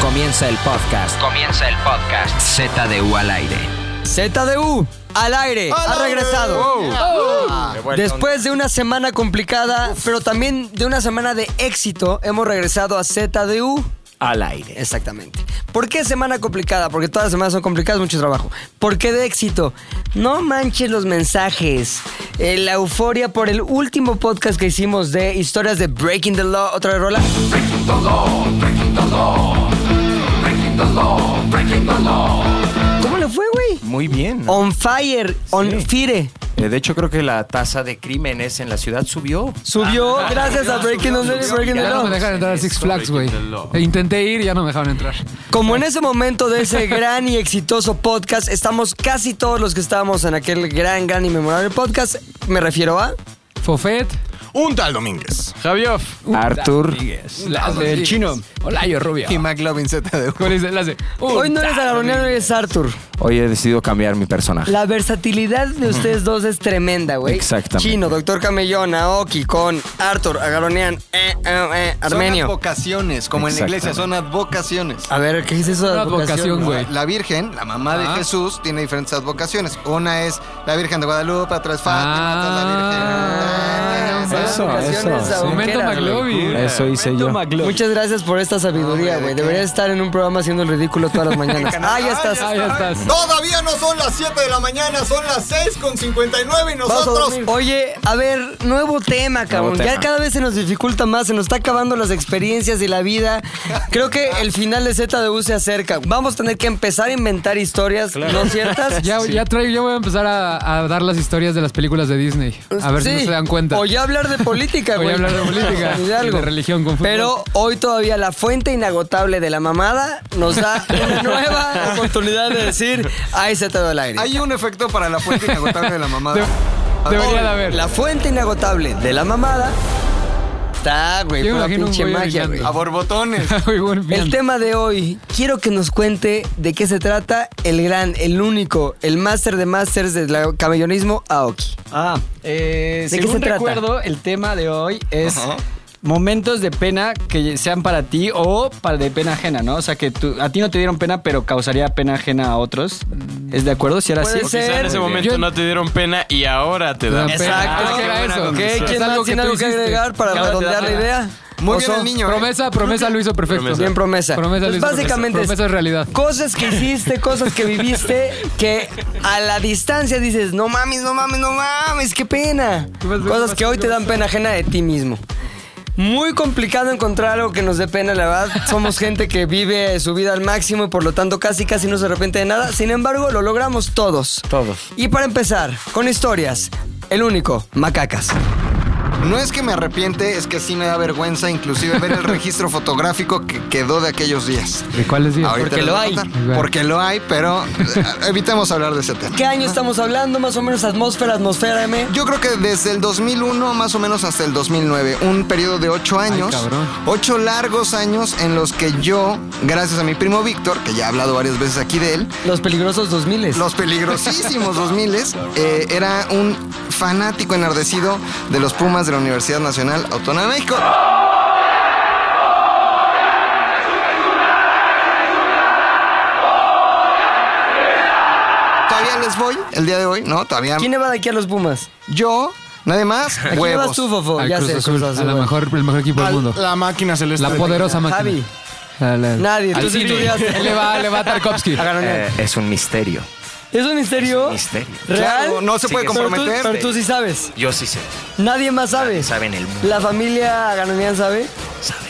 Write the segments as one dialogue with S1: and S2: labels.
S1: Comienza el podcast. Comienza el podcast. ZDU al aire.
S2: ZDU al aire ha regresado. Después de una semana complicada, pero también de una semana de éxito, hemos regresado a ZDU.
S1: Al aire.
S2: Exactamente. ¿Por qué semana complicada? Porque todas las semanas son complicadas, mucho trabajo. ¿Por qué de éxito? No manches los mensajes. Eh, la euforia por el último podcast que hicimos de historias de Breaking the Law. ¿Otra vez, Rola? ¿Cómo le fue, güey?
S3: Muy bien.
S2: On fire, on fire.
S3: Eh, de hecho, creo que la tasa de crímenes en la ciudad subió.
S2: Subió gracias a Breaking, the Law, Breaking the
S4: Ya no
S2: Law.
S4: me dejan entrar a Six Flags, güey. E Intenté ir y ya no me dejaron entrar.
S2: Como en ese momento de ese gran y exitoso podcast, estamos casi todos los que estábamos en aquel gran, gran y memorable podcast. Me refiero a.
S4: Fofet.
S5: Un tal Domínguez.
S3: Arthur.
S4: Las del chino. Hola, yo rubio.
S5: Y McLovin ZDU.
S4: ¿Cuál es las de- Un
S2: Hoy no eres Agaroniano, hoy eres Arthur.
S3: Hoy he decidido cambiar mi personaje.
S2: La versatilidad de ustedes dos es tremenda, güey.
S3: Exactamente.
S2: Chino, Doctor Camellón, Aoki, con Arthur, Agaronian, eh, eh, eh,
S5: Son
S2: Armenio.
S5: advocaciones, como en la iglesia, son advocaciones.
S2: A ver, ¿qué es eso de
S4: Una advocación, güey.
S5: La Virgen, la mamá de
S4: Ah.
S5: Jesús, tiene diferentes advocaciones. Una es la Virgen de Guadalupe, otra es Fátima, otra
S2: Ah,
S5: es la Virgen.
S3: Eso, eso, sí.
S4: Momento McLovin.
S3: Eso hice yo.
S2: Muchas gracias por esta sabiduría,
S5: Hombre,
S2: güey.
S5: ¿de qué?
S2: Debería estar en un programa haciendo el ridículo todas las mañanas. ah, ya estás.
S4: Ah, ya estás.
S5: Todavía no son las 7 de la mañana, son las 6 con 59 y
S2: Vamos a dormir. Oye, a ver, nuevo tema, cabrón.
S3: Nuevo
S2: Ya
S3: tema.
S2: cada vez se nos dificulta más, se nos está acabando las experiencias y la vida. Creo que el final de ZDU se acerca. Vamos a tener que empezar a inventar historias no ciertas.
S4: Ya, ya traigo, ya voy a empezar a, a dar las historias de las películas de Disney. A ver
S2: Pues,
S4: si
S2: Sí.
S4: no se dan cuenta.
S2: O ya hablar de política,
S4: O
S2: güey.
S4: ya hablar de política.
S2: Y de algo.
S4: Y de religión con fútbol.
S2: Pero hoy todavía la fuente inagotable de la mamada nos da una nueva oportunidad de decir, ahí se te el aire.
S5: Hay un efecto para la fuente inagotable de la mamada.
S4: De- debería de haber.
S2: La fuente inagotable de la mamada está, güey,
S4: Yo me
S2: pura
S4: imagino un
S2: pinche
S4: güey
S2: magia, güey.
S4: orinando.
S5: A borbotones.
S4: Muy buen
S2: El
S4: bien.
S2: tema de hoy, quiero que nos cuente de qué se trata el gran, el único, el máster de másters del camellonismo, Aoki.
S6: Ah, eh,
S2: ¿De qué
S6: según
S2: se trata?
S6: recuerdo, el tema de hoy es momentos de pena que sean para ti o para de pena ajena, ¿no? O sea, que tú- a ti no te dieron pena, pero causaría pena ajena a otros. ¿Es de acuerdo? Si era
S2: Mm. Puede
S6: así.
S2: ser.
S7: Quizá en ese
S4: Muy bien.
S7: momento
S4: Yo-
S7: no te dieron pena y ahora te dan
S4: La pena.
S2: Exacto.
S4: Ah,
S2: Qué
S4: ¿qué era
S2: buena
S4: eso?
S2: ¿Qué?
S4: Es
S2: ¿Quién más
S4: algo
S2: tiene
S4: tú
S2: algo que
S4: hiciste.
S2: agregar para
S6: Claro, te
S2: redondear
S6: da
S2: la
S6: pena.
S2: idea?
S5: Muy bien
S2: Oso.
S5: el niño. ¿eh?
S4: Promesa, promesa lo hizo perfecto.
S2: Bien promesa.
S4: Promesa
S2: Pues
S4: lo hizo
S2: básicamente
S4: perfecto. Promesa es realidad.
S2: Cosas que hiciste, cosas que viviste, que a la distancia dices, no mames, no mames, no mames, qué pena. Cosas que hoy te dan pena ajena de ti mismo. Muy complicado encontrar algo que nos dé pena, la verdad. Somos gente que vive su vida al máximo y por lo tanto casi casi no se arrepiente de nada. Sin embargo, lo logramos todos.
S3: Todos.
S2: Y para empezar, con historias, el único, Macacas.
S5: No es que me arrepiente, es que sí me da vergüenza inclusive ver el registro fotográfico que quedó de aquellos días.
S4: ¿De cuáles días?
S5: Ah, Ahorita
S2: Porque
S5: les
S2: lo
S5: voy a
S2: hay.
S5: contar. Porque lo hay, pero eh, evitemos hablar de ese tema.
S2: ¿Qué año estamos hablando? Más o menos atmósfera, atmósfera, M.
S5: Yo creo que desde el 2001 más o menos hasta el 2009, un periodo de ocho años,
S4: cabrón.
S5: ocho largos años en los que yo, gracias a mi primo Víctor, que ya he hablado varias veces aquí de él,
S2: Los peligrosos 2000.
S5: los peligrosísimos 2000 eh, era un fanático enardecido de los Pumas de la Universidad Nacional Autónoma de México. Todavía les voy el día de hoy, ¿no? Todavía
S2: ¿Quién le va de aquí a los Pumas?
S5: yo, nada más,
S2: ¿A quién le vas
S5: huevos.
S2: tú, Fofo?
S4: Al
S2: ya
S4: Cruz
S2: sé,
S4: Azul,
S2: Cruz
S4: a
S2: Azul.
S4: la mejor, el mejor equipo del mundo.
S8: La máquina celeste.
S4: La poderosa máquina.
S2: Javi.
S4: A la-
S2: Nadie,
S4: al
S2: tú sí
S4: cine.
S2: estudiaste.
S4: Él le va, le va a Tarkovsky.
S3: Eh, es un misterio.
S2: ¿Es un misterio?
S3: Misterio.
S2: ¿Real?
S5: Claro, no se puede
S3: Sigue
S2: Pero tú-
S5: comprometer.
S2: Pero tú sí sabes.
S3: Yo sí sé.
S2: Nadie más sabe.
S3: Saben el mundo.
S2: La familia Aganonian sabe.
S3: Sabe.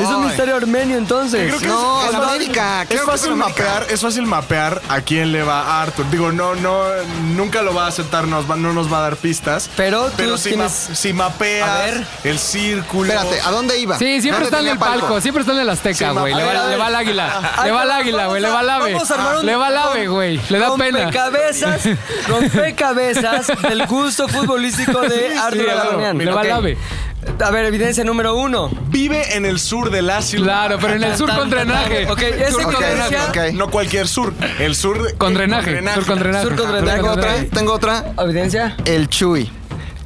S2: Es un misterio armenio, entonces.
S8: Creo que
S5: No,
S8: es-
S5: es
S8: es
S5: América.
S8: Es
S5: claro que es
S8: fácil,
S5: América.
S8: mapear, es fácil mapear a quién le va a Arthur. Digo, no, no, nunca lo va a aceptar, nos va- no nos va a dar pistas.
S2: Pero tú
S8: pero si,
S2: tienes-
S8: ma- si mapeas
S2: A ver.
S8: el círculo.
S5: Espérate, ¿a dónde iba?
S4: Sí, siempre
S5: ¿Dónde
S4: está en
S5: tenía
S4: el palco, siempre está en el Azteca, güey.
S2: a
S4: le,
S2: ver, a
S4: va, le
S2: ver.
S4: va al águila.
S2: Ay,
S4: Ah. le va al
S2: pero
S4: águila,
S2: vamos
S4: güey.
S2: a-
S4: Le va al ave. Ah.
S2: vamos a armar un-
S4: Le va al ave,
S2: un-
S4: güey. Le da pena.
S2: Rompecabezas, rompecabezas del gusto futbolístico de Arturo
S4: claro.
S2: Aganonian.
S4: Le va al ave.
S2: A ver, evidencia número uno.
S8: Vive en el sur de la ciudad.
S4: Claro, pero en el sur con drenaje.
S2: Ok, ese
S4: Sur
S2: que
S4: con
S5: Ok,
S4: drenaje.
S5: ok.
S8: No cualquier sur. El sur. eh, de-
S4: Con drenaje. Sur con drenaje.
S2: Sur con
S4: Ajá.
S2: drenaje.
S5: Tengo otra, tengo otra.
S2: Evidencia.
S5: El Chuy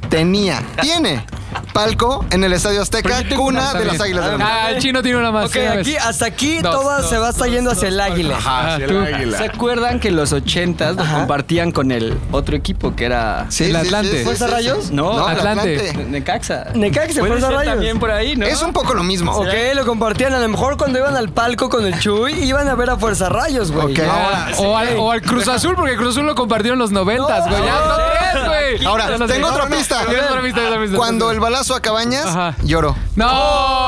S5: tenía, tiene palco en el Estadio Azteca, cuna de las Águilas del América.
S4: Ah, el chino tiene una más.
S2: Ok,
S4: ya ves.
S2: aquí, hasta aquí
S4: Dos,
S2: toda
S4: dos,
S2: se va yendo hacia el águila.
S9: Ah,
S8: Ajá, sí, el
S4: Ah, tú.
S6: ¿Se
S8: águila.
S6: acuerdan que los 80s lo compartían con el otro equipo que era
S5: Sí,
S4: ¿El
S5: sí,
S4: Atlante?
S2: ¿Fuerza Rayos?
S6: No,
S5: el
S4: Atlante.
S6: Ne- Necaxa?
S2: Necaxa,
S6: Puede
S2: Fuerza
S6: ser
S2: Rayos.
S6: también por ahí, ¿no?
S5: Es un poco lo mismo.
S2: Ok, lo compartían. A lo mejor cuando iban al palco con el Chuy, iban a ver a Fuerza Rayos, güey.
S5: Ok.
S4: Ah, o, al, o al Cruz Azul, porque Cruz Azul lo compartieron los noventas, güey. Ya, no tres, güey.
S5: Ahora,
S4: Ya no sé.
S5: tengo otra pista.
S4: Tienes otra pista, tienes otra pista.
S5: Cuando el balazo a
S4: Ajá.
S5: Cabañas, lloró.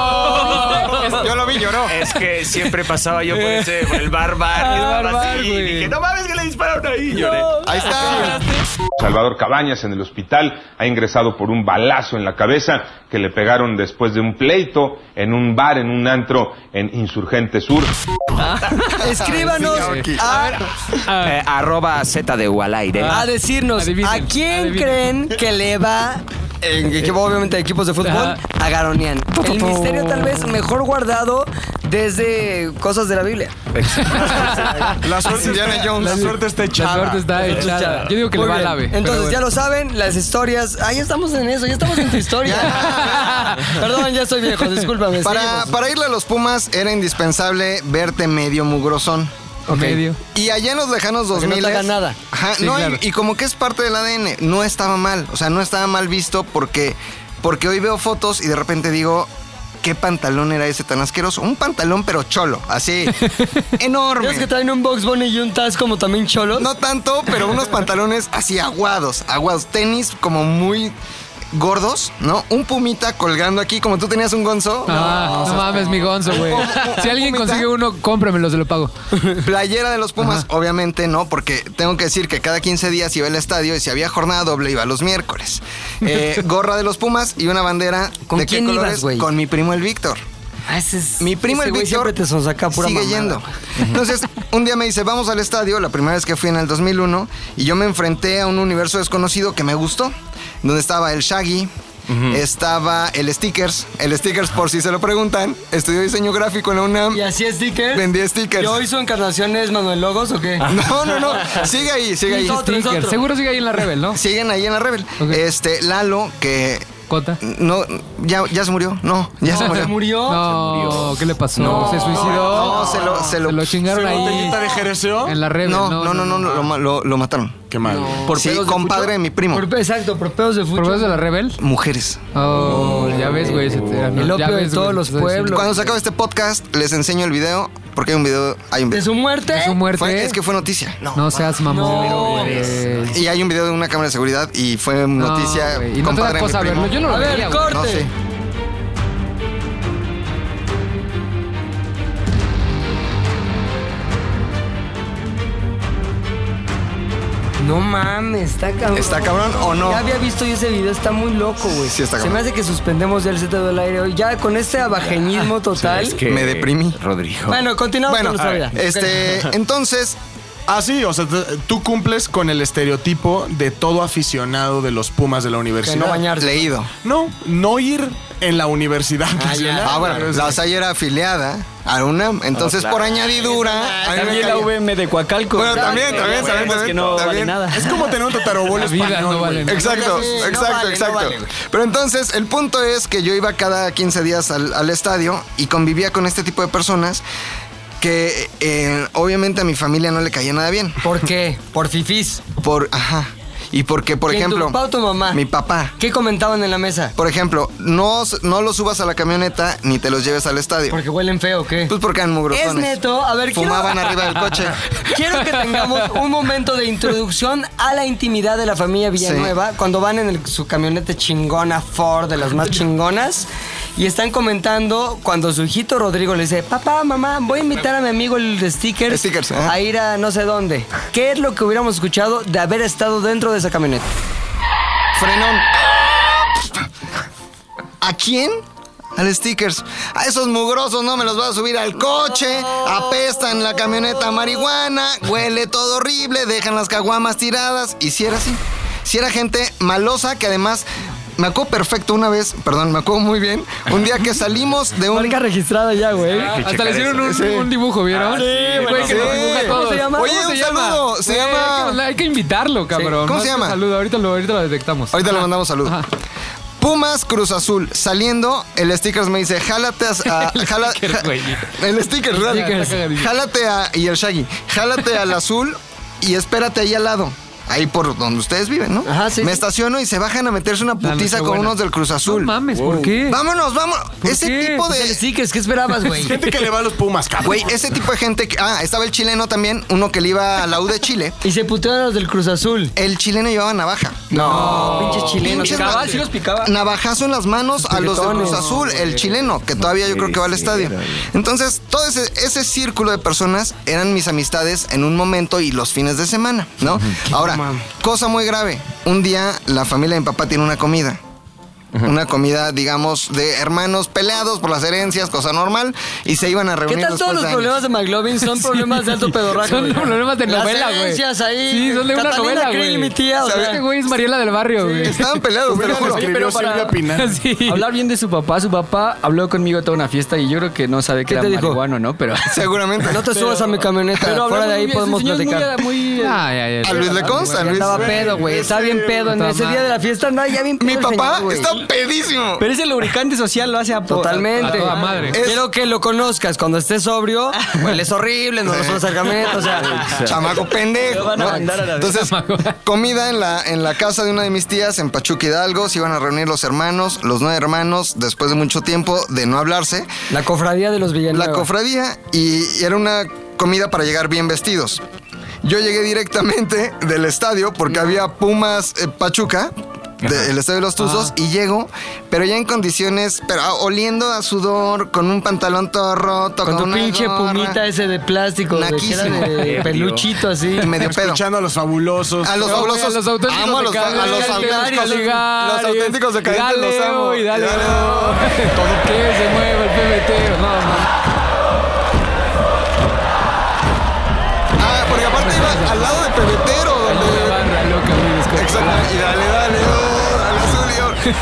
S4: ¡No!
S5: Yo lo vi, lloró.
S7: Es que siempre pasaba yo por ese, por el bar bar,
S4: Ah,
S7: y estaba
S4: bar,
S7: así,
S4: güey.
S7: y dije, no mames que le dispararon ahí, lloré.
S5: Ahí está.
S10: Salvador Cabañas en el hospital ha ingresado por un balazo en la cabeza que le pegaron después de un pleito en un bar, en un antro en Insurgente Sur.
S2: Escríbanos a,
S4: Ah.
S3: Eh, arroba Z de U al aire.
S2: a decirnos
S4: Adivinen,
S2: a quién
S4: adivinen.
S2: creen que le va. En equipo, obviamente, de equipos de fútbol,
S4: Ajá.
S2: a Garonian. El misterio tal vez mejor guardado desde cosas de la Biblia.
S8: La suerte,
S5: Indiana
S8: está,
S5: Jones.
S8: la suerte está
S4: La
S8: echada.
S4: suerte está echada. Yo digo que
S2: Muy
S4: le va al
S2: bien.
S4: ave. pero
S2: Entonces,
S4: bueno.
S2: ya lo saben, las historias. Ahí estamos en eso, ya estamos en tu historia. Perdón, ya estoy viejo, discúlpame.
S5: Para,
S2: seguimos.
S5: para irle a los Pumas era indispensable verte medio mugrosón.
S4: Ok. Medio.
S5: Y allá en los lejanos
S2: Porque
S5: 2000
S2: no te haga nada.
S5: Ajá,
S4: Sí,
S5: no, y-
S4: claro.
S5: y, como que es parte del ADN, no estaba mal, o sea, no estaba mal visto porque porque hoy veo fotos y de repente digo ¿Qué pantalón era ese tan asqueroso? Un pantalón pero cholo, así, enorme.
S2: ¿Crees que traen un box bunny y un Taz como también cholos?
S5: No tanto, pero unos pantalones así aguados, aguados, tenis como muy gordos, ¿no? Un pumita colgando aquí, como tú tenías un gonzo.
S4: Ah, no mames, mi gonzo, güey. Si alguien consigue uno, cómpramelo, se lo pago.
S5: Playera de los Pumas, obviamente no, porque tengo que decir que cada 15 días iba al estadio y si había jornada doble iba los miércoles. Eh, gorra de los Pumas y una bandera.
S2: ¿Con
S5: ¿De qué
S2: quién ibas,
S5: colores?
S2: güey?
S5: Con mi primo el Víctor.
S2: Ah, ese es-
S5: Mi primo
S2: ese
S5: el
S2: güey
S5: Víctor
S2: siempre te sonsaca pura
S5: sigue
S2: mamada.
S5: yendo. Entonces, un día me dice, vamos al estadio, la primera vez que fui en el 2001, y yo me enfrenté a un universo desconocido que me gustó, donde estaba el Shaggy, estaba el Stickers, el Stickers por si se lo preguntan, estudió diseño gráfico en la UNAM,
S2: Y así es stickers.
S5: vendí stickers. Ah,
S2: ¿Y hoy su encarnación es Manuel Logos o qué?
S5: No, no, no, sigue ahí, sigue ahí.
S2: Otro, es
S4: Sticker.
S2: otro.
S4: Seguro sigue ahí en la Rebel, ¿no?
S5: Siguen ahí en la Rebel.
S4: Ok.
S5: Este, Lalo, que
S4: Cota.
S5: no, ya, ya se murió, no, ya se murió.
S2: murió?
S4: No, ¿qué le pasó? se suicidó.
S5: No, se lo, se lo,
S4: Se lo chingaron ahí.
S8: ¿Botellita de Jerezeo?
S4: En la Rebel.
S5: No, no, no, no, lo, lo- lo mataron.
S8: Qué mal.
S5: Por sí, compadre de mi primo.
S2: Por- exacto, por pedos de
S4: ¿Por
S2: fútbol.
S4: medio de la Rebel?
S5: Mujeres.
S4: Oh, ya ves, güey. se te-
S2: El
S4: ya
S2: opio de
S4: ves,
S2: todos
S4: güey,
S2: los
S4: te estoy diciendo.
S2: pueblos.
S5: Cuando se acabe este podcast, les enseño el video, porque hay un video, hay un
S2: ¿De
S5: video.
S2: su muerte?
S4: Su muerte.
S5: Fue- es que fue noticia. No.
S4: No seas mamón. güey.
S5: Y hay un video de una cámara de seguridad y fue
S4: No,
S5: noticia.
S4: güey, Y no te da
S5: compadre de mi
S4: cosa
S5: primo.
S4: verlo. Yo no lo
S2: A ver,
S4: veía, güey.
S2: corte.
S5: No sé.
S2: No mames, está cabrón.
S5: ¿Está cabrón o no?
S2: Ya había visto yo ese video, está muy loco, güey.
S5: Sí, está
S2: Se
S5: cabrón.
S2: me hace que suspendemos ya el Z del aire hoy. Ya con este abajeñismo total.
S5: Me deprimí.
S3: Rodrigo.
S2: Bueno, continuamos
S5: Bueno,
S2: con nuestra vida.
S5: este, entonces,
S8: Ah, sí, o sea, t- tú cumples con el estereotipo de todo aficionado de los Pumas de la
S2: Que
S8: universidad.
S2: no bañarse.
S5: leído.
S8: No, no ir en la universidad. nacional.
S5: Ah, bueno, la SAI era afiliada a UNAM, entonces por añadidura. a mí me
S6: También la
S5: caía.
S6: VM de Coacalco.
S5: Bueno, también, también,
S6: Sabemos
S5: también,
S6: que no vale
S5: también.
S6: nada.
S8: Es como tener un tatarobol
S4: La vida
S8: español.
S4: no vale
S8: güey.
S4: nada.
S5: Exacto,
S2: Sí, no
S5: exacto,
S2: vale, no
S5: exacto.
S2: vale, güey.
S5: Pero entonces, el punto es que yo iba cada 15 días al, al estadio y convivía con este tipo de personas que eh, obviamente a mi familia no le caía nada bien.
S2: ¿Por qué? Por fifís.
S5: Por, ajá. Y porque, por
S2: ¿Quién, tu
S5: ejemplo.
S2: papá o tu mamá?
S5: Mi papá.
S2: ¿Qué comentaban en la mesa?
S5: Por ejemplo, no, s- no los subas a la camioneta ni te los lleves al estadio.
S2: ¿Porque huelen feo o qué?
S5: Pues porque eran mugrosones.
S2: Es neto, a ver, quiero-
S5: Fumaban arriba del coche.
S2: Quiero que tengamos un momento de introducción a la intimidad de la familia Villanueva cuando van en el- su camioneta chingona Ford, de las más chingonas, y están comentando cuando su hijito Rodrigo le dice, papá, mamá, voy a invitar a mi amigo el de stickers,
S5: Stickers, ajá.
S2: a ir a no sé dónde. ¿Qué es lo que hubiéramos escuchado de haber estado dentro de esa camioneta?
S5: Frenón. ¿A quién? Al stickers. A esos mugrosos no me los vas a subir al coche. Apestan la camioneta a marihuana. Huele todo horrible. Dejan las caguamas tiradas. Y si era así. Si era gente malosa que además. Me acuerdo perfecto una vez, perdón, me acuerdo muy bien, un día que salimos de un...
S2: Marca registrada ya, güey.
S4: Hasta le hicieron un, un dibujo, ¿vieron? sí, güey, que nos dibuja
S5: Sí.
S4: todo.
S2: ¿Cómo se llama?
S5: Oye,
S2: ¿Cómo
S5: un saludo. Se
S4: Güey, hay que
S5: llama...
S4: mandar- Hay que invitarlo, cabrón. No
S5: ¿Cómo se
S4: es que
S5: llama?
S4: Saludo, ahorita lo, ahorita lo detectamos.
S5: Ahorita le mandamos saludo. Pumas Cruz Azul. Saliendo, el stickers me dice, jálate a. a- jala-
S4: Stickers, güey.
S5: el sticker, real.
S4: Stickers.
S5: Jálate a. Y el Shaggy. Jálate al azul y espérate ahí al lado. Ahí por donde ustedes viven, ¿no?
S2: Ajá, sí,
S5: Me
S2: sí.
S5: estaciono y se bajan a meterse una putiza con
S4: Nochebuena.
S5: unos del Cruz Azul.
S4: No mames, ¿por qué?
S5: Vámonos, vámonos.
S4: ¿Por
S5: Ese
S4: qué?
S5: tipo
S2: Pues el
S5: de.
S2: stickers, ¿qué esperabas, güey?
S8: Gente que le va a los Pumas, cabrón.
S5: Güey, ese tipo de gente. que- ah, estaba el chileno también, uno que le iba a la U de Chile.
S2: Y se putearon los del Cruz Azul.
S5: El chileno llevaba navaja.
S2: Pinches chilenos.
S5: Pinches
S6: Picaba,
S5: ma-
S6: sí Oh, los picaba.
S5: Navajazo en las manos a los de Cruz
S2: Piquetones.
S5: Azul, el chileno, que todavía yo creo que va al estadio. Entonces, todo ese, ese círculo de personas eran mis amistades en un momento y los fines de semana, ¿no? Ahora, cosa muy grave. Un día la familia de mi papá tiene una comida. Una comida, digamos, de hermanos peleados por las herencias, cosa normal, y se iban a
S2: ¿Qué tal
S5: reunir. después
S2: todos los
S5: de años.
S2: problemas de McLovin son problemas de alto pedorraje?
S4: Son
S2: güey?
S4: problemas de novela,
S2: Las
S4: güey.
S2: herencias ahí.
S4: Sí, son de una
S2: Catalina
S4: novela,
S2: Krill,
S4: güey.
S2: mi tía, o sea.
S4: Este güey es Mariela del barrio, güey.
S5: Estaban peleados, te lo juro.
S8: escribió Silvia Pinal.
S4: Sí.
S6: Hablar bien de su papá. Su papá habló conmigo toda una fiesta y yo creo que no sabe que
S2: ¿Qué
S6: era
S2: te dijo?
S6: marihuano, ¿no? Pero...
S5: Seguramente.
S2: No te subas a mi camioneta.
S6: Pero
S2: Fuera de ahí podemos platicar.
S6: platicar. Ah. Muy, eh,
S4: Ay, ay, ay.
S5: A Luis le consta, Luis.
S2: Estaba pedo, güey. Está bien pedo. En
S4: puta
S2: ese día de la fiesta andaba ya bien pedo.
S5: Mi
S2: el
S5: papá
S2: señor, güey.
S5: está pedísimo.
S6: Pero ese lubricante social lo hace a
S2: Totalmente.
S4: A toda madre.
S2: Es- Quiero que lo conozcas. Cuando estés sobrio, hueles horrible, no lo subas al camioneta. O sea,
S5: Chamaco pendejo.
S6: van a
S5: ¿no?
S6: mandar a la
S5: Entonces, comida en la, en la casa de una de mis tías en Pachuca Hidalgo. Se iban a reunir los hermanos, los nueve hermanos, después de mucho tiempo de no hablarse.
S2: la cofradía de los villanos.
S5: La cofradía y y era una comida para llegar bien vestidos. Yo llegué directamente del estadio porque había Pumas eh, Pachuca. de- el estadio de los Tuzos
S2: Ah.
S5: y llego, pero ya en condiciones, pero ah, oliendo a sudor, con un pantalón todo roto, con,
S2: Con tu
S5: una
S2: pinche
S5: gorra.
S2: pumita ese de plástico. güey, que era
S5: Naquísimo.
S2: de peluchito así.
S5: Y medio pedo.
S8: Escuchando a los fabulosos.
S5: A los
S4: No, güey,
S5: fabulosos.
S4: a los auténticos
S5: amo a los, fa-
S4: decadentes,
S5: a los
S4: Caligari,
S5: auténticos.
S4: Caligari.
S5: los auténticos decadentes
S4: Dale,
S5: los amo.
S4: uy, dale,
S5: Dale,
S4: uy. Todo que se mueva el PBT. No, no.
S5: Ah, porque aparte iba al lado de Pebetero.
S4: Una
S5: Donde...
S4: barra loca, güey, después.
S5: Exacto. Y dale, dale, oh, dale azul,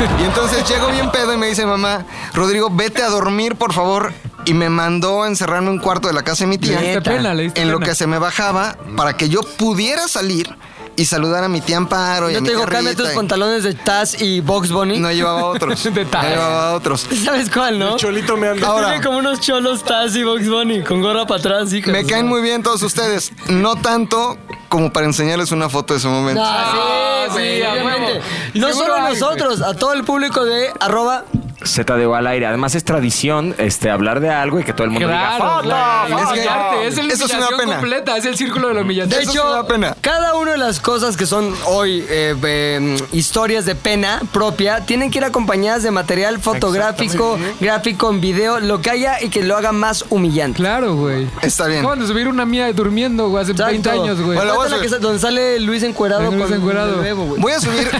S5: y oh. Y entonces llego bien pedo y me dice mamá, Rodrigo, vete a dormir, por favor. Y me mandó a encerrarme en un cuarto de la casa de mi tía.
S4: Le diste pena, le diste
S5: en lo
S4: pena.
S5: que se me bajaba para que yo pudiera salir y saludar a mi tía Amparo y a
S2: Yo
S5: mi
S2: te digo,
S5: tía
S2: cambia
S5: Rita,
S2: tus
S5: y-
S2: pantalones de Taz y Box Bunny.
S5: No llevaba otros.
S4: De
S5: no
S4: talla.
S5: llevaba otros.
S2: ¿Sabes cuál, no?
S8: Cholito me anda.
S5: Ahora-
S2: Tiene como unos cholos Taz y Box Bunny con gorra para atrás. hijos,
S5: Me caen
S2: ¿no?
S5: muy bien todos ustedes. No tanto como para enseñarles una foto de ese momento.
S2: Ah, sí,
S4: sí,
S2: güey,
S4: a
S2: obviamente.
S4: huevo.
S2: No
S4: Seguro
S2: solo a
S4: hay,
S2: nosotros, a todo el público de arroba
S9: Z de U al aire. Además es tradición este, hablar de algo y que todo el mundo diga
S4: Claro,
S9: "Foto,
S4: güey.
S5: Es
S4: Es
S5: que-
S4: humillarte, es la
S5: eso es una
S4: humillación
S5: pena.
S4: completa, es el círculo de la humillación.
S2: De
S5: Eso sí da
S2: hecho,
S5: pena.
S2: cada una de las cosas que son hoy eh, eh, historias de pena propia tienen que ir acompañadas de material fotográfico, gráfico en video, lo que haya y que lo haga más humillante.
S4: Claro, güey.
S5: Está bien.
S4: Acaban de subir una mía durmiendo, güey, hace 20
S2: Exacto.
S4: años, güey.
S5: Bueno, voy
S2: Esta
S5: a
S2: es la
S5: hacer-
S2: que sa- donde sale Luis encuerado
S4: Luis
S2: con
S4: encuerado.
S2: el bebo, güey.
S5: Voy a subir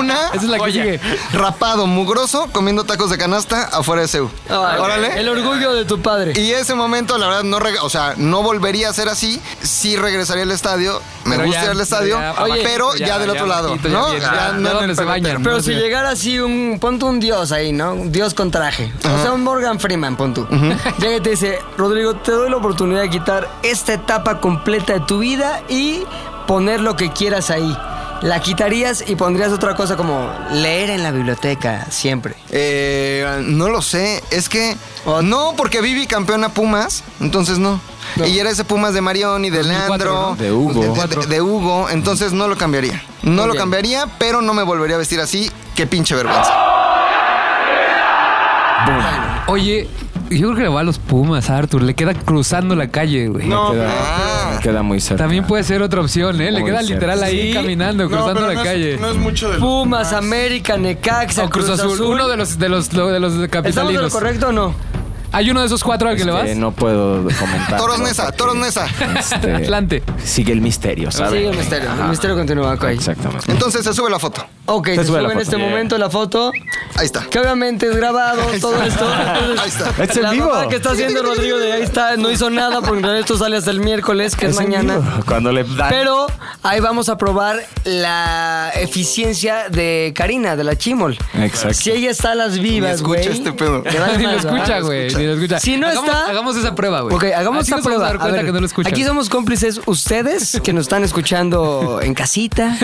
S5: una
S4: Esa es la que sigue.
S5: rapado, mugroso, comiendo tacos de canasta afuera de CEU.
S2: Ay,
S5: Órale.
S2: Ah, El orgullo de tu padre.
S5: Y ese momento, la verdad, no, reg- o sea, no volvería a ser así. Sí regresaría al estadio. Me
S4: Pero
S5: gusta
S4: ya-
S5: ir al estadio,
S4: ya abajito,
S5: pero ya,
S4: ya-
S5: del
S4: ya
S5: otro lado,
S4: abajito, ya
S5: ¿no?
S4: bien, ya
S5: en
S4: donde
S5: el
S4: se bañan.
S5: pebetero.
S2: Pero
S4: Más
S2: si
S4: bien.
S2: llegara así un. Ponte un dios ahí, ¿no? Un dios con traje. O sea, un Morgan Freeman, pon tú. Llega y te dice: Rodrigo, te doy la oportunidad de quitar esta etapa completa de tu vida y poner lo que quieras ahí. La quitarías y pondrías otra cosa como leer en la biblioteca siempre.
S5: Eh, no lo sé, es que no, porque Vivi campeona Pumas, entonces no. Y era ese Pumas de Marión y de
S4: 2004,
S5: Leandro,
S4: ¿no?
S9: De Hugo.
S5: de, de- de Hugo, entonces no lo cambiaría. No lo cambiaría, pero no me volvería a vestir así. Qué pinche
S8: Ah,
S5: vergüenza.
S4: Oye, yo creo que le va a los Pumas, Arthur. Le queda cruzando la calle, güey.
S9: No, queda, queda muy cerca.
S4: También puede ser otra opción, ¿eh? Le
S9: Muy
S4: queda
S9: cierto.
S4: literal ahí caminando,
S8: No,
S4: cruzando
S8: pero
S4: la
S8: no es-
S4: calle.
S8: no es mucho de los
S2: Pumas, América, Necaxa,
S4: O Cruz, Azul. Uno de los, de los, lo- de los
S2: ¿Estamos en lo
S4: capitalinos.
S2: correcto o no?
S4: ¿Hay uno de esos cuatro al que le vas?
S9: Este, no puedo comentar.
S5: Toros Nesa, Toros Nesa.
S9: Este,
S4: Atlante.
S9: Sigue el misterio, ¿sabes?
S2: Sigue el misterio. El misterio continúa, ok.
S9: Exactamente.
S5: Entonces se sube la foto.
S2: Ok,
S9: sube la
S2: se sube en
S9: foto.
S2: este
S9: Bien.
S2: momento la foto.
S5: Ahí está.
S2: Que obviamente es grabado todo esto.
S5: Ahí está.
S9: Es en
S2: la
S9: vivo.
S2: mamá que está haciendo Rodrigo de ahí está, no hizo nada porque en realidad esto sale hasta el miércoles, que es,
S9: en
S2: mañana.
S9: vivo. Cuando le dan.
S2: Pero ahí vamos a probar la eficiencia de Karina, de la Chimol.
S9: Exacto.
S2: Si ella está a las
S5: Ni
S2: vivas,
S5: escucha
S2: güey.
S5: este pedo.
S2: le vale
S4: Ni lo
S2: más, ¿verdad?
S4: escucha, güey. Ni lo escucha.
S2: Si no
S4: hagamos,
S2: está-
S4: Hagamos esa prueba, güey.
S2: Ok, hagamos
S4: Ah, Así
S2: esta
S4: nos
S2: prueba.
S4: Vamos a dar cuenta
S2: A ver,
S4: que no lo escuchan.
S2: Aquí somos cómplices ustedes que nos están escuchando en casita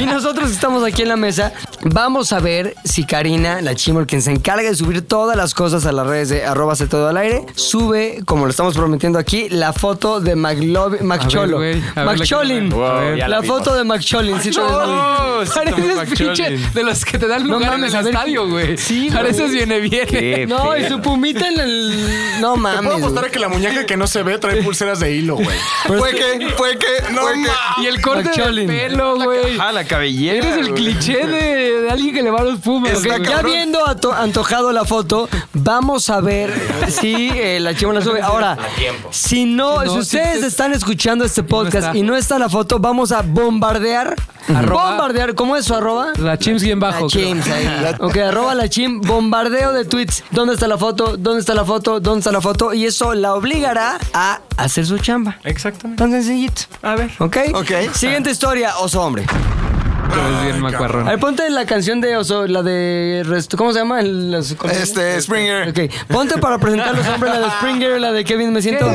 S2: y nosotros que estamos aquí en la mesa. Vamos a ver si Karina, la chimol, quien se encarga de subir todas las cosas a las redes de arroba se todo al aire, sube, como lo estamos prometiendo aquí, la foto de McLov- McCholo.
S4: güey, a ver la que-
S2: McCholin.
S9: Wow, ya
S2: la
S9: la vimos.
S2: foto de McCholin. sí,
S4: ¡Oh! sí,
S2: Pareces
S4: Tomás pinche
S2: pinche-
S4: de los que te dan lugar
S2: mames,
S4: en
S2: a
S4: el
S2: ver,
S4: estadio, güey.
S2: sí, güey.
S4: Pareces viene bien.
S9: Qué
S2: No, y
S9: pedo.
S2: su pumita en el... No
S8: Te
S2: mames.
S8: puedo apostar
S2: güey.
S8: a que la muñeca que no se ve trae pulseras de hilo, güey.
S5: Fue que, fue que, no, que.
S4: Y el corte
S2: McCholin.
S4: del pelo, güey.
S6: Ah, la cabellera.
S4: Eres el
S6: güey.
S4: cliché de, de alguien que le va a los Pumas.
S8: Es la
S4: güey.
S2: Ya viendo ato- antojado la foto, vamos a ver si eh, la chimola sube. Ahora, si no,
S4: Si no,
S2: si
S4: si
S2: ustedes
S4: usted-
S2: están escuchando este podcast
S4: está.
S2: y no está la foto, vamos a bombardear.
S4: Arroba-
S2: Bombardear, ¿cómo es su arroba?
S4: La chims bien
S2: La
S4: bajo. creo.
S2: chims ahí. Ok, arroba la chim, bombardeo de tweets. ¿Dónde está la foto? ¿Dónde está la foto? ¿Dónde está la foto? Y eso la obligará a hacer su chamba.
S7: Exactamente.
S2: Tan sencillito.
S7: A ver.
S2: ¿Ok?
S5: Ok.
S2: Siguiente historia, oso hombre.
S4: Eres bien
S2: A
S4: macuarrón.
S2: ver, ponte la canción de Oso, la de... rest- ¿Cómo se llama? El- las-
S5: Este, Springer.
S2: Ok, ponte para presentar los hombres, la de Springer, la de Kevin, me siento...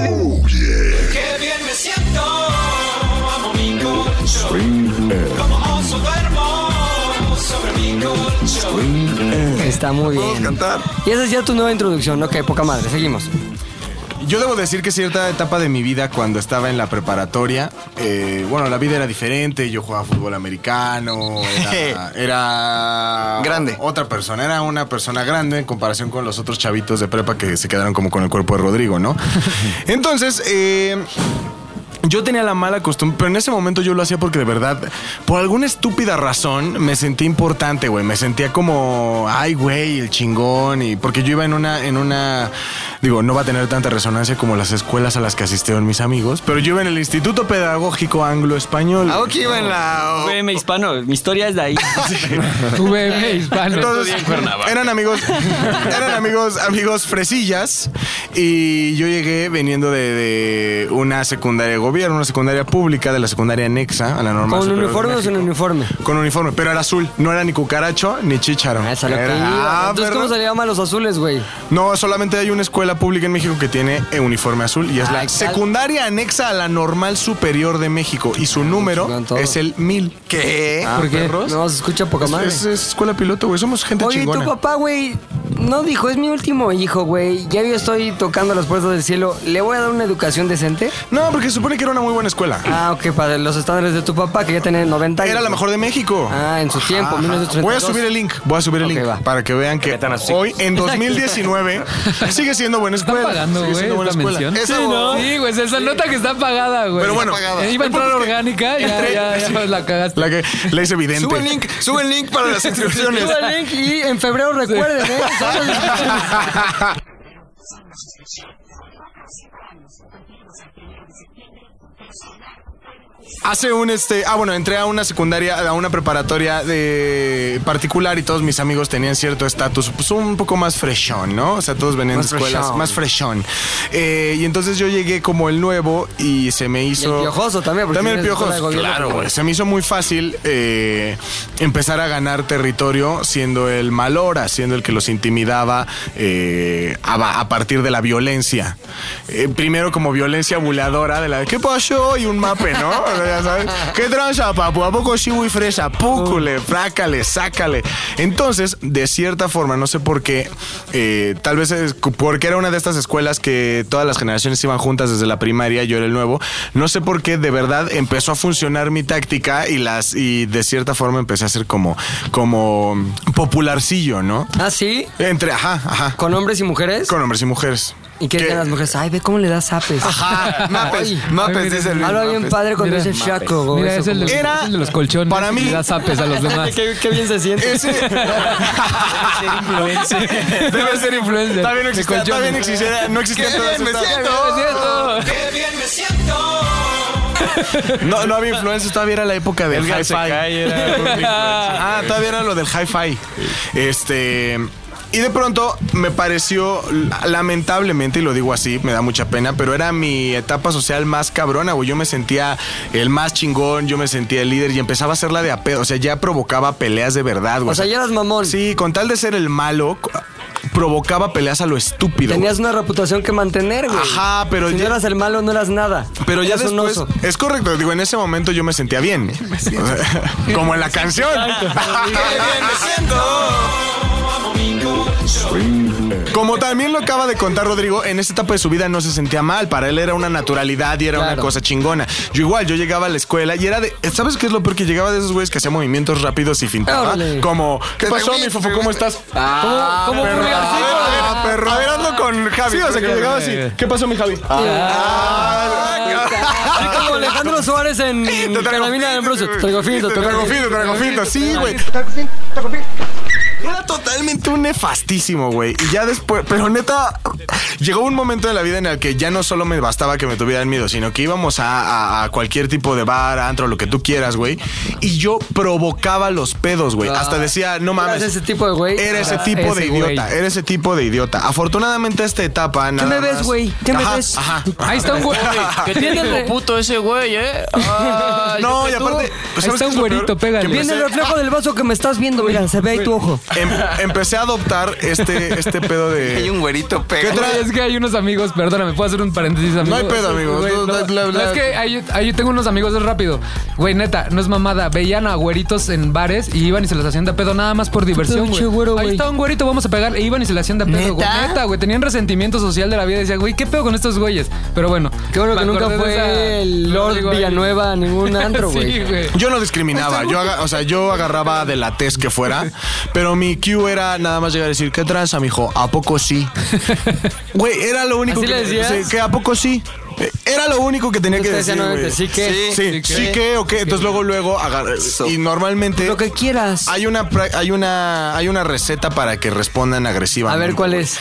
S2: Está muy
S5: Vamos a
S2: bien.
S5: cantar.
S2: Y esa es ya tu nueva introducción. Ok, poca madre, seguimos.
S8: Yo debo decir que cierta etapa de mi vida, cuando estaba en la preparatoria, eh, bueno, la vida era diferente. Yo jugaba fútbol americano, era, era
S5: Grande.
S8: Otra persona, era una persona grande en comparación con los otros chavitos de prepa que se quedaron como con el cuerpo de Rodrigo, ¿no? Entonces, eh, yo tenía la mala costumbre, pero en ese momento yo lo hacía porque de verdad, por alguna estúpida razón, me sentía importante, güey. Me sentía como, ay, güey, el chingón. Y porque yo iba en una, en una, digo, no va a tener tanta resonancia como las escuelas a las que asistieron mis amigos, pero yo iba en el Instituto Pedagógico Anglo-Español.
S2: Ah,
S5: Ahora que iba en la.
S6: Güey, me hispano. Mi historia es de ahí.
S4: Tu bebé hispano.
S8: Entonces, eran amigos, eran amigos, amigos fresillas. Y yo llegué viniendo de, de una secundaria de gobierno, una secundaria pública, de la secundaria anexa a la normal.
S2: ¿Con
S8: Superior de
S2: uniforme o sin
S8: México.
S2: uniforme?
S8: Con uniforme, pero era azul. No era ni cucaracho ni chícharo.
S2: Ah, Esa es lo que
S8: Era-
S2: iba.
S8: Ah,
S2: Entonces, ¿cómo
S8: ¿verdad?
S2: se le llama a los azules, güey?
S8: No, solamente hay una escuela pública en México que tiene eh, uniforme azul y es
S2: Ah,
S8: la
S2: cal-
S8: secundaria anexa a la normal superior de México. Y su
S2: Ah, chingón
S8: número
S2: todo.
S8: es el 1000. ¿Qué?
S4: ¿Por qué?
S2: No, se escucha poca madre.
S8: Ah, Es, es escuela piloto, güey. Somos gente
S2: Oye, ¿y tu
S8: chingona.
S2: papá, güey, no dijo, es mi último hijo, güey. Ya yo estoy tocando las puertas del cielo. ¿Le voy a dar una educación decente?
S8: No, porque se supone que era una muy buena escuela.
S2: Ah, ok, para los estándares de tu papá, que ya tenía 90 años.
S8: Era la mejor de México.
S2: Ah, en su tiempo,
S8: Ajá.
S2: 1932.
S8: Voy a subir el link, voy a subir el
S2: Ok,
S8: link
S2: va.
S8: para que vean que
S9: metan a sus
S8: hoy en 2019 sigue siendo buena
S4: Están
S8: escuela.
S4: pagando,
S8: sigue
S4: güey,
S8: siendo buena
S4: esta
S8: escuela.
S4: mención.
S5: Esa
S4: sí,
S5: bo-
S4: sí, güey, se se nota que está pagada, güey.
S8: Pero bueno,
S4: Eh, iba a entrar orgánica, ya,
S8: Entre-
S4: ya, ya, la cagaste.
S8: La que la hice evidente.
S5: Sube el link, sube el link para las inscripciones.
S2: Sube el link y en febrero recuerden, ¿eh? Son las-
S8: Hace un este, ah bueno, entré a una secundaria, a una preparatoria de particular y todos mis amigos tenían cierto estatus, pues un poco más freshón, ¿no? O sea, todos venían
S2: Más
S8: de escuelas
S2: freshón.
S8: más freshón. Eh, y entonces yo llegué como el nuevo y se me hizo
S2: Y el piojoso también, porque
S8: también el
S2: tienes escuela de
S8: piojoso,
S2: gobierno,
S8: claro,
S2: pero-
S8: güey. Se me hizo muy fácil eh, empezar a ganar territorio siendo el mal hora, siendo el que los intimidaba eh, a, a partir de la violencia. Eh, primero como violencia buleadora de la de ¿qué pasó? Y un mape, ¿no? O sea, ya sabes, ¿Qué tranza, papu? ¿A poco chivo y fresa? Púcule, frácale, sácale. Entonces, de cierta forma, no sé por qué, eh, tal vez es porque era una de estas escuelas que todas las generaciones iban juntas desde la primaria, yo era el nuevo, no sé por qué de verdad empezó a funcionar mi táctica y las y de cierta forma empecé a ser como como popularcillo, ¿no?
S2: ¿Ah, sí?
S8: Entre ajá, ajá,
S2: ¿Con hombres y mujeres?
S8: con hombres y mujeres.
S2: ¿Y qué
S8: Que- Ah,
S2: dicen las mujeres? Ay, ve cómo le das apes.
S5: Ajá,
S2: Ay,
S5: mapes, mapes, dice el
S2: Habla bien
S5: Mapes.
S2: padre cuando
S4: Mira,
S2: dice Shaco, güey.
S4: Mira,
S2: eso
S4: es el, de,
S2: como-
S8: Era-
S4: es el de los colchones.
S8: para mí-
S4: que le Da zapes a los demás.
S2: Qué, qué bien se siente.
S4: Debe ser influencer.
S8: Está bien, no
S4: de
S8: existía, está
S4: colchones.
S8: bien existiera- no existía
S5: Qué bien me siento.
S4: Es cierto.
S8: No, no había influencers, todavía era la época del
S7: Edgar
S8: hi-fi.
S7: Secay era un influencer.
S8: ah, todavía era lo del hi-fi. Este. Y de pronto me pareció, lamentablemente, y lo digo así, me da mucha pena, pero era mi etapa social más cabrona, güey. Yo me sentía el más chingón, yo me sentía el líder y empezaba a hacer la de apeo. O sea, ya provocaba peleas de verdad, güey.
S2: O sea, ya eras mamón.
S8: Sí, con tal de ser el malo, co- provocaba peleas a lo estúpido. güey.
S2: Tenías una reputación que mantener, güey.
S8: Ajá, pero
S2: Si
S8: ya-
S2: no eras el malo, no eras nada.
S8: Pero ya
S2: Eras un
S8: después,
S2: oso.
S8: es correcto, digo, en ese momento yo me sentía bien. Como en la canción. Como también lo acaba de contar Rodrigo, en esa etapa de su vida no se sentía mal, para él era una naturalidad y era una
S6: Claro.
S8: cosa chingona. Yo igual, yo llegaba a la escuela y era de, ¿sabes qué es lo peor? Que llegaba de esos güeyes que hacía movimientos rápidos y fintaba.
S2: Órale.
S8: Como, ¿qué
S5: Te
S8: pasó,
S5: vi,
S8: mi fofo?
S5: te
S8: ¿Cómo
S5: vi.
S8: estás?
S4: ¿Cómo
S8: Perro.
S4: ocurrió así, güey?
S8: Ah, perro. A ver, ando con Javi. Sí, o sea, que llegaba así. ¿Qué pasó, mi Javi?
S2: Así como Alejandro Suárez en
S8: Te traigo
S2: Carabina de
S8: fin,
S2: Ambrosio.
S8: te-
S2: Traigo finto,
S8: te traigo fin, te traigo fin, sí, güey. Era totalmente un nefastísimo, güey. Y ya después, pero neta, llegó un momento de la vida en el que ya no solo me bastaba que me tuvieran miedo, sino que íbamos a, a- a cualquier tipo de bar, antro, lo que tú quieras, güey. Y yo provocaba los pedos, güey. Hasta decía, no mames.
S2: Ah. Eras ese tipo de Ah, güey.
S8: Era ese
S4: Ajá,
S8: tipo de
S4: ese güey.
S8: idiota, era ese tipo de idiota. Afortunadamente esta etapa nada
S2: me ves,
S8: más-
S2: güey? ¿Qué me
S8: Ajá,
S2: ves?
S8: Ajá.
S4: Ahí está un güey.
S11: Que tiene como puto ese güey, ¿eh? Ay, yo
S8: No,
S11: que
S8: y
S11: tú.
S8: aparte, pues, ¿sabes
S4: Ahí
S8: qué
S4: está
S8: es
S4: un
S8: lo peor?
S4: güerito,
S8: Que
S4: pégale.
S2: Viene el
S8: empecé-
S2: reflejo del vaso que me estás viendo, mira, se ve ahí tu ojo.
S8: Em- empecé a adoptar este, este pedo
S3: Hay
S8: de.
S3: un güerito pega.
S8: ¿Qué
S4: Güey, Es que hay unos amigos, perdóname, puedo hacer un paréntesis, amigo.
S8: hay pedo, amigo,
S4: Güey,
S8: tú-
S4: no,
S8: bla, bla,
S4: no,
S8: bla.
S4: es que ahí- ahí yo tengo unos amigos, es rápido. Güey, neta, no es mamada. Veían a güeritos en bares y iban y se los hacían de pedo nada más por diversión,
S2: pinche
S4: güey.
S2: güero,
S4: ahí
S2: güey.
S4: está un güerito, vamos a pegar. E iban y se le hacían de pedo, güey.
S2: ¿Neta?
S4: Neta, güey. Tenían resentimiento social de la vida. Decían, güey, ¿qué pedo con estos güeyes? Pero bueno.
S2: Qué bueno que
S4: me
S2: nunca
S4: acordé de
S2: fue
S4: esa-
S2: el
S4: Digo,
S2: Lord
S4: ahí-
S2: Villanueva a ningún antro,
S4: Sí,
S2: güey.
S4: güey.
S8: Yo no discriminaba, yo aga- o sea, yo agarraba de la tez que fuera, pero mi Q era nada más llegar a decir, ¿qué tranza, mijo? ¿A poco sí? Güey, era lo único
S2: ¿Así
S8: que,
S2: le decías?
S8: sí, que ¿a poco sí? Eh, Era lo único que tenía que
S2: Ustedes
S8: decir,
S2: decían,
S8: güey.
S2: obviamente, sí que-
S8: Sí, sí, que, o qué. Entonces luego, luego, agarra- y normalmente...
S2: Lo que quieras.
S8: Hay una, pra- hay, una, hay una receta para que respondan
S2: A
S8: agresivamente.
S2: ver cuál es.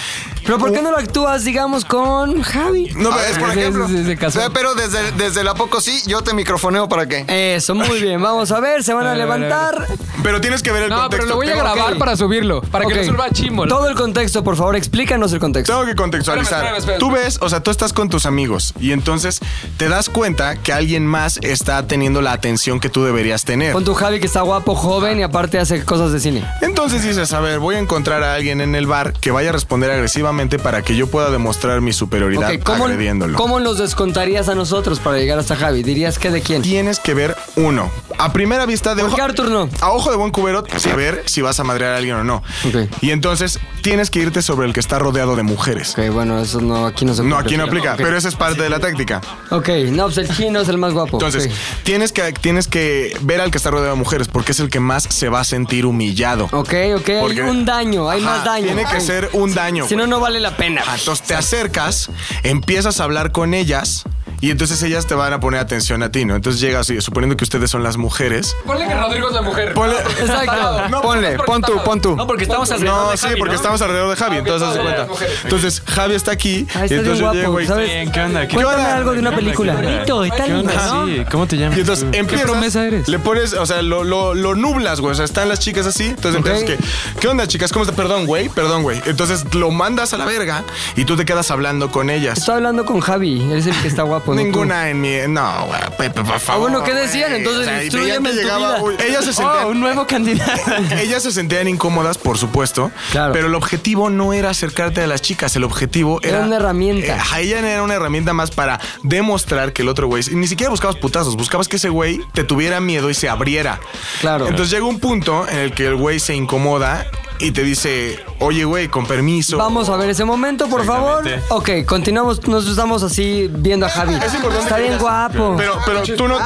S2: Pero ¿por qué no lo actúas, digamos, con Javi?
S8: No, pero es por
S4: Sí,
S8: ejemplo...
S4: sí, sí, se casó.
S5: Ve, Ah, Pero desde, desde la poco sí, yo te microfoneo para que.
S2: Eso, muy bien. Vamos a ver, se van a
S4: ver, a ver, a
S2: levantar.
S8: Pero tienes que ver el
S4: No,
S8: contexto.
S4: pero lo voy a
S8: Tengo-
S4: grabar
S2: ok.
S4: para subirlo. Para que
S2: Ok.
S4: no sirva chimo. ¿no?
S2: Todo el contexto, por favor, explícanos el contexto.
S8: Tengo que contextualizar.
S4: Espérame, espérame, espérame.
S8: Tú ves, o sea, tú estás con tus amigos y entonces te das cuenta que alguien más está teniendo la atención que tú deberías tener.
S2: Con tu Javi que está guapo, joven y aparte hace cosas de cine.
S8: Entonces dices, a ver, voy a encontrar a alguien en el bar que vaya a responder agresivamente para que yo pueda demostrar mi superioridad
S2: Ok, ¿cómo,
S8: agrediéndolo.
S2: ¿Cómo nos descontarías a nosotros para llegar hasta Javi? ¿Dirías que de quién?
S8: Tienes que ver uno. A primera vista de
S2: ¿Por
S8: ojo,
S2: qué Arthur no?
S8: a ojo de buen cubero, saber si vas a madrear a alguien o no.
S2: Ok.
S8: Y entonces tienes que irte sobre el que está rodeado de mujeres.
S2: Ok, bueno, eso no, aquí no se
S8: No,
S2: cumple.
S8: aquí no aplica,
S2: Ok.
S8: pero esa es parte de la táctica.
S2: Ok, no, pues el chino es el más guapo.
S8: Entonces,
S2: Ok.
S8: tienes, que, tienes que ver al que está rodeado de mujeres, porque es el que más se va a sentir humillado.
S2: Ok, ok,
S8: Porque-
S2: hay un daño, hay
S8: Ajá,
S2: más daño.
S8: Tiene que
S2: Ok.
S8: ser un daño.
S2: Si no,
S8: güey.
S2: no vale la pena.
S8: Ajá, Entonces te acercas, empiezas a hablar con ellas. Y entonces ellas te van a poner atención a ti, ¿no? Entonces llegas, y- suponiendo que ustedes son las mujeres.
S4: Ponle que Rodrigo es la mujer.
S8: Ponle,
S2: Exacto.
S8: No,
S5: Ponle, pon tú, pon tú.
S11: No, porque estamos alrededor
S8: No,
S11: de
S8: sí,
S11: Javi,
S8: porque
S11: ¿no? Ah,
S8: estamos alrededor de Javi, entonces haz de cuenta. Entonces Javi está aquí,
S2: Ah,
S8: y
S2: estás bien
S8: entonces yo llego
S2: guapo,
S8: y-
S2: ¿sabes?
S11: Bien, ¿qué onda? ¿Qué
S2: Cuéntame
S8: onda?
S2: algo de una
S11: ¿Qué onda?
S2: película.
S11: ¿Qué onda?
S2: Bonito, está
S11: ¿Qué
S2: lindo,
S11: onda?
S2: ¿no?
S11: Sí, ¿cómo te llamas?
S8: Y entonces empiezas.
S4: promesa eres?
S8: Le pones, o sea, lo, lo, lo nublas, güey. O sea, están las chicas así. Entonces
S2: Ok.
S8: empiezas que, ¿qué onda, chicas? ¿Cómo está? Perdón, güey. Perdón, güey. Entonces lo mandas a la verga y tú te quedas hablando con ellas.
S2: Estoy hablando con Javi, él es el que está guapo. ¿no?
S8: Ninguna en mi. No, güey. Pepe, por favor.
S2: Ah, bueno, ¿qué decían?
S8: güey.
S2: Entonces,
S8: y
S2: instrúyeme
S8: veían que
S2: en tu vida. Oh,
S8: uy, Ellas se sentían.
S11: un nuevo candidato.
S8: Ellas se sentían incómodas, por supuesto.
S2: Claro.
S8: Pero el objetivo no era acercarte a las chicas. El objetivo era.
S2: Era una herramienta.
S8: Eh, ajá, ella era una herramienta más para demostrar que el otro güey. Ni siquiera buscabas putazos. Buscabas que ese güey te tuviera miedo y se abriera.
S2: Claro.
S8: Entonces llega un punto en el que el güey se incomoda y te dice, oye, güey, con permiso.
S2: Vamos a ver ese momento, por favor. Ok, continuamos, nos estamos así viendo a Javi. Está bien guapo.
S8: Pero, pero tú no,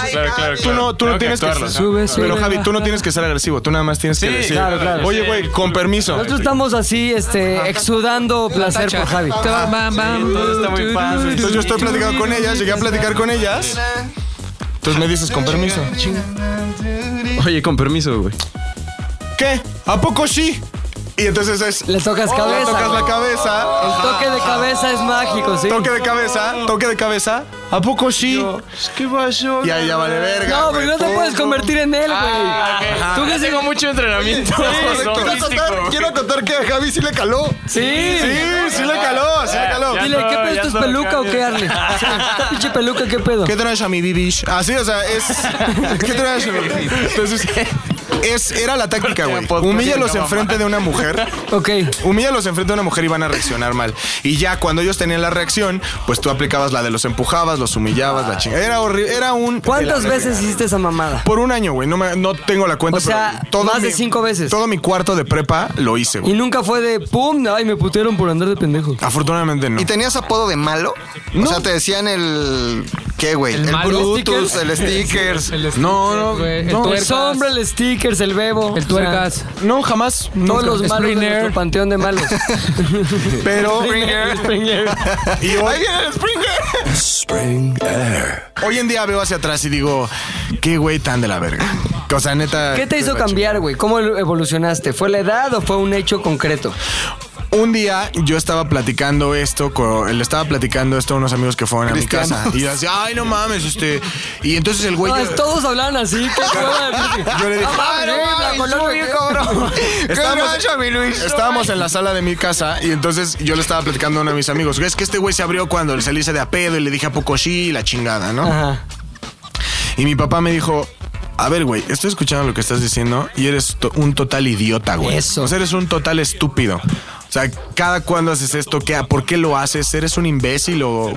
S8: tú no, tú no tienes que,
S4: Sube, sube.
S8: Pero Javi, tú no tienes que ser agresivo, tú nada más tienes que decir,
S2: claro, claro.
S8: oye, güey, con permiso.
S2: Nosotros estamos así, este, exudando placer por Javi.
S11: Todo está muy fácil.
S8: Entonces yo estoy platicando con ellas, llegué a platicar con ellas. Entonces me dices, con permiso.
S11: Oye, con permiso, güey.
S8: ¿Qué? ¿A poco sí? Y entonces es,
S2: Le tocas
S8: Oh, le
S2: cabeza.
S8: tocas la cabeza,
S2: El toque de cabeza es mágico, sí.
S8: toque de cabeza, toque de cabeza, ¿A poco sí?
S7: ¿Qué pasó?
S8: Ya, ya vale verga.
S2: No, porque no te
S8: güey,
S2: puedes
S8: punto.
S2: convertir en él, güey.
S8: Ah, ok.
S2: Tú que
S8: Ajá.
S2: sigo mucho entrenamiento.
S8: Correcto. Quiero acotar- Quiero acotar que a Javi sí le caló.
S2: Sí.
S8: Sí, sí le caló, sí le caló.
S2: Dile, ¿qué pedo? ¿Esto es peluca o qué, Arle? Sí, ¿Esta pinche peluca qué pedo?
S8: ¿Qué traes a mi bibish? Así, o sea, es. ¿Qué traes a mi bibish? Entonces. Es, era la táctica, güey. Humíllalos enfrente de una mujer.
S2: Ok.
S8: Humíllalos enfrente de una mujer y van a reaccionar mal. Y ya cuando ellos tenían la reacción, pues tú aplicabas la de los empujabas, los humillabas, la chingada. Era horrible. Era un.
S2: ¿Cuántas
S8: de la
S2: veces
S8: verga.
S2: hiciste esa mamada?
S8: Por un año, güey. No, me- no tengo la cuenta.
S2: O sea,
S8: pero todo
S2: más de
S8: mi-
S2: cinco veces.
S8: Todo mi cuarto de prepa lo hice,
S2: Y
S8: güey.
S2: nunca fue de pum, ay, me putearon por andar de pendejo.
S8: Afortunadamente no.
S5: ¿Y tenías apodo de malo? O sea, te decían el. ¿Qué, güey? El,
S4: malo?
S5: Brutus, el Stickers.
S4: El
S8: No, no,
S4: güey, el
S8: no,
S2: El
S4: tuercas,
S2: sombra, el stickers, el bebo.
S4: el tuercas.
S8: No, jamás. no.
S2: Todos los malos de
S4: Springer.
S2: nuestro panteón de malos.
S8: Pero. Y hoy, hoy en día veo hacia atrás y digo, qué güey tan de la verga. O sea, neta.
S2: ¿Qué te hizo cambiar, güey? ¿Cómo evolucionaste? ¿Fue la edad o fue un hecho concreto?
S8: Un día yo estaba platicando esto, con- le estaba platicando esto a unos amigos que fueron a mi casa. Y yo decía, ay, no mames, este. Y entonces el güey.
S2: No, es- todos hablaban así. qué hueva de-
S8: Yo le dije,
S2: Ah,
S8: "Ay, no
S2: eh,
S8: mames,
S2: Blanco
S8: tú
S2: Loco,
S8: bien
S2: ¿qué?
S8: cabrón". Estábamos, estábamos en la sala de mi casa y entonces yo le estaba platicando a uno de mis amigos. Es que este güey se abrió cuando se le hice de a pedo y le dije a poco sí y la chingada, ¿no?
S2: Ajá.
S8: Y mi papá me dijo, a ver, güey, estoy escuchando lo que estás diciendo y eres to- un total idiota, güey.
S2: Eso.
S8: O sea, eres un total estúpido. O sea, cada cuando haces esto, ¿qué, ¿por qué lo haces? ¿Eres un imbécil o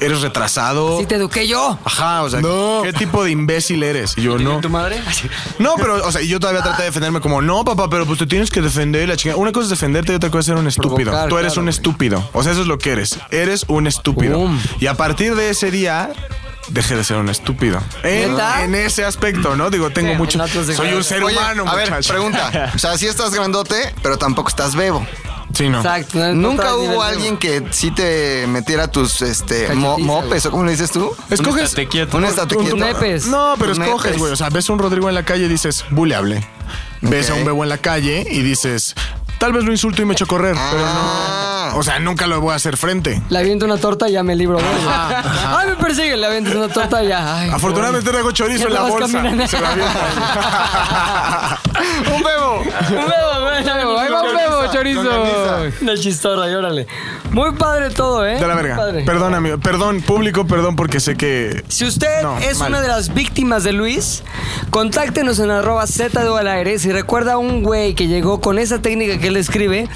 S8: eres retrasado?
S2: Sí te eduqué yo.
S8: Ajá, o sea, ¿qué tipo de imbécil eres? Y yo no.
S6: ¿Tu madre?
S2: Ah,
S8: No, pero, o sea, yo todavía traté de defenderme como, no, papá, pero pues te tienes que defender y la chingada. Una cosa es defenderte y otra cosa es ser un estúpido.
S2: Provocar,
S8: Tú eres
S2: claro,
S8: un
S2: güey.
S8: estúpido. O sea, eso es lo que eres. Eres un estúpido.
S2: Boom.
S8: Y a partir de ese día. Dejé de ser un estúpido. En,
S2: ¿Neta?
S8: en ese aspecto, ¿no? Digo, tengo
S2: Sí,
S8: mucho.
S2: en otros
S8: Soy un
S2: dejados.
S8: ser
S5: Oye,
S8: humano,
S5: a ver,
S8: muchacho.
S5: pregunta. O sea, sí estás grandote, pero tampoco estás bebo.
S8: Sí, no.
S2: Exacto. no- no
S5: Nunca
S2: traes nivel
S5: hubo
S2: de-
S5: alguien que sí te metiera tus este mo-
S2: Cachetiza,
S5: mopes o cómo le dices tú?
S8: Escoges.
S7: Estate quieto.
S5: Un estate
S8: un-
S5: quieto.
S2: nepes.
S8: No, pero
S5: Tus
S8: escoges,
S5: nepes.
S8: güey. O sea, ves a un Rodrigo en la calle y dices, buleable. Ves a
S5: Ok.
S8: un bebo en la calle y dices, tal vez lo insulto y me echo a correr,
S5: Ah.
S8: pero no. O sea, nunca lo voy a hacer frente.
S2: Le aviento una torta y ya me libro. güey. Ay, me persigue. Le aviento una torta y ya. Ay,
S8: Afortunadamente traigo chorizo
S2: Ya
S8: en la
S2: no vas
S8: bolsa.
S2: caminando.
S8: Se la aviento. ¡Un bebo!
S2: Un bebo, güey, un bebo. Ahí va un bebo, chorizo.
S8: Longaniza.
S2: Una chistorra, y órale. Muy padre todo, ¿eh?
S8: De la
S2: Muy
S8: verga.
S2: padre.
S8: Perdón, amigo. Perdón, público, perdón, porque sé que.
S2: Si usted
S8: No,
S2: es
S8: mal.
S2: una de las víctimas de Luis, contáctenos en arroba Z de O al aire. Si recuerda a un güey que llegó con esa técnica que él escribe.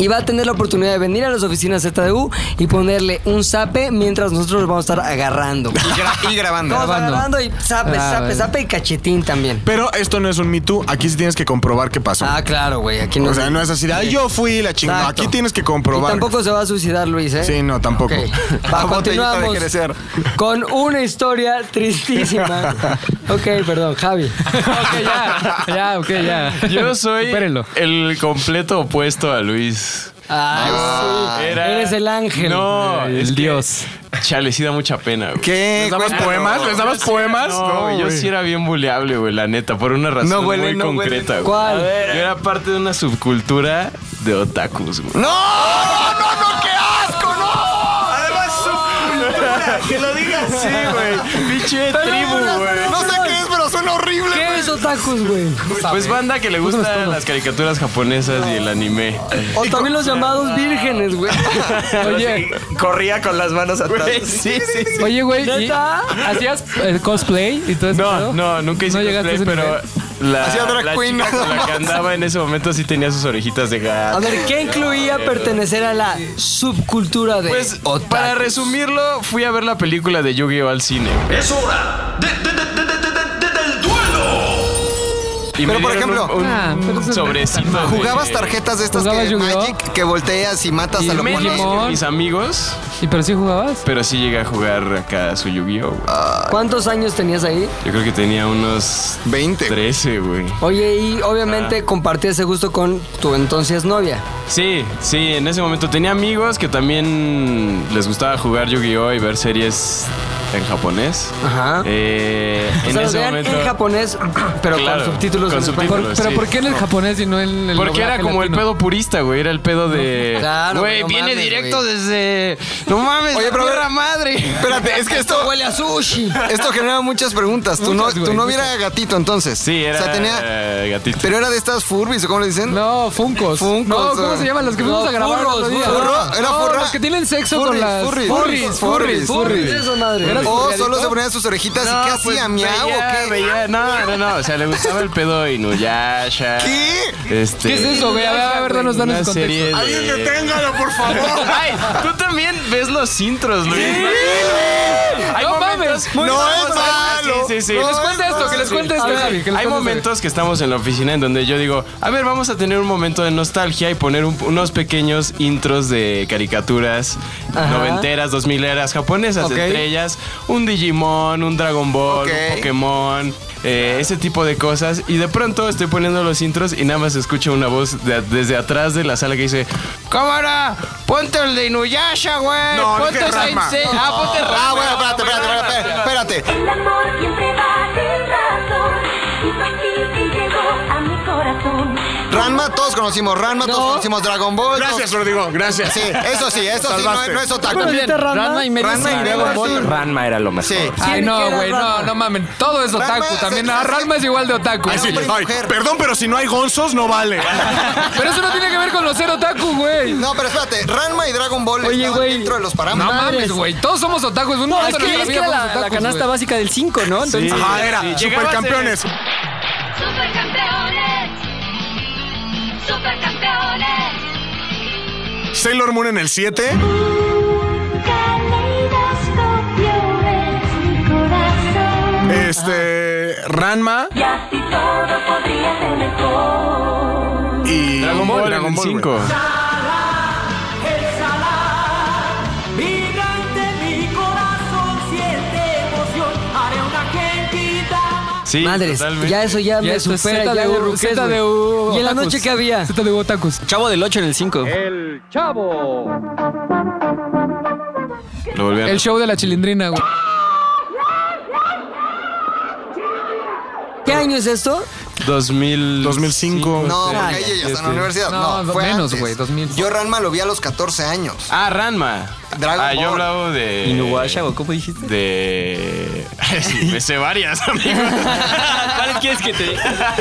S2: Y va a tener la oportunidad de venir a las oficinas ZDU y ponerle un zape mientras nosotros lo vamos a estar agarrando.
S5: Y, gra- y grabando.
S2: Todos
S4: grabando.
S2: agarrando y zape,
S4: Ah,
S2: zape,
S4: vale.
S2: zape y cachetín también.
S8: Pero esto no es un Me Too. Aquí sí tienes que comprobar qué pasó.
S2: Ah, claro, güey. Aquí no.
S8: o sea, no es así de, "Ay, yo fui la chingada.
S2: Exacto.
S8: Aquí tienes que
S2: Y
S8: comprobar.
S2: tampoco se va a suicidar Luis, ¿eh?
S8: Sí, no, tampoco.
S2: Ok. Va,
S5: La botellita de
S2: continuamos
S5: crecer.
S2: con una historia tristísima. ok, perdón, Javi.
S4: Ok, ya. Ya, ok, ya.
S7: Yo soy
S4: Supérenlo.
S7: el completo opuesto a Luis. Ah,
S2: Ay, sí.
S7: Era-
S2: Eres el ángel.
S7: No, es
S4: El
S7: que-
S4: dios.
S7: Chale, sí da mucha pena, güey.
S5: ¿Qué? Cuéntalo.
S7: dabas poemas? No, yo sí era bien buleable, güey, la neta, por una razón
S5: No huele,
S7: muy
S5: no huele.
S7: concreta, güey.
S2: ¿Cuál? A ver.
S7: Yo era parte de una subcultura de otakus, güey.
S5: No, no, no, no, qué asco, no.
S7: Además, subcultura, que lo digas así, güey. Pinche tribu, güey.
S5: No sé qué es, pero suena horrible.
S2: ¿Qué es otakus, güey?
S7: Pues banda que le gustan las caricaturas japonesas y el anime.
S2: O también los llamados vírgenes, güey.
S4: Oye,
S7: Corría con las manos atrás. sí, sí, sí.
S4: oye, güey. ¿y
S2: ¿Neta?
S4: ¿Hacías el cosplay y todo eso?
S7: No, no, nunca hice
S4: No llegaste a
S7: cosplay,
S4: ese
S7: pero
S4: nivel.
S7: la,
S5: Hacía drag
S7: la
S5: queen.
S7: chica con la que andaba en ese momento sí tenía sus orejitas de gato.
S2: A ver, ¿qué incluía pertenecer a la subcultura de
S7: Pues,
S2: otakus?
S7: para resumirlo, fui a ver la película de Yu-Gi-Oh! al cine.
S12: Es hora de- de- de- de- de- de- de- del duelo.
S7: Y
S5: Pero,
S7: me
S5: por
S7: dieron
S5: ejemplo,
S7: un, un
S4: Ah, pero eso es-
S7: sobrecito. de-
S5: ¿Jugabas tarjetas de estas
S4: ¿Jugabas
S5: que
S4: Yu-Gi-Oh?
S5: Magic que volteas y matas
S4: Y
S5: a lo
S4: Magic
S5: pones?
S4: Ball.
S7: Mis amigos,
S4: ¿Y pero sí jugabas?
S7: pero sí llegué a jugar acá su Yu-Gi-Oh! güey.
S2: ¿Cuántos años tenías ahí?
S7: Yo creo que tenía unos
S5: 20. güey.
S7: 13, güey.
S2: Oye, y obviamente compartí ese gusto con tu entonces novia.
S7: Sí, sí, en ese momento tenía amigos que también les gustaba jugar Yu-Gi-Oh! y ver series en japonés.
S2: Ajá.
S7: Eh,
S2: O sea,
S7: en
S2: los
S7: ese
S2: veían
S9: Eh,
S7: momento.
S2: en japonés, pero
S7: Claro.
S2: con subtítulos
S4: subtítulos.
S9: Con
S4: en español.
S9: subtítulos,
S4: Por- Pero
S9: sí.
S4: ¿por qué en el japonés y no en el
S9: Porque era
S4: doblaje
S9: como el
S4: latino?
S9: pedo purista, güey. Era el pedo de.
S4: Claro,
S9: Güey,
S4: no
S9: viene
S4: mames,
S9: directo
S4: güey.
S9: desde. No mames,
S5: Oye,
S9: la
S5: pero a ver,
S9: tierra madre.
S5: Espérate, es que esto
S2: huele a sushi.
S5: Esto genera muchas preguntas. Tu,
S9: Muchas,
S5: no, tu
S9: güey,
S5: novia
S9: muchas.
S5: era gatito entonces.
S9: Sí, era.
S5: O sea, tenía-
S9: eh, gatito.
S5: Pero era de estas Furbies, ¿o cómo le dicen?
S4: No, Funcos.
S5: Funcos.
S4: No, ¿cómo se llaman? Los que fuimos a grabar el otro día.
S5: Furro, era
S4: No,
S5: furra.
S4: los que tienen sexo con las-
S5: Furries,
S4: furries, furries,
S5: furries,
S4: furries. Eso, madre. Era
S5: O
S4: surrealito.
S5: Oh, solo se ponían sus orejitas y qué hacía,
S9: pues,
S5: miau
S9: veía,
S5: o qué.
S9: veía- no, no, no. O sea, le gustaba el pedo Inuyasha. ¿Qué? Este,
S4: ¿Qué es eso, güey? A ver, a ver, danos, danos
S9: Una
S4: contexto.
S9: serie de-
S4: Alguien
S8: deténgalo, por favor.
S9: Ay, tú también ves los intros, Luis. Hay
S4: No
S9: momentos
S4: mames. No
S9: Vamos
S4: es
S9: a ver,
S4: malo.
S9: Sí, sí, sí.
S4: Que les cuente esto, que les
S9: Sí.
S4: cuente esto,
S9: A ver,
S4: Javi, que les
S9: Hay
S4: cuente
S9: momentos que estamos en la oficina en donde yo digo, a ver, vamos a tener un momento de nostalgia y poner un- unos pequeños intros de caricaturas
S4: Ajá.
S9: noventeras, dos mileras japonesas,
S4: Ok.
S9: entre ellas un Digimon, un Dragon Ball,
S5: Ok.
S9: un Pokémon. eh, ese tipo de cosas y de pronto estoy poniendo los intros y nada más escucho una voz de- desde atrás de la sala que dice
S6: Cámara, ponte el de Inuyasha, güey.
S9: No, no
S6: ponte
S9: que
S6: Saint
S9: Ranma.
S6: Seiya. Ah, ponte
S5: Ah,
S6: Ranma.
S5: bueno, espérate, espérate, espérate, espérate.
S7: El amor siempre va de razón. Y por ti sí llegó a mi corazón.
S5: Ranma, todos conocimos Ranma, todos conocimos Dragon Ball.
S8: Gracias,
S5: todos-
S8: Rodrigo, gracias.
S5: Sí, eso sí, eso sí, no,
S8: Salvaste.
S5: es- no es otaku.
S2: Muy bien, Ranma.
S13: Ranma y medio
S5: Ranma y
S13: sin
S5: medio
S13: Dragon
S5: sin-
S13: Ball.
S14: Ranma era lo mejor.
S5: Sí.
S4: Ay,
S2: ¿Quién
S4: no,
S2: era
S4: güey, no,
S2: Ranma?
S4: no mamen. Todo es otaku.
S5: Ranma,
S4: También
S5: se-
S4: ah, Ranma es igual de otaku.
S8: Ay, sí,
S5: hombre y
S8: ay,
S5: mujer.
S8: perdón, pero si no hay gonzos, no vale.
S4: Pero eso no tiene que ver con los ser otaku, güey.
S5: No, pero espérate, Ranma y Dragon Ball
S13: Oye,
S5: estaban
S13: güey.
S5: dentro de los
S4: No
S5: parámetros.
S4: mames,
S13: madres.
S4: güey. Todos somos otakus. Un
S13: No,
S4: momento
S13: es
S4: de
S13: que es
S4: nuestra
S13: que
S4: vida
S13: era
S4: fuimos
S13: la, la
S4: otakus,
S13: canasta
S4: güey.
S13: básica del 5, ¿no? Entonces,
S8: Ajá, Ah, era.
S9: Sí, llegabas
S8: Supercampeones.
S7: ¡Supercampeones! ¡Supercampeones!
S8: Sailor Moon en el 7.
S7: Caleidoscopio es mi corazón.
S8: Este. Ranma
S7: Y así todo podría ser mejor.
S8: y.
S9: Dragon Ball, en
S8: Dragon
S9: el
S8: Ball, güey.
S9: 5.
S15: El salar vibrante mi corazón siente emoción. Haré una quentita
S9: Sí,
S2: Madres,
S9: totalmente.
S2: ya eso ya,
S4: Ya
S2: me
S4: esto es
S2: supera. Ya
S4: ZDU,
S2: Rucés, güey.
S4: ZDU
S2: ¿Y en la
S4: otakus.
S2: noche qué había?
S4: ZDU otakus.
S13: Chavo del 8 en el 5.
S9: Lo volví a-
S4: El show de la chilindrina, güey.
S2: ¿Qué año es esto?
S9: 2000
S8: 2005.
S5: No,
S9: sí.
S5: porque ahí ellas en la universidad.
S4: No,
S5: No, fue
S4: menos,
S5: antes.
S4: güey, 2000.
S5: Yo Ranma lo vi a los 14 años.
S9: Ah, Ranma.
S5: Dragon
S9: ah, yo
S5: Ball.
S9: hablaba de.
S13: Inuyasha, ¿o cómo dijiste?
S9: De. Sí, me sé varias, amigo.
S6: ¿Cuál quieres que te diga?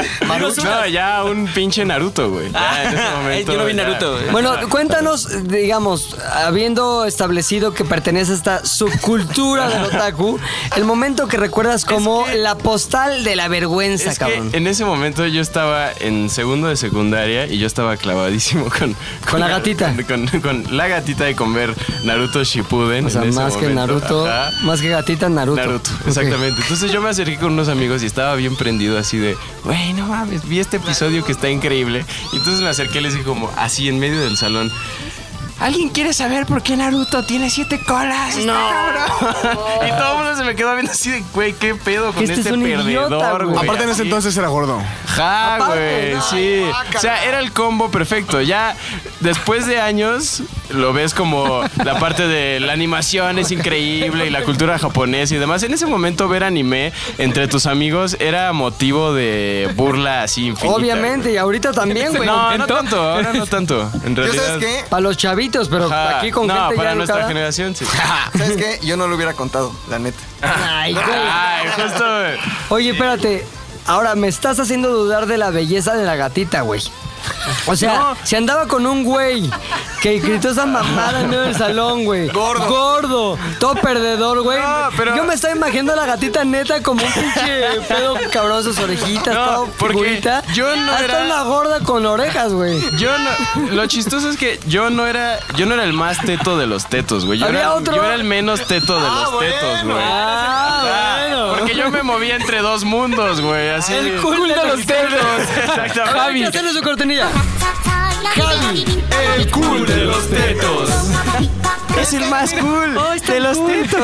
S9: no, ya un pinche Naruto, güey. Ya en ese momento.
S6: Ah, yo no vi
S9: ya.
S6: Naruto, eh. güey.
S2: Bueno, cuéntanos, digamos, habiendo establecido que pertenece a esta subcultura del otaku, el momento que recuerdas como la postal de la vergüenza,
S9: Es que
S2: cabrón.
S9: en ese momento yo estaba en segundo de secundaria y yo estaba clavadísimo con...
S2: Con la gatita.
S9: Con, con la gatita y con ver Naruto Shippuden.
S2: O sea,
S9: en ese
S2: más que
S9: momento.
S2: Naruto,
S9: Ajá.
S2: más que gatita, Naruto.
S9: Naruto,
S2: Ok.
S9: exactamente. Entonces yo me acerqué con unos amigos y estaba bien prendido así de, güey, no mames, vi este episodio que está increíble. Y entonces me acerqué y les dije como así en medio del salón. ¿Alguien quiere saber por qué Naruto tiene siete colas? No. y todo el mundo se me quedó viendo así de, güey, qué pedo con
S2: este
S9: este,
S2: es un idiota,
S9: perdedor,
S2: güey.
S9: güey.
S8: Aparte en ese
S9: Así.
S8: entonces era gordo.
S9: Ja, Ah,
S2: Aparte,
S9: güey,
S2: no,
S9: sí. O sea, era el combo perfecto. Ya después de años lo ves como la parte de la animación es increíble y la cultura japonesa y demás. En ese momento ver anime entre tus amigos era motivo de burla así infinita.
S2: Obviamente, y ahorita también,
S9: güey.
S2: güey.
S9: No, no tanto, ahora no tanto. En
S5: ¿Yo
S9: realidad.
S5: sabes qué?
S2: Para los chavitos, pero
S9: Ajá.
S2: aquí con
S9: no,
S2: gente
S9: para
S2: ya
S9: nuestra
S2: educada.
S9: generación, sí.
S5: ¿Sabes qué? Yo no lo hubiera contado, la neta.
S2: Ay, güey.
S9: Ay, justo.
S2: Oye, espérate. Ahora me estás haciendo dudar de la belleza de la gatita, güey. O sea, si andaba con un güey que gritó esa mamada en medio del salón, güey. Gordo. Gordo. Todo perdedor, güey.
S9: No, pero-
S2: Yo me estaba imaginando a la gatita neta como un pinche pedo cabrón, sus orejitas,
S9: No,
S2: todo
S9: porque
S2: figurita.
S9: yo no
S2: Hasta
S9: era-
S2: una gorda con orejas, güey.
S9: Yo no, lo chistoso es que yo no era, yo no era el más teto de los tetos, güey. Yo,
S2: Había
S9: era,
S2: otro.
S9: yo era el menos teto de los tetos, güey.
S2: Ah, bueno.
S9: Porque yo me movía entre dos mundos, güey. Así.
S2: El cool de los tetos.
S9: Exactamente.
S2: Javi. Hacerle su cortinilla.
S7: Javi,
S9: El cool de los tetos.
S3: es el más cool. de los tetos.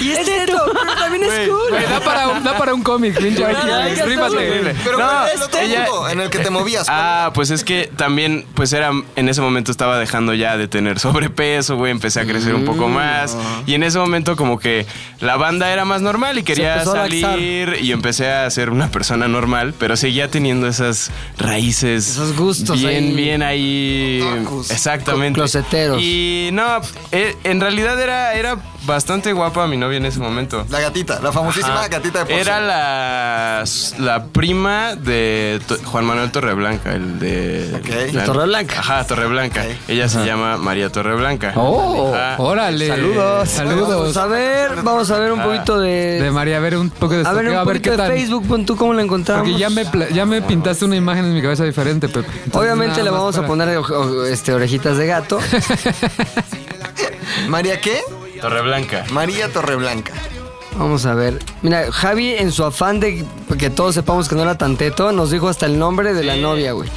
S2: Y es teto, pero también es cool.
S4: Güey, da para un, da para un cómic, pinche.
S7: Claro,
S4: Ay,
S7: ya está,
S4: Rímate.
S7: güey.
S5: Pero
S7: No,
S5: ¿cuál es el otro
S7: ella-
S5: mundo en el que te movías?
S7: Ah, pues es que también, pues era, en ese momento estaba dejando ya de tener sobrepeso, güey, empecé a crecer un poco más. Y en ese momento como que la banda era más normal y quería
S2: empezó a laxar.
S7: salir y empecé a ser una persona normal, pero seguía teniendo esas raíces.
S2: Esos gustos
S7: Bien,
S2: ahí.
S7: bien ahí.
S2: Otakus.
S7: Exactamente.
S2: Closeteros.
S7: Y no, eh, en realidad era, era bastante guapa mi novia en ese momento.
S5: La gatita, la famosísima
S7: Ajá.
S5: gatita de Pozo.
S7: Era la, la prima de To- Juan Manuel Torreblanca, el de...
S5: Ok.
S7: la-
S2: Torreblanca.
S9: Ah,
S7: Ajá, Torreblanca. Ella
S6: Ah.
S7: se llama María Torreblanca.
S4: Oh,
S7: Ajá.
S4: órale.
S2: Saludos. Vamos
S4: Saludos.
S2: a ver, vamos a ver un
S7: Ah.
S2: poquito de.
S4: De María, a ver un poco de
S2: A ver,
S4: estoqueo,
S2: un poquito de Facebook, pon tú cómo la encontramos.
S4: Porque ya me, pla- ya me pintaste una imagen en mi cabeza diferente, Pepe. Entonces,
S2: Obviamente
S4: nada
S2: le
S4: más
S2: vamos a
S4: para-
S2: poner ojo- ojo- este, orejitas de gato.
S5: ¿María qué?
S7: Torreblanca.
S5: María Torreblanca.
S2: Vamos a ver. Mira, Javi, en su afán de que todos sepamos que no era tan teto, nos dijo hasta el nombre de la novia, güey.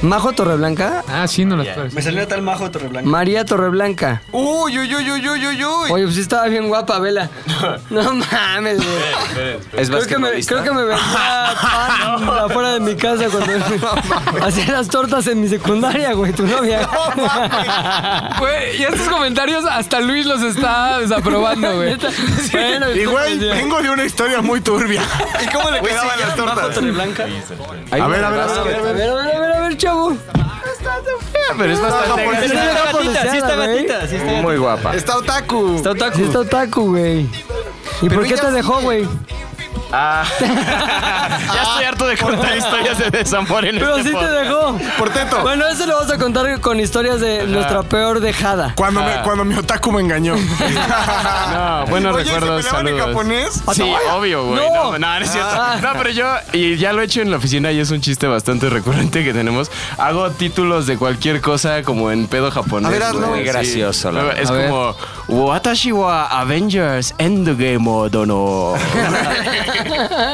S2: Majo Torreblanca,
S4: Ah, sí, no las puedes.
S6: Me salió tal majo de Torreblanca.
S2: María Torreblanca.
S5: Uy, uy, uy, uy, uy, uy, uy.
S2: Oye, pues sí estaba bien guapa, vela. No mames, güey.
S9: Es
S2: Creo que, me, creo que me vendía pan afuera de mi casa cuando hacía las tortas en mi secundaria, güey, tu novia.
S4: Güey, y estos comentarios hasta Luis los está desaprobando, güey.
S2: bueno,
S8: Y güey, vengo de una historia muy turbia.
S5: ¿Y cómo le quedaban las tortas?
S6: Torreblanca.
S8: A ver, a ver, a ver.
S2: A ver, a
S8: a ver.
S2: ver, a ver, a ver, chavo.
S7: Pero es
S2: Sí
S7: bastante...
S2: está gatita, sí está gatita.
S9: Muy guapa.
S5: Está otaku.
S2: Está otaku. Sí está otaku, güey. ¿Y por qué
S5: ella
S2: te dejó,
S5: sí.
S2: güey?
S7: ya estoy harto de contar historias de desamor en
S2: Pero
S7: este
S2: sí te
S7: podcast.
S2: dejó.
S8: Por teto.
S2: Bueno, eso lo vas a contar con historias de nuestra peor dejada.
S8: Cuando, me, cuando mi otaku me engañó.
S7: No, buenos
S5: Oye, ¿y
S7: recuerdos,
S5: ¿se peleaban en
S7: saludos.
S5: japonés?
S7: Sí, obvio, güey.
S2: Ah, No. Ah.
S7: No, no, no es cierto. No, pero yo, y ya lo he hecho en la oficina y es un chiste bastante recurrente que tenemos. Hago títulos de cualquier cosa como en pedo japonés.
S5: A ver, hazlo.
S7: güey,
S9: Muy gracioso, la verdad.
S7: Es
S4: A ver.
S7: como, Watashi wa Avengers Endgame o dono.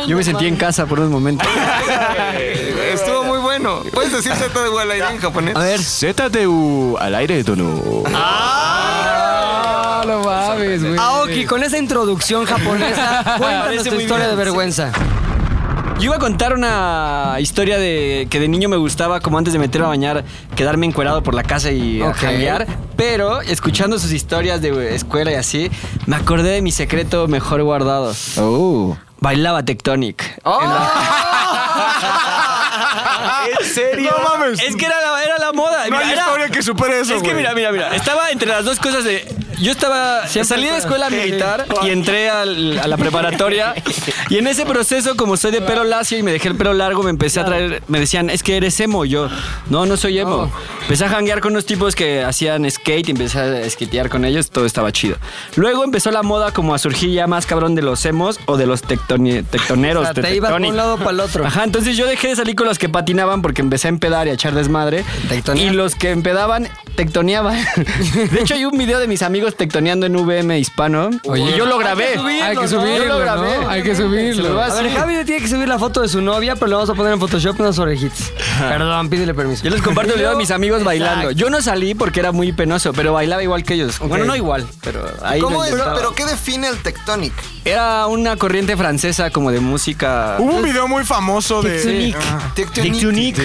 S6: Yo me sentí en casa por un momento.
S5: Estuvo muy bueno. ¿Puedes decir Z de igual aire en japonés?
S2: A ver,
S7: ZTU al aire dono.
S4: Ah, no mames, güey.
S2: Aoki, Ah, con esa introducción japonesa, cuéntanos
S6: Parece
S2: tu
S6: muy
S2: historia
S6: bien.
S2: de vergüenza.
S6: Yo iba a contar una historia de que de niño me gustaba, como antes de meterme a bañar, quedarme encuerado por la casa y a
S2: Ok.
S6: janguear. Pero escuchando sus historias de escuela y así, me acordé de mi secreto mejor guardado.
S9: Oh.
S6: Bailaba Tectonic. En la-
S5: ¿En serio?
S8: No mames.
S6: Es que era la, era la moda.
S8: No
S6: Mira,
S8: hay
S6: era-
S8: historia que supere eso.
S6: es que
S8: güey.
S6: mira, mira, mira. Estaba entre las dos cosas de. Yo estaba. salí de la escuela militar y entré al- a la preparatoria. Y en ese proceso, como soy de pelo lacio y me dejé el pelo largo, me empecé a traer. Me decían, es que eres emo. Y Yo, no, no soy emo. Empecé a janguear con unos tipos que hacían skate y empecé a skatear con ellos. Todo estaba chido. Luego empezó la moda como a surgir ya más cabrón de los emos o de los tectoni-
S2: O
S6: tectoneros.
S2: sea,
S6: de
S2: te ibas de
S6: tectonic.
S2: un lado para el otro.
S6: Ajá, entonces yo dejé de salir con los que patinaban porque empecé a empedar y a echar desmadre.
S2: Tectonea.
S6: Y los que empedaban, tectoneaban. De hecho, hay un video de mis amigos tectoneando en VM hispano.
S4: Oye.
S6: y yo lo grabé.
S4: Hay que
S6: Yo lo
S4: subirlo,
S6: grabé.
S4: ¿no? Hay que
S6: Se lo
S4: subirlo.
S6: voy
S2: A ver,
S6: subir.
S2: Javi le tiene que subir la foto de su novia, pero le vamos a poner en Photoshop unas orejitas. Perdón, pídele permiso.
S6: Yo les comparto el video de mis amigos bailando.
S2: Exacto.
S6: Yo no salí porque era muy penoso, pero bailaba igual que ellos. Bueno, no igual, pero ahí
S5: ¿Cómo
S6: lo
S5: es?
S6: intentaba.
S5: ¿Pero qué define el tectonic?
S6: Era una corriente francesa como de música.
S8: Hubo un video muy famoso de. Ah.
S5: Tectonic.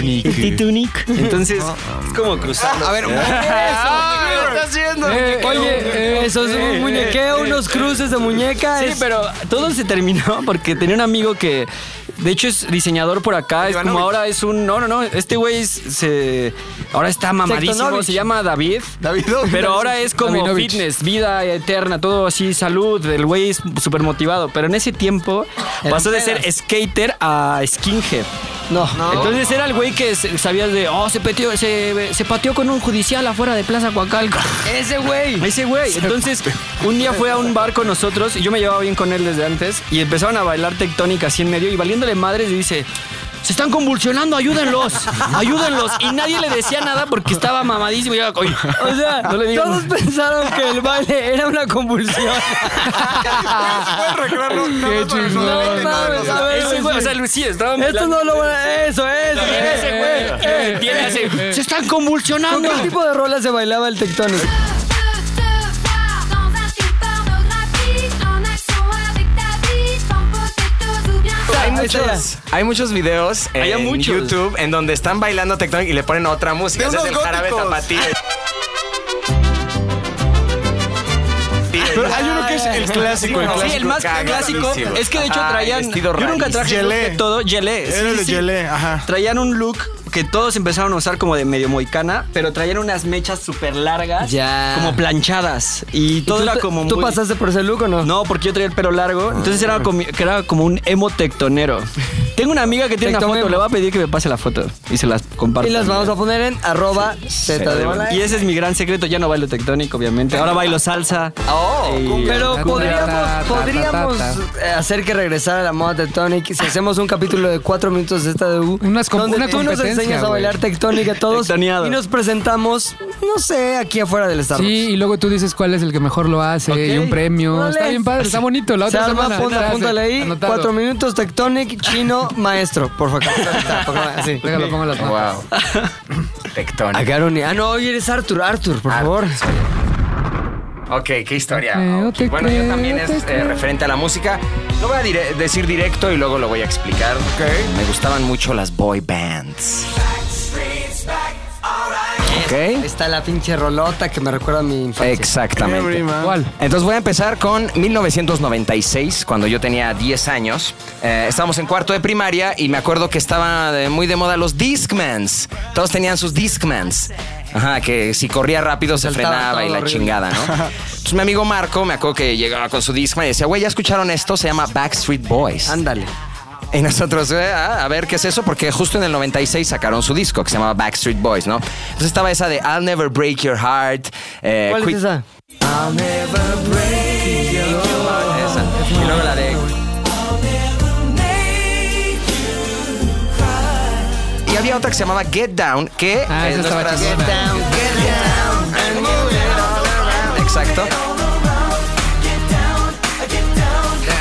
S6: Titunic. Entonces, es como cruzar.
S5: A ver, ¿qué estás haciendo?
S4: Eh, oye, eh,
S2: Eso es un muñequeo, unos cruces de muñeca.
S6: eh, Sí,
S2: es-
S6: pero todo se terminó porque tenía un amigo que, de hecho, es diseñador por acá. Es como
S5: Ivanovich.
S6: ahora es un. No, no, no. Este güey es- se. Ahora está mamadísimo.
S2: Sectonovich.
S6: Se llama David.
S5: David,
S6: Pero ahora es como
S4: Davinovich.
S6: fitness, vida eterna, todo así, salud. El güey es súper motivado. Pero en ese tiempo
S2: Eran
S6: pasó de ser
S2: pedas.
S6: skater a skinhead.
S2: No.
S6: Entonces era el güey que se- sabías de, oh, se, pateó, se, se pateó con un judicial afuera de Plaza Coacalco.
S2: Ese güey.
S6: Ese güey. Entonces, un día fue a un bar con nosotros y yo me llevaba bien con él desde antes y empezaron a bailar tectónica así en medio y valiéndole madres y dice. Se están convulsionando, ayúdenlos, ayúdenlos. Y nadie le decía nada porque estaba mamadísimo. Y yo, "Oye,
S2: O sea,
S6: No le digas
S2: todos pensaron que el baile era una convulsión.
S4: Qué chingón.
S2: No mames, a ver,
S6: ese güey, o sea, Lucía, estaba
S2: Esto no lo van a... Eso, eso.
S6: Ese güey,
S4: Eh,
S6: tiene así, eh. Se están convulsionando.
S2: ¿Con qué tipo de rolas se bailaba el tectónico?
S16: Stop, stop,
S9: muchos, hay muchos videos en
S6: muchos.
S9: YouTube en donde están bailando tectónica y le ponen otra música.
S6: De
S9: Ese es
S6: unos
S9: el jarabe
S6: góticos.
S9: tapatío.
S6: Pero hay uno que es el
S9: clásico, el
S6: Sí, el
S9: clásico. Ah,
S6: más clásico.
S9: Cagadísimo.
S6: Es que de hecho
S9: Ajá,
S6: traían.
S9: vestido
S6: Yo nunca
S9: rarísimo.
S6: traje look
S9: Yelé.
S6: de todo. Yelé.
S9: Era de yelé,
S6: ajá. Traían un look que todos empezaron a usar como de medio moicana, pero traían unas mechas súper largas.
S2: Ya.
S6: Como planchadas. Y todo
S2: tú
S6: era
S2: te-
S6: como
S2: tú
S6: muy-
S2: pasaste por ese look o no?
S6: No, porque yo traía el pelo largo. Entonces era como, que era como un emo tectonero. Tengo una amiga que tiene una
S2: Tectomemo.
S6: foto. Le voy a pedir que me pase la foto y se las comparto.
S2: Y las vamos a poner en arroba Z de bola.
S6: Y ese es mi gran secreto. Ya no bailo tectónico, obviamente. Ahora bailo salsa. Y-
S2: Pero podríamos, podríamos Oh, eh, hacer que regresara a la moda tectónica si hacemos un capítulo de cuatro minutos de esta de U.
S4: com-
S2: donde
S4: una
S2: tú nos
S4: competencia,
S2: enseñas a
S4: güey.
S2: bailar tectónica a todos y nos presentamos, no sé, aquí afuera del Starbucks.
S4: Sí, y luego tú dices cuál es el que mejor lo hace y un premio.
S2: Órale.
S4: Está bien padre, está bonito. La otra
S2: Se arma,
S4: semana.
S2: apunta-
S4: Está-
S2: apúntale ahí.
S4: anotado.
S2: Cuatro minutos, Tectonic, chino, maestro. Por favor. Sí.
S4: Déjalo, pongo las manos.
S9: Tectónica.
S2: I got on it. Ah, no, oye, eres Arthur. Arthur, por favor.
S9: Ah. Ok, qué historia.
S2: creo,
S9: Ok,
S2: te
S9: Bueno, yo
S2: creo,
S9: también
S2: te
S9: es eh,
S2: creo.
S9: referente a la música. Lo voy a dire- decir directo y luego lo voy a explicar. Me gustaban mucho las boy bands. Ok.
S2: Está la pinche rolota que me recuerda a mi infancia.
S9: Exactamente. Entonces voy a empezar con 1996, cuando yo tenía 10 años. Eh, estábamos en cuarto de primaria y me acuerdo que estaba de- muy de moda los Discmans. Todos tenían sus Discmans. Ajá, que si corría rápido se
S2: Saltaba
S9: frenaba
S2: todo
S9: y la
S2: horrible.
S9: chingada, ¿no? Entonces mi amigo Marco me acuerdo que llegaba con su Discman y decía, güey, ¿ya escucharon esto? Se llama Backstreet Boys.
S2: Ándale.
S9: Y nosotros, eh, ah, a ver qué es eso, porque justo en el 96 sacaron su disco que se llamaba Backstreet Boys, ¿no? Entonces estaba esa de I'll Never Break Your Heart. eh,
S2: ¿Cuál
S9: Quick-
S2: es esa?
S9: esa. Y luego la de. Y había otra que se llamaba Get Down, que
S4: Ah,
S9: en
S4: esa estaba
S9: nuestras-
S4: chingona.
S9: Exacto.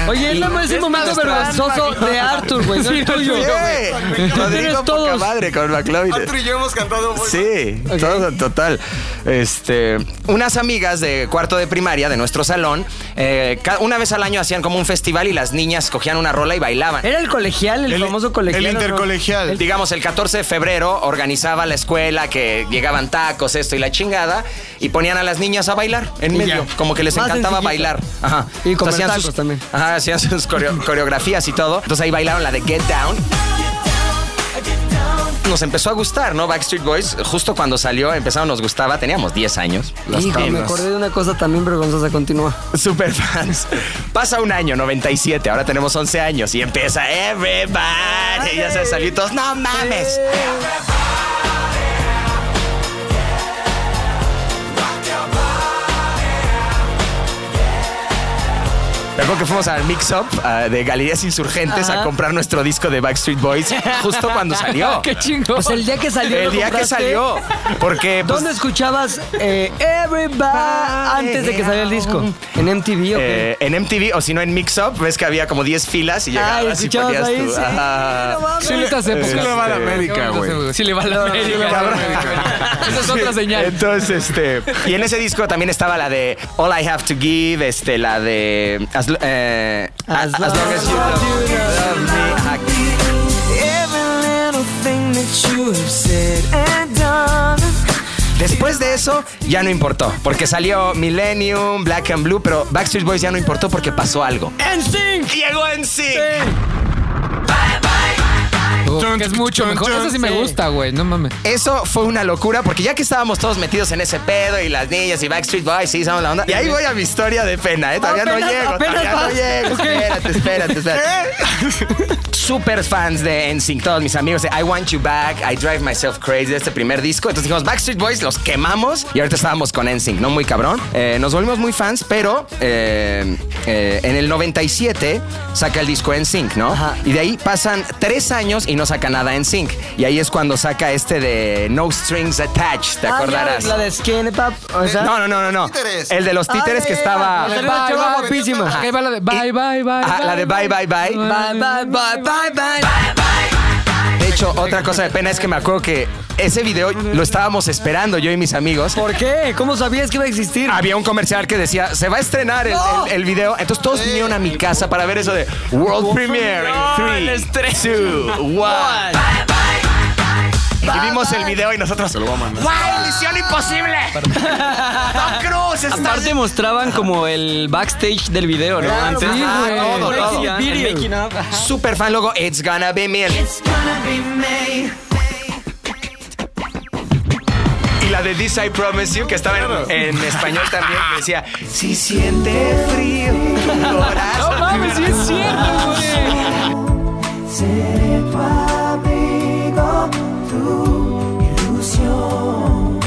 S2: Oye, es la- es el momento vergonzoso de Arthur, güey. No el tuyo.
S9: Sí.
S2: Tú tienes
S9: Rodrigo
S2: todos.
S9: Pocamadre con McLovin.
S5: Arthur y yo hemos cantado muy
S9: Sí, todo, total. Este, unas amigas de cuarto de primaria de nuestro salón, eh, ca- una vez al año hacían como un festival y las niñas cogían una rola y bailaban.
S2: Era el colegial, el, famoso colegial. ¿o no?
S9: El- Digamos, el 14 de febrero organizaba la escuela que llegaban tacos, esto y la chingada, y ponían a las niñas a bailar en
S2: Y
S9: medio,
S2: ya.
S9: como que les
S2: Más
S9: encantaba
S2: sencillito.
S9: bailar. Ajá.
S2: Y comer
S9: Entonces, hacían
S2: tacos
S9: sus-
S2: también.
S9: Ajá, hacían sus coreo- coreografías y todo. Entonces ahí bailaron la de Get Down. Nos empezó a gustar, ¿no? Backstreet Boys, justo cuando salió, empezaron, nos gustaba, teníamos 10 años. Las
S2: Hijo, me
S9: tablas.
S2: acordé de una cosa también vergonzosa. Continúa.
S9: Super fans. Pasa un año, 97, ahora tenemos 11 años y empieza Everybody. Y ya se salió y todos, no mames. Me acuerdo que fuimos al Mix Up ah, de Galerías Insurgentes
S2: Ajá.
S9: a comprar nuestro disco de Backstreet Boys justo cuando salió.
S4: Qué chingón.
S2: Pues el día que salió.
S9: El
S2: lo
S9: día que
S2: compraste.
S9: salió. Porque pues,
S2: ¿Dónde escuchabas eh, Everybody antes de que saliera el disco? ¿En MTV o qué?
S9: eh, en MTV o si no en Mix Up, ves que había como 10 filas y
S2: Ay,
S9: llegabas y
S2: escuchabas
S9: ponías
S2: ahí,
S9: tu-
S2: sí,
S9: ajá.
S4: Qué bonitas épocas.
S9: Sí le va a la
S8: Este,
S9: América,
S4: Qué bonitas
S9: güey.
S4: épocas. Sí le va a la
S9: Cabrón.
S4: América. Esa es otra señal.
S9: Entonces, este. Y en ese disco también estaba la de All I Have to Give, este, la de. As, lo- eh, as, as long as you love, love me. Después de eso, ya no importó. Porque salió Millennium, Black and Blue, pero Backstreet Boys ya no importó porque pasó algo. Llegó en sí.
S4: Uf, que es mucho mejor. Eso sí me gusta, güey. No mames.
S9: Eso fue una locura porque ya que estábamos todos metidos en ese pedo y las niñas y Backstreet Boys, sí, somos la onda. Y ahí voy a mi historia de pena, ¿eh? Todavía
S2: Apenas-
S9: no llego,
S2: apenas
S9: todavía no
S2: vas.
S9: llego.
S2: Ok.
S9: Espérate, espérate, espérate. Super fans de NSYNC, todos mis amigos de I Want You Back, I Drive Myself Crazy, este primer disco. Entonces dijimos Backstreet Boys, los quemamos y ahorita estábamos con NSYNC, ¿no? Muy cabrón. Eh, nos volvimos muy fans, pero eh, eh, en el 97 saca el disco NSYNC, ¿no? Y de ahí pasan tres años y no saca nada NSYNC. Y ahí es cuando saca este de No Strings Attached, ¿te
S2: Ah, ya,
S9: acordarás?
S2: La de Skinny Pop. O sea,
S9: No, no, no, no, no. El de los títeres que estaba.
S2: Era una chava guapísima.
S4: Ahí va la de bye, bye, bye.
S9: Ah, la de bye, bye, bye.
S2: Bye, bye, bye, bye, bye.
S9: De hecho, otra cosa de pena es que me acuerdo que ese video lo estábamos esperando yo y mis amigos.
S2: ¿Por qué? ¿Cómo sabías que iba a existir?
S9: Había un comercial que decía, se va a estrenar el, el- el video. Entonces todos vinieron a mi casa para ver eso de World Premiere.
S7: el
S9: in Three, two, one. Y vimos el video y nosotros. ¡Guay, misión imposible! Tom Cruise está
S6: Aparte mostraban como el backstage del video, ¿no?
S9: Claro,
S6: Antes.
S9: ajá,
S6: Ah,
S9: todo, todo.
S6: El making of.
S9: Super fan, luego It's Gonna Be Me. Y la de This I Promise You, que estaba en, en español también, que decía, si siente frío tu corazón.
S16: No mames, sí es cierto, Se tu abrigo, tu ilusión.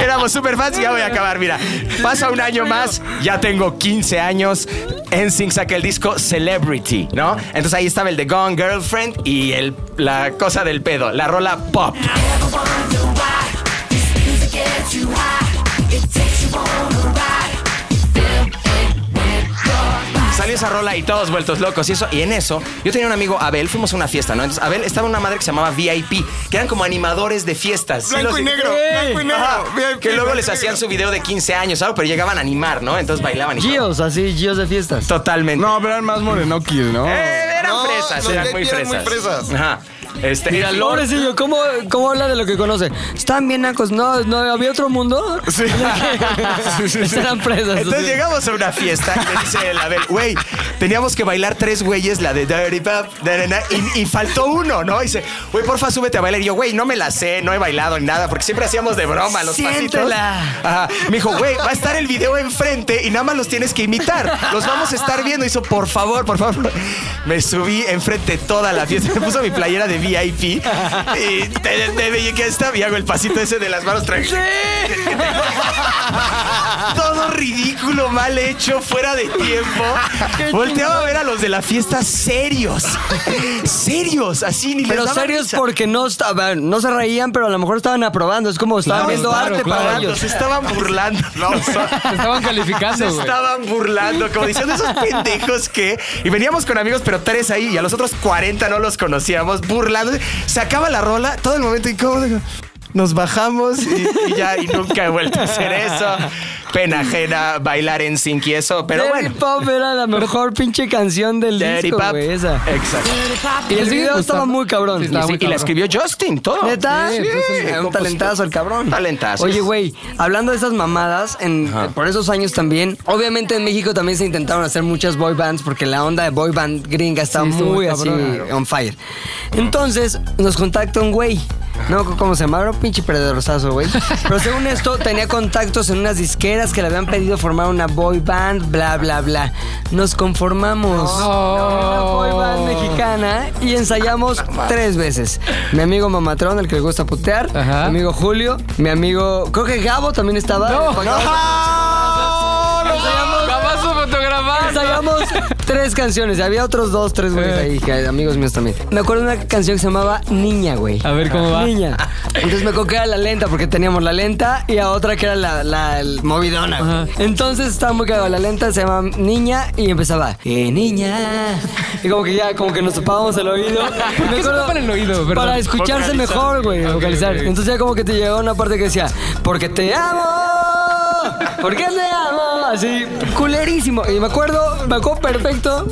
S9: Éramos super fans y ya voy a acabar, mira. Pasa un año más, ya tengo 15 años. NSYNC saca el disco Celebrity, ¿no? Entonces ahí estaba el de Gone Girlfriend y el, la cosa del pedo, la rola pop. Salió esa rola y todos vueltos locos y eso. Y en eso, yo tenía un amigo, Abel, fuimos a una fiesta, ¿no? Entonces, Abel estaba en una madre que se llamaba VIP, que eran como animadores de fiestas.
S5: Blanco
S9: los-
S5: y negro, blanco y negro, VIP,
S9: que luego
S5: blanco
S9: les
S5: y
S9: hacían
S5: negro.
S9: su video de 15 años, algo, pero llegaban a animar, ¿no? Entonces bailaban y
S2: Gios, así, Gios de fiestas.
S9: Totalmente. Eh,
S8: No, pero eran más morenoquis, ¿no?
S9: eran
S5: No,
S9: fresas,
S5: los
S9: eran
S5: VIP
S9: muy
S5: eran
S9: fresas.
S5: muy fresas.
S9: Ajá. Este,
S2: Mira,
S9: en fin,
S2: pobrecillo, ¿cómo, ¿cómo habla de lo que conoce? Están bien nacos. No, no, ¿había otro mundo? Sí. Estarán presas.
S9: Entonces
S2: así.
S9: llegamos a una fiesta y le dice el Abel, güey, teníamos que bailar tres güeyes, la de Dirty Pop, da, da, da", y, y faltó uno, ¿no? Y dice, güey, porfa, súbete a bailar. Y yo, güey, no me la sé, no he bailado ni nada, porque siempre hacíamos de broma los pasitos.
S2: Siéntela.
S9: Ajá. Me dijo, güey, va a estar el video enfrente y nada más los tienes que imitar. Los vamos a estar viendo. Hizo, por favor, por favor. Me subí enfrente toda la fiesta. Me puso mi playera de VIP y te, te- te- que está, y hago el pasito ese de las manos tranquilas. Todo ridículo, mal hecho, fuera de tiempo. Volteaba a ver a los de la fiesta serios. serios, así ni les
S2: Pero
S9: daba
S2: serios
S9: risa.
S2: porque no estaban, no se reían, pero a lo mejor estaban aprobando. Es como estaban
S9: Claro,
S2: viendo
S9: claro,
S2: arte
S9: claro.
S2: para ellos.
S9: Se estaban burlando.
S4: Te estaban
S9: Se
S4: calificando, güey.
S9: estaban burlando, como diciendo esos pendejos que. Y veníamos con amigos, pero tres ahí, y a los otros 40 no los conocíamos, burlando. Se acaba la rola, todo el momento incómodo. digo, Nos bajamos y, y ya, y nunca he vuelto a hacer eso. Pena ajena, bailar en sync y eso, pero
S2: Dirty
S9: bueno.
S2: Pop era la mejor pinche canción del
S9: Dirty
S2: disco,
S9: Pop.
S2: güey, esa.
S9: Exacto.
S2: Y el
S4: pues,
S2: video estaba muy cabrón.
S9: Sí, estaba muy cabrón. Justin, todo.
S2: ¿Neta?
S9: Sí,
S2: Sí,
S9: pues, es el
S2: un
S9: compositor.
S2: talentazo el cabrón.
S9: Talentazo.
S2: Oye, güey, hablando de esas mamadas, en, eh, por esos años también, obviamente en México también se intentaron hacer muchas boy bands porque la onda de boy band gringa está
S4: Sí, estuvo
S2: muy
S4: muy
S2: así
S4: cabrón.
S2: on fire. Entonces nos contacta un güey. No, ¿cómo se llamaba? Era un pinche perdedorzazo, güey. Pero según esto, tenía contactos en unas disqueras que le habían pedido formar una boy band, bla, bla, bla. Nos conformamos. Una boy band mexicana y ensayamos tres veces. Mi amigo Mamatrón, el que le gusta putear, mi amigo Julio, mi amigo, creo que Gabo también estaba.
S4: No.
S2: Ensayamos-
S4: su
S2: Ensayamos tres canciones. Había otros dos, tres güeyes
S4: Eh.
S2: ahí, que- amigos míos también. Me acuerdo de una canción que se llamaba Niña, güey.
S4: A ver cómo va.
S2: Niña. Entonces me acuerdo que era la lenta, porque teníamos la lenta y a otra que era la, la el movidona. güey. Entonces estaba muy cagado. La lenta se llamaba Niña y empezaba, "Eh, niña. Y como que ya, como que nos topábamos el oído.
S4: ¿Por
S2: Me
S4: qué se
S2: acuerdo-
S4: tapan el oído? Perdón.
S2: Para escucharse
S4: Vocalizar.
S2: mejor, güey,
S4: Ok,
S2: vocalizar.
S4: ok.
S2: Entonces ya como que te llegó una parte que decía, porque te amo, porque te amo, así, culerísimo. Y me acuerdo, me acuerdo perfecto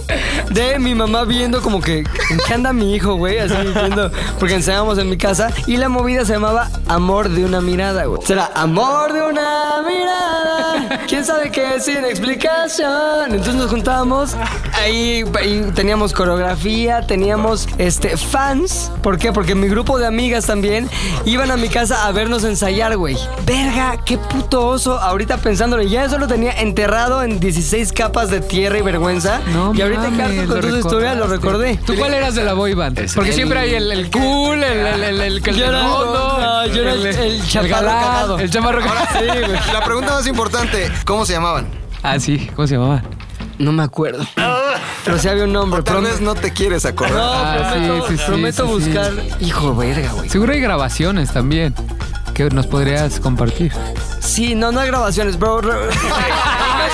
S2: de mi mamá viendo como que, ¿en qué anda mi hijo, güey? Así viendo, porque ensayábamos en mi casa. Y la movida se llamaba Amor de una mirada, güey. Será Amor de una mirada, quién sabe qué sin explicación. Entonces nos juntábamos, ahí, ahí teníamos coreografía, teníamos este fans. ¿Por qué? Porque mi grupo de amigas también iban a mi casa a vernos ensayar, güey. Verga, qué puto oso. Ahorita pensándolo, ya eso lo tenía enterrado en 16 capas de tierra y vergüenza.
S4: No
S2: y ahorita que
S4: mames,
S2: hablo con
S4: lo
S2: tus historias lo recordé.
S4: ¿Tú cuál eras de la boy band? Porque siempre hay el, el cool, el el el el que el
S2: Yo era el-
S4: fondo,
S2: no, yo era el- el chaparro
S4: galán,
S2: cagado.
S4: El chaparro cagado.
S2: Sí, güey.
S5: La pregunta más importante, ¿cómo se llamaban?
S4: Ah, sí, ¿cómo se llamaba?
S2: No me acuerdo. Pero sí había un nombre.
S5: Tal
S2: prom-
S5: vez no te quieres
S2: No,
S5: acordar.
S4: Ah, sí,
S2: prometo,
S4: sí, sí,
S2: prometo
S4: sí, sí.
S2: buscar. Hijo, verga, güey.
S4: Seguro hay grabaciones también. que nos podrías compartir.
S2: Sí, no, no hay grabaciones, bro. Re-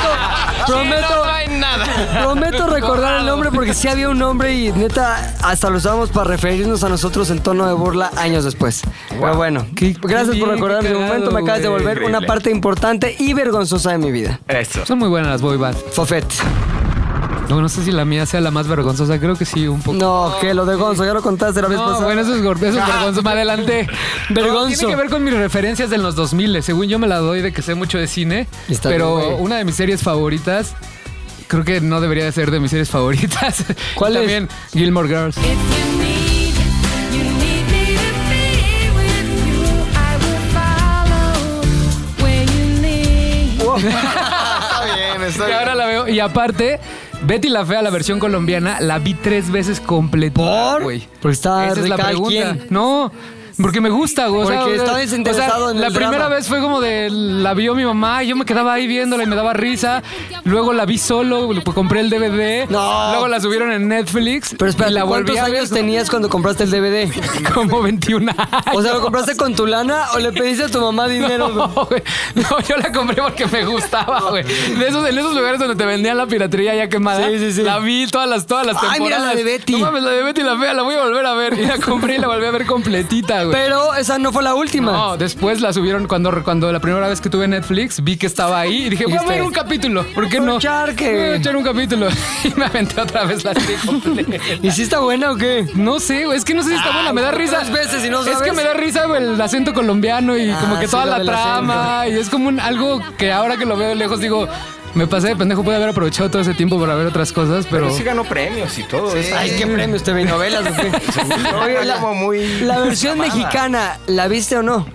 S2: Prometo.
S11: no hay nada.
S2: Prometo recordar el nombre porque sí había un nombre y neta hasta lo usábamos para referirnos a nosotros en tono de burla años después. Pero bueno, gracias por
S4: bien,
S2: recordarme
S4: qué
S2: de momento, me
S4: cagado,
S2: acabas de
S4: güey.
S2: volver una
S4: Increíble.
S2: parte importante y vergonzosa de mi vida.
S4: Esto. Son muy buenas las boy bands.
S2: Fofet.
S4: No, no sé si la mía sea la más vergonzosa, creo que sí, un poco.
S2: No, que lo de Gonzo, ya lo contaste la vez
S4: No,
S2: pasada.
S4: bueno, eso es, gor- eso es vergonzoso. Más adelante.
S2: Vergonzo.
S4: Tiene que ver con mis referencias de los 2000. Según yo me la doy de que sé mucho de cine.
S2: Está
S4: pero
S2: bien, güey.
S4: una de mis series favoritas, creo que no debería de ser de mis series favoritas. ¿Cuál También Gilmore Girls.
S5: Está bien, está
S4: Y
S5: bien.
S4: ahora la veo. Y aparte, Betty la Fea, la versión colombiana, la vi tres veces completa. ¿Por?
S2: Porque estaba
S4: Esa es la
S2: rica,
S4: pregunta.
S2: ¿quién?
S4: No. Porque me gusta, güey. o sea,
S2: Porque
S4: o sea,
S2: estaba desinteresado
S4: o sea,
S2: en el
S4: La primera
S2: drama.
S4: vez fue como de. La vio mi mamá y yo me quedaba ahí viéndola y me daba risa. Luego la vi solo, pues, compré el DVD. Luego la subieron en Netflix. Pero
S2: Espérate,
S4: la volví
S2: ¿Cuántos
S4: a ver.
S2: años tenías cuando compraste el DVD?
S4: Como 21
S2: O sea, ¿lo compraste con tu lana o le pediste a tu mamá dinero?
S4: No, güey. No, yo la compré porque me gustaba, güey. De esos, en esos lugares donde te vendían la piratería ya quemada.
S2: Sí, sí, sí.
S4: La vi todas las, todas las
S2: Ay,
S4: temporadas.
S2: mira la de Betty.
S4: No mames, la de Betty la fea, la voy a volver a ver. Y la compré y la volví a ver completita, güey.
S2: Pero esa no fue la última.
S4: No, después la subieron cuando, cuando la primera vez que tuve Netflix, vi que estaba ahí y dije, voy a
S2: Dijiste,
S4: ver un capítulo. ¿Por qué no?
S2: que-
S4: Voy a echar un capítulo. Y me aventé otra vez la serie completa.
S2: ¿Y si está buena o qué?
S4: No sé, güey, es que no sé si está buena, me da
S2: Ay,
S4: risa.
S2: tres Ah, veces y no
S4: Es que
S2: sabes.
S4: me da risa güey, el acento colombiano y
S2: Ah,
S4: como que
S2: sí,
S4: toda
S2: lo
S4: la
S2: del acento.
S4: trama y es como un, algo que ahora que lo veo de lejos digo, me pasé de pendejo, pude haber aprovechado todo ese tiempo para ver otras cosas, pero...
S9: sí ganó premios y todo. eso.
S2: Ay, qué premio usted ve novelas. o qué? Oye, la, la versión
S9: acabada.
S2: mexicana, ¿la viste o no?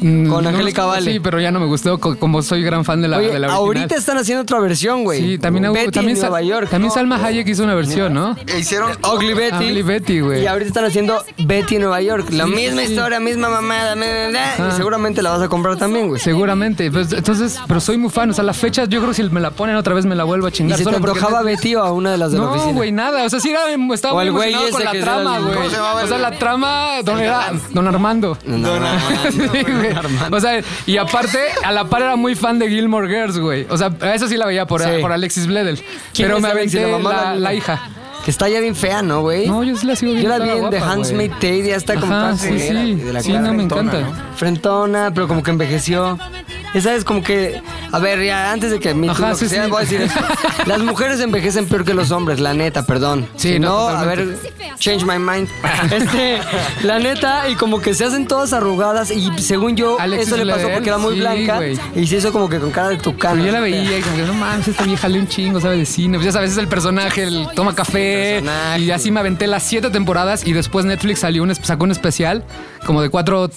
S4: Mm,
S2: Con
S4: no,
S2: Angélica Vale.
S4: Sí, pero ya no me gustó, co- como soy gran fan de la,
S2: Oye,
S4: de la original.
S2: ahorita están haciendo otra versión, güey.
S4: Sí, también, hubo-
S2: Betty
S4: también,
S2: en
S4: Sal-
S2: Nueva York.
S4: también Salma Hayek hizo una versión, ¿no?
S5: E hicieron
S2: Ugly Betty.
S4: Ugly Betty, güey.
S2: Y ahorita están haciendo Betty en Nueva York. La misma historia, misma mamada. me- me- me-
S4: Ah.
S2: Y seguramente la vas a comprar también, güey.
S4: Seguramente, pues, entonces, pero soy muy fan, o sea, la fecha yo creo que si me la ponen otra vez me la vuelvo a
S2: ¿Y
S4: chingar.
S2: se te
S4: solo porque-
S2: antojaba Betty o a una de las de la
S4: No,
S2: oficina?
S4: güey, nada. O sea, sí era, estaba
S2: O
S4: muy
S2: el güey
S4: emocionado con
S2: ese
S4: la
S2: que se
S4: trama,
S2: da el-
S4: güey.
S2: ¿Cómo se llamaba
S4: O sea,
S2: el-
S4: la trama don, era Don Armando.
S2: Don Armando,
S4: Sí, güey. O sea, y aparte, a la par era muy fan de Gilmore Girls, güey. O sea, a eso sí la veía por,
S2: Sí.
S4: por Alexis Bledel.
S2: ¿Quién
S4: Pero
S2: es
S4: me
S2: Alexis,
S4: aventé
S2: la
S4: la,
S2: mamá, la-
S4: la hija.
S2: Que está ya bien fea, ¿no, güey?
S4: No, yo sí la sigo
S2: Yo la
S4: viendo.
S2: vi
S4: estaba
S2: en The
S4: guapa, güey.
S2: Handmaid's Tale, ya está como
S4: Ajá,
S2: tan
S4: sí,
S2: culera,
S4: sí.
S2: güey, de la
S4: Sí,
S2: cara.
S4: no, me encanta.
S2: Frentona, pero como que envejeció. Esa es como que. A ver, ya antes de que me
S4: Ajá, sí, sí.
S2: voy a decir esto. Las mujeres envejecen peor que los hombres, la neta, perdón.
S4: Sí,
S2: Si
S4: no,
S2: no, a ver, change my mind. Este, la neta, y como que se hacen todas arrugadas. Y según yo,
S4: Alexis
S2: eso le pasó
S4: Bledel,
S2: porque era muy
S4: sí,
S2: blanca.
S4: güey.
S2: Y se hizo como que con cara de tucano.
S4: Pero yo la veía y como que no mames, esta vieja lee un chingo, sabe de cine. Pues ya sabes, es el personaje, el toma café. Y así me aventé las siete temporadas y después Netflix salió un, sacó un especial como de cuatro,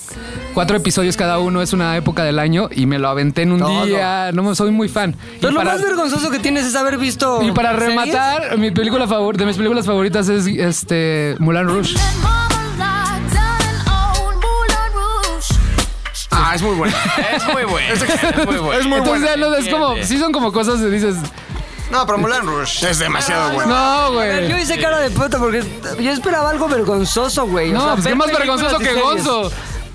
S4: cuatro episodios cada uno, es una época del año y me lo aventé en un
S2: Todo.
S4: día. No, soy muy fan.
S2: Pero
S4: Y
S2: lo
S4: para-
S2: más vergonzoso que tienes es haber visto.
S4: y para
S2: series.
S4: rematar, mi película favor, de mis películas favoritas es este Mulan Rouge.
S8: Ah, es muy buena.
S7: Es muy bueno. Es muy bueno.
S8: Es muy
S4: Entonces,
S8: buena.
S4: ya no, es como, sí son como cosas que dices,
S5: oh, No, pero Mulan Rush.
S8: Es demasiado buena.
S4: no,
S2: A ver,
S4: güey.
S2: Yo hice cara de puta porque yo esperaba algo vergonzoso, güey. O
S4: No,
S2: sea,
S4: pues qué
S2: ver
S4: más
S2: películas
S4: vergonzoso
S2: y
S4: que
S2: series.
S4: Gonzo.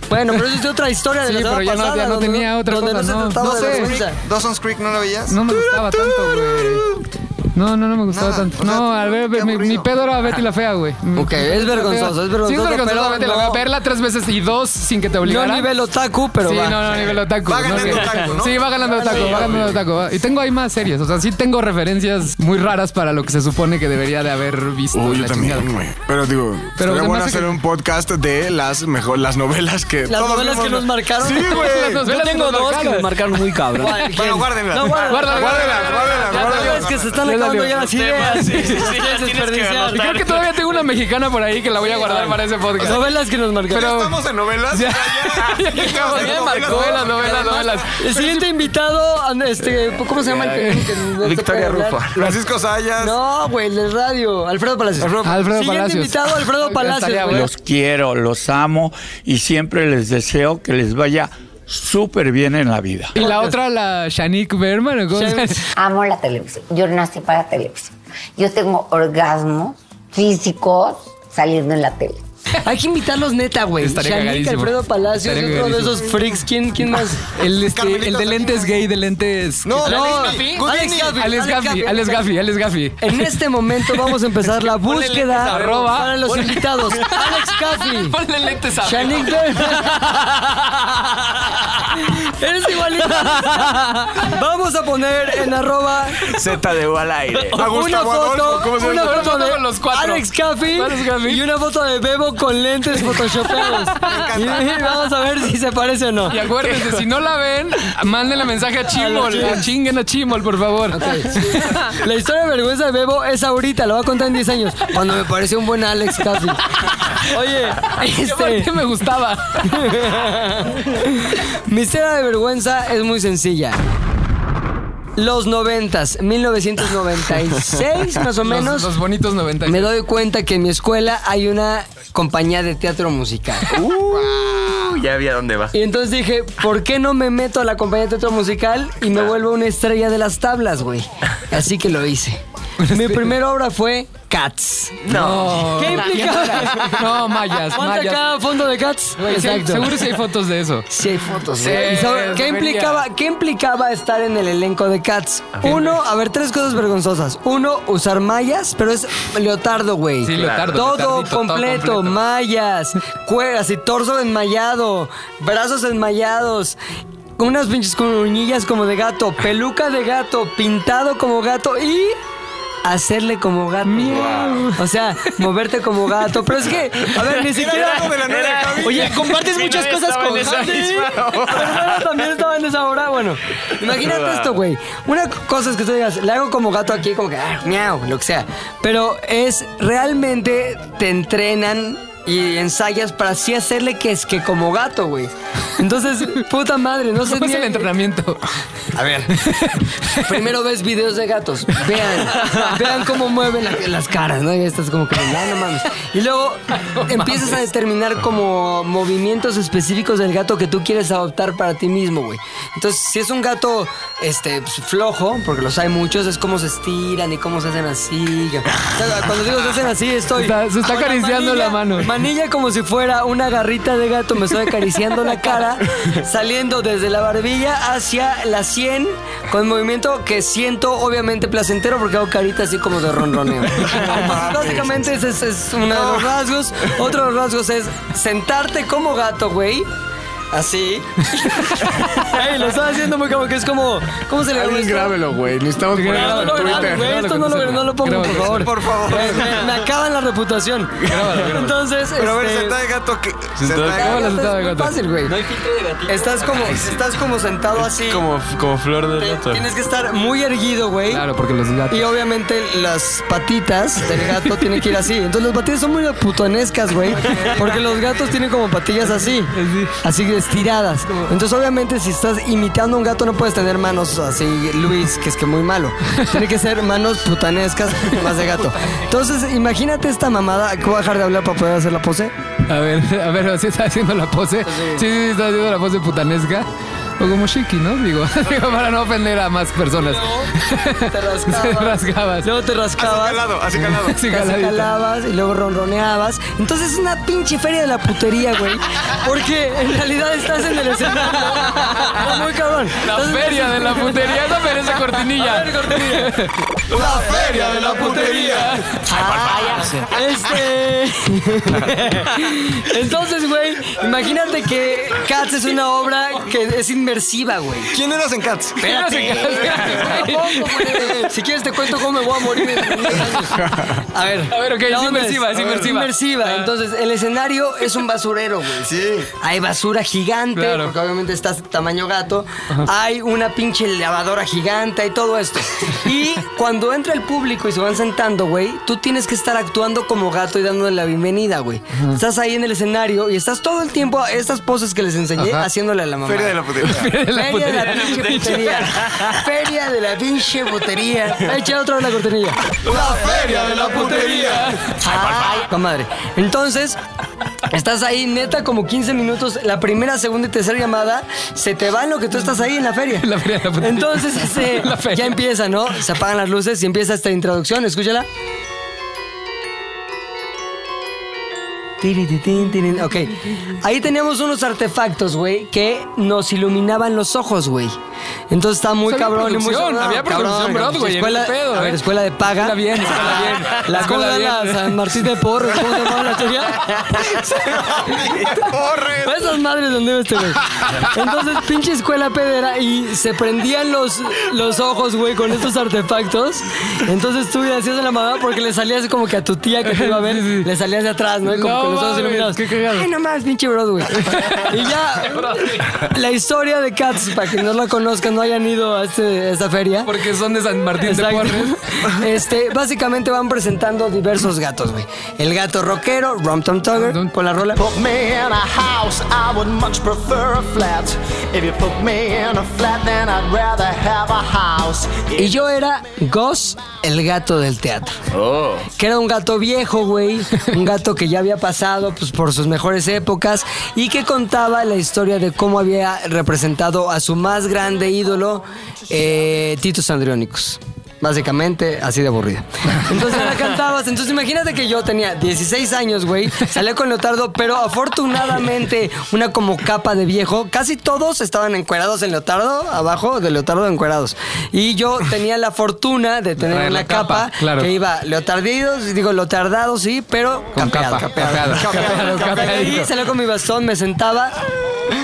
S2: Bueno, pero eso es de otra historia de
S4: Sí,
S2: la
S4: pero
S2: semana
S4: ya no-
S2: pasada,
S4: ya no
S2: donde
S4: tenía otra
S2: donde
S4: cosa,
S2: no se
S4: no.
S2: trataba
S4: No
S2: de
S4: sé.
S2: vergüenza.
S5: Dawson's Creek, ¿no la veías?
S4: No me gustaba tanto, güey. No, no, no me gustaba
S5: Nada,
S4: tanto.
S5: o sea,
S4: no, al ver,
S5: qué
S4: mi,
S5: aburrido.
S4: mi pedo era Betty la Fea, güey. Mi-
S2: Ok, es vergonzoso, es
S4: Sí,
S2: vergonzoso,
S4: es vergonzoso
S2: pero
S4: Betty la
S2: no.
S4: Fea. Verla tres veces y dos sin que te
S2: Yo
S4: obligaran.
S2: nivel otaku, pero
S4: sí,
S2: va.
S4: no, no, nivel otaku.
S5: Va ganando
S4: no, sí.
S5: otaku, ¿no?
S4: Sí, va ganando otaku, va ganando otaku. va. Y tengo ahí más series. O sea, sí tengo referencias muy raras para lo que se supone que debería de haber visto.
S8: Uy, yo
S4: la
S8: también,
S4: chingada.
S8: güey. Pero digo,
S4: Pero se
S8: sería
S4: me
S8: bueno
S4: hace
S8: hacer
S4: que-
S8: un podcast de las mejor, las novelas que
S2: Las
S8: todos
S2: novelas
S8: vimos,
S2: que nos
S8: ¿no?
S2: marcaron.
S8: Sí, güey.
S4: Las
S6: Yo
S4: velas
S6: tengo
S4: nos
S6: dos que
S4: marcaron.
S6: me marcaron muy cabrón.
S5: Bueno, guárdenla.
S2: No, guarda,
S4: Guárdala,
S8: Guárdelas, guárdelas,
S2: La verdad es
S8: guárdelas.
S2: que se están
S4: Ya
S2: acabando
S4: salió.
S2: ya las ideas.
S6: Sí, sí, sí,
S2: Quieres
S6: las tienes que
S2: desperdiciar.
S6: anotar.
S4: Creo que todavía tengo una mexicana por ahí que la voy a guardar para ese podcast.
S2: Novelas que nos marcaron. Este,
S4: Pero-
S5: Estamos en novelas. Ya, ya.
S4: Ya acabo de-
S5: Novelas,
S4: Novelas, novelas, novelas.
S2: El siguiente invitado, and- este, ¿cómo se llama el que- que no se
S9: Victoria
S2: puede hablar?
S9: Rufo.
S5: Francisco Sayas.
S2: No, güey, el de radio. Alfredo Palacios.
S4: Alfredo
S2: Siguiente
S4: Palacios.
S2: invitado, Alfredo
S4: Estaría
S2: Palacios. güey.
S4: bueno.
S17: Los quiero, los amo y siempre les deseo que les vaya súper bien en la vida.
S4: Y la otra, la Shanique Berman. ¿o cómo se llama?
S18: Amo la televisión. Yo nací para la televisión. Yo tengo orgasmos físicos saliendo en la tele.
S2: Hay que invitarlos neta, güey.
S4: Estaría
S2: Shanique,
S4: cagadísimo.
S2: Alfredo Palacios,
S4: Estaría
S2: otro de
S4: cagadísimo.
S2: esos freaks. ¿Quién, quién más?
S4: El, este, el de lentes gay, de lentes.
S2: No, no,
S4: Alex
S2: Alex Gaffi.
S4: Gaffi. Alex Gaffi, Alex Gaffi, Alex Gaffi.
S2: En este momento vamos a empezar la
S4: Ponle lentes
S2: búsqueda
S4: arroba.
S2: para los
S4: Ponle-
S2: invitados. Alex Gaffi.
S4: Ponle lentes a-
S2: Shanique Eres igualito. Vamos a poner en arroba
S7: Z de U al aire.
S2: una foto, una foto de
S4: con los cuatro.
S2: Alex Caffey
S4: Alex Caffey.
S2: y una foto de Bebo con lentes photoshopeados. y vamos a ver si se parece o no.
S4: Y acuérdense, si no la ven, mándenle mensaje a Chimol. A chinguen a Chimol, por favor.
S2: La historia de vergüenza de Bebo es ahorita, lo va a contar en 10 años. Cuando me pareció un buen Alex Caffey. Oye, este...
S4: me gustaba.
S2: Mi historia de vergüenza es muy sencilla. Los noventas, 1996 más o
S4: Los-
S2: menos.
S4: Los, bonitos 90.
S2: Me doy cuenta que en mi escuela hay una compañía de teatro musical.
S9: Uh, ya vi a dónde va.
S2: Y entonces dije, ¿por qué no me meto a la compañía de teatro musical y me vuelvo una estrella de las tablas, güey? Así que lo hice. Mi primera obra fue Cats.
S4: No.
S2: ¿Qué implicaba?
S4: No, mayas,
S2: Ponte
S4: mayas.
S2: acá fondo de Cats.
S4: Güey, sí, Seguro si hay fotos de eso.
S2: Sí hay fotos.
S4: Sí,
S2: ¿Y sabe- ¿Qué
S4: debería.
S2: implicaba, ¿Qué implicaba estar en el elenco de Cats?
S4: Ah,
S2: Uno, a ver, tres cosas vergonzosas. Uno, usar mallas, pero es leotardo, güey.
S4: Sí, leotardo,
S2: Todo
S4: leotardito, todo
S2: completo,
S4: completo.
S2: mallas, cueras y torso enmayado, brazos enmayados. Unas pinches con uñillas como de gato, peluca de gato, pintado como gato y hacerle como gato. O sea, moverte como gato. Pero es que, a ver, ni siquiera. Oye, compartes
S12: Mi
S2: muchas
S12: novia
S2: cosas
S12: estaba
S2: con
S12: en esa
S2: Javi.
S12: misma hora.
S2: Tu hermana también estaba en esa hora. Bueno, imagínate
S12: Wow.
S2: esto, güey. Una cosa es que tú digas, le hago como gato aquí, como que, ah, miau, lo que sea. Pero es realmente te entrenan y ensayas para así hacerle que es que como gato, güey. Entonces, puta madre, no sé
S4: ¿Cómo es
S2: ni-
S4: el entrenamiento?
S2: A ver. Primero ves videos de gatos. Vean, vean cómo mueven la- las caras, ¿no? Y estás como que, "Ah, no mames. Y luego empiezas a determinar como movimientos específicos del gato que tú quieres adoptar para ti mismo, güey. Entonces, si es un gato este, pues, flojo, porque los hay muchos, es cómo se estiran y cómo se hacen así. O sea, cuando digo se hacen así, estoy.
S4: Está- se está
S2: con
S4: acariciando la mano.
S2: Manilla como si fuera una garrita de gato, me estoy acariciando la cara, saliendo desde la barbilla hacia la sien, con movimiento que siento obviamente placentero porque hago carita así como de ronroneo. Entonces, Básicamente ese es, es uno de los rasgos. Otro de los rasgos es sentarte como gato, güey. Así. Ey, lo estaba haciendo muy como que es como. ¿Cómo se le llama?
S8: Alguien
S2: esto?
S8: grábelo, güey. Necesitamos
S2: No,
S8: ponerlo
S2: no
S8: en
S2: lo grabes,
S8: Twitter.
S2: güey. Esto no lo, no lo pongo, por
S8: Grábalo.
S2: favor.
S8: Por favor.
S2: Me, me- me acaban la reputación. Entonces,
S5: Pero a ver,
S2: este,
S5: sentada de gato que.
S7: Sentada de
S2: Ah,
S7: gato.
S2: es
S4: sentada de
S2: muy
S4: gato?
S2: fácil, güey. Estás como, estás como sentado así.
S7: Como, como flor de
S2: Te-
S7: loto.
S2: Tienes que estar muy erguido, güey.
S4: Claro, porque los gatos.
S2: Y obviamente las patitas del gato tienen que ir así. Entonces las patillas son muy putonescas, güey. Porque los gatos tienen como patillas así. Así que estiradas. Entonces obviamente si estás imitando a un gato no puedes tener manos así, Luis, que es que muy malo. Tiene que ser manos putanescas más de gato. Entonces imagínate esta mamada. que voy a dejar de hablar para poder hacer la pose?
S4: A ver, a ver, ¿sí está haciendo la pose? Sí, sí, sí, está haciendo la pose putanesca. O como Shiki, ¿no? Digo, digo, para no ofender a más personas.
S2: Te
S4: Se
S2: rascabas.
S4: rasgabas.
S2: Luego te rascabas.
S5: Así calado.
S4: Sí,
S2: Te
S4: jaladita.
S2: acicalabas y luego ronroneabas. Entonces es una pinche feria de la putería, güey. Porque en realidad estás en el escenario. Es muy cabrón.
S4: La feria de la putería no merece cortinilla.
S5: La feria de la putería.
S2: Este. Entonces, güey, imagínate que Cats es una obra que es inmersiva, güey.
S5: ¿Quién eras en Cats?
S2: Si quieres te cuento cómo me voy a morir. en 10 años. A ver.
S4: A ver, ok,
S2: La
S4: es
S2: onda
S4: inmersiva, es inmersiva. Ah.
S2: inmersiva. Entonces, el escenario es un basurero, güey.
S5: Sí.
S2: Hay basura gigante,
S4: Claro.
S2: porque obviamente estás tamaño gato. Hay una pinche lavadora gigante y todo esto. Y cuando entra el público y se van sentando, güey, tú tienes que estar actuando como gato y dándole la bienvenida, güey. Estás ahí en el escenario y estás todo el tiempo a estas poses que les enseñé
S4: Ajá.
S2: haciéndole a la mamá.
S5: Feria de la putería.
S4: Feria de la
S2: Feria de la
S4: putería.
S2: pinche putería. Feria de la pinche putería. Echa otra vez la cortinilla.
S5: La feria de la putería.
S2: Ay, comadre. Entonces, estás ahí neta como 15 minutos, la primera, segunda y tercera llamada, se te va en lo que tú estás ahí en la feria.
S4: La feria de la putería.
S2: Entonces, este,
S4: La feria.
S2: ya empieza, ¿no? Se apagan las luces y empieza esta introducción, escúchala. Tirititín, tirin. Ok. Ahí teníamos unos artefactos, güey, que nos iluminaban los ojos, güey. Entonces está muy
S4: Había
S2: cabrón y muy
S4: producción,
S2: sobrado,
S4: había
S2: cabrón,
S4: producción
S2: cabrón.
S4: Broadway,
S2: Escuela,
S4: en un pedo,
S2: a ver,
S4: ¿eh?
S2: escuela de paga.
S4: Escuela bien, escuela bien.
S2: La
S4: Escuela
S2: escuela
S4: bien.
S2: San Martín de Porres, ¿cómo se llama la tuya? Esas madres donde este güey. Entonces, pinche escuela pedera y se prendían los, los ojos, güey, con estos artefactos. Entonces tú le hacías a la mamá porque le salías como que a tu tía que te iba a ver, le salías de atrás, ¿no? Y como
S4: No
S2: con los ojos
S4: mames,
S2: iluminados.
S4: qué cagado.
S2: Ay, no mames, pinche Broadway. y ya, la historia de Cats, para que no la conozcan, no hayan ido a, este- a esta feria.
S4: Porque son de San Martín
S2: Exacto.
S4: de Porres.
S2: Este, básicamente van presentando diversos gatos, güey. El gato rockero, Rom Tom Tugger, con la rola.
S19: Put me in a house, I would much prefer a flat. If you put me in a flat, then I'd rather have a house.
S2: Y yo era Goss, el gato del teatro. Que era un gato viejo, güey. Un gato que ya había pasado pues, por sus mejores épocas y que contaba la historia de cómo había representado a su más grande ídolo, eh, Titus Andriónicos. Básicamente, así de aburrida. Entonces la cantabas. Entonces imagínate que yo tenía 16 años, güey. Salía con Leotardo, pero afortunadamente una como capa de viejo. Casi todos estaban encuerados en Leotardo, abajo de Leotardo encuerados. Y yo tenía la fortuna de tener
S4: traer
S2: una
S4: la
S2: capa,
S4: capa, claro.
S2: que iba leotardidos, digo leotardado, sí, pero
S4: Con
S2: capeado.
S4: capa, capeado, capeado,
S2: Y
S4: capeadito.
S2: salía con mi bastón, me sentaba.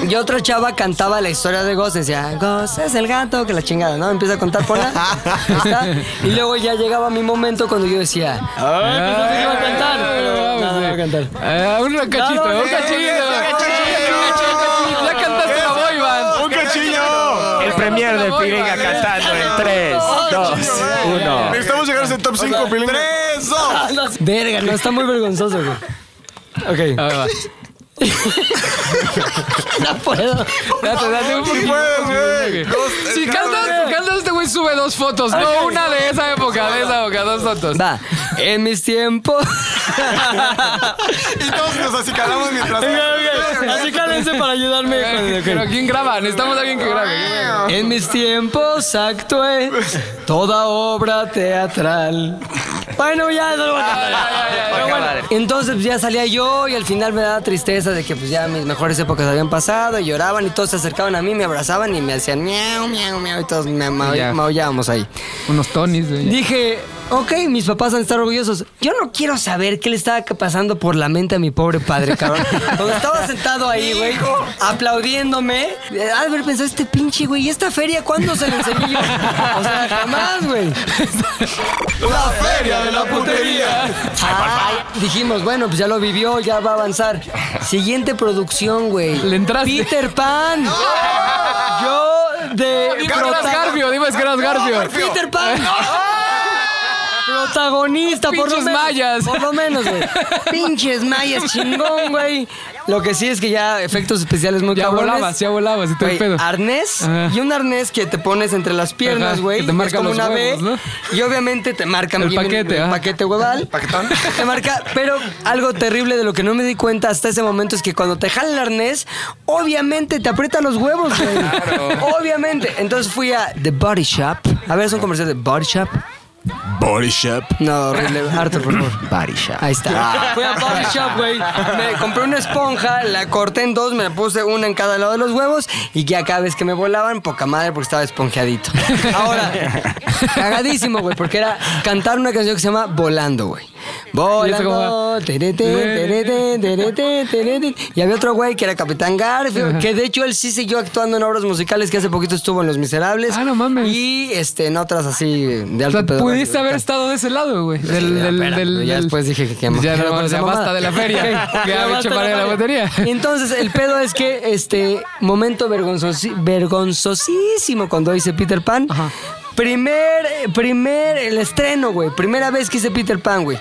S2: Y otra chava cantaba la historia de Goss, decía, Goss es el gato, que la chingada, ¿no? Empieza a contar por la... Ahí está. Y luego ya llegaba mi momento cuando yo decía, pues
S4: Ah,
S2: iba a cantar, pero
S4: vamos,
S2: nada,
S4: sí.
S2: no iba a cantar.
S4: Ah, un cachito,
S2: No, no,
S4: un
S2: sí,
S4: cachito.
S2: sí, sí,
S4: cachito. Ya cantaste la boy band. Un cachillo.
S7: El premier de Piringa cantando en 3, 2, 1.
S8: Necesitamos llegar a ese top 5, Pilinga. ¡Tres, dos!
S2: Verga, no, está muy vergonzoso, güey. Ok. no puedo.
S4: Date, date un poquito.
S2: eh,
S4: Si cantas, cantas este güey sube dos fotos, no una de esa época, de esa época, dos fotos.
S2: Va. En mis tiempos.
S8: y todos nos acicalamos mientras.
S2: Así cálense para ayudarme. con- ok.
S4: Pero ¿quién graba? Necesitamos a alguien que grabe.
S2: En mis tiempos actué toda obra teatral. Bueno, ya, no lo voy a cantar. Pero bueno, entonces pues, ya salía yo y al final me daba tristeza de que pues ya mis mejores épocas habían pasado y lloraban y todos se acercaban a mí, me abrazaban y me hacían miau, miau, miau y todos me ma-
S4: Ya.
S2: maullábamos ahí.
S4: Unos tonis, güey.
S2: Dije, ok, mis papás han de estar orgullosos. Yo no quiero saber qué le estaba pasando por la mente a mi pobre padre, cabrón. Cuando estaba sentado ahí, güey, aplaudiéndome, eh, ha de haber pensado, este pinche güey, ¿y esta feria cuándo se le enseñó? O sea, jamás, güey.
S8: La feria de la putería.
S2: Ay, dijimos, bueno, pues ya lo vivió, ya va a avanzar. Siguiente producción, güey. Le
S4: entraste.
S2: Peter Pan. Yo de...
S4: Dime que eras
S2: prota-
S4: Garfio, dime que eras Garfio.
S2: Peter Pan. Protagonista, por lo
S4: Pinches
S2: menos.
S4: mayas.
S2: Por lo menos, güey. Pinches mayas, chingón, güey. Lo que sí es que ya efectos especiales muy
S4: Ya
S2: cabrones.
S4: volabas, ya volabas y todo el
S2: Güey,
S4: pedo.
S2: Arnés
S4: Ajá.
S2: y un arnés que te pones entre las piernas,
S4: Ajá,
S2: güey.
S4: que
S2: y
S4: te
S2: Es
S4: marca
S2: como
S4: los
S2: una
S4: huevos,
S2: B.
S4: ¿no?
S2: Y obviamente te marcan
S4: El
S2: bien
S4: paquete,
S2: el
S4: ajá.
S2: paquete hueval.
S4: ¿Paquetón?
S2: Te marca, pero algo terrible de lo que no me di cuenta hasta ese momento es que cuando te jala el arnés, obviamente te aprieta los huevos, güey. Obviamente. Entonces fui a The Body Shop. A ver, es un comercial de Body Shop.
S8: Body Shop.
S2: No, horrible. Arthur, por favor.
S8: Body Shop. Ah.
S2: Ahí está. Fui a Body Shop, güey. Me compré una esponja, la corté en dos, me la puse una en cada lado de los huevos y ya cada vez que me volaban, poca madre porque estaba esponjeadito. Ahora, cagadísimo, güey, porque era cantar una canción que se llama Volando, güey. Volando, terete, terete, terete, terete. Y había otro güey que era Capitán Garfield, que de hecho él sí siguió actuando en obras musicales que hace poquito estuvo en Los Miserables. Ah, no mames. Y este, en otras así de
S4: O
S2: alto
S4: sea,
S2: pedo.
S4: pudiste haber estado de ese lado, güey. Del, del, del,
S2: Pero ya
S4: del-
S2: después dije que qué
S4: Ya,
S2: qué
S4: no,
S2: con esa
S4: ya
S2: mamada.
S4: basta de la feria.
S2: Ok.
S4: Ya,
S2: Ya
S4: me
S2: basta
S4: chuparé
S2: de
S4: la
S2: feria. Entonces, el pedo es que este momento vergonzosi- vergonzosísimo cuando hice Peter Pan. Primer, eh, primer, el estreno, güey. Primera vez que hice Peter Pan, güey.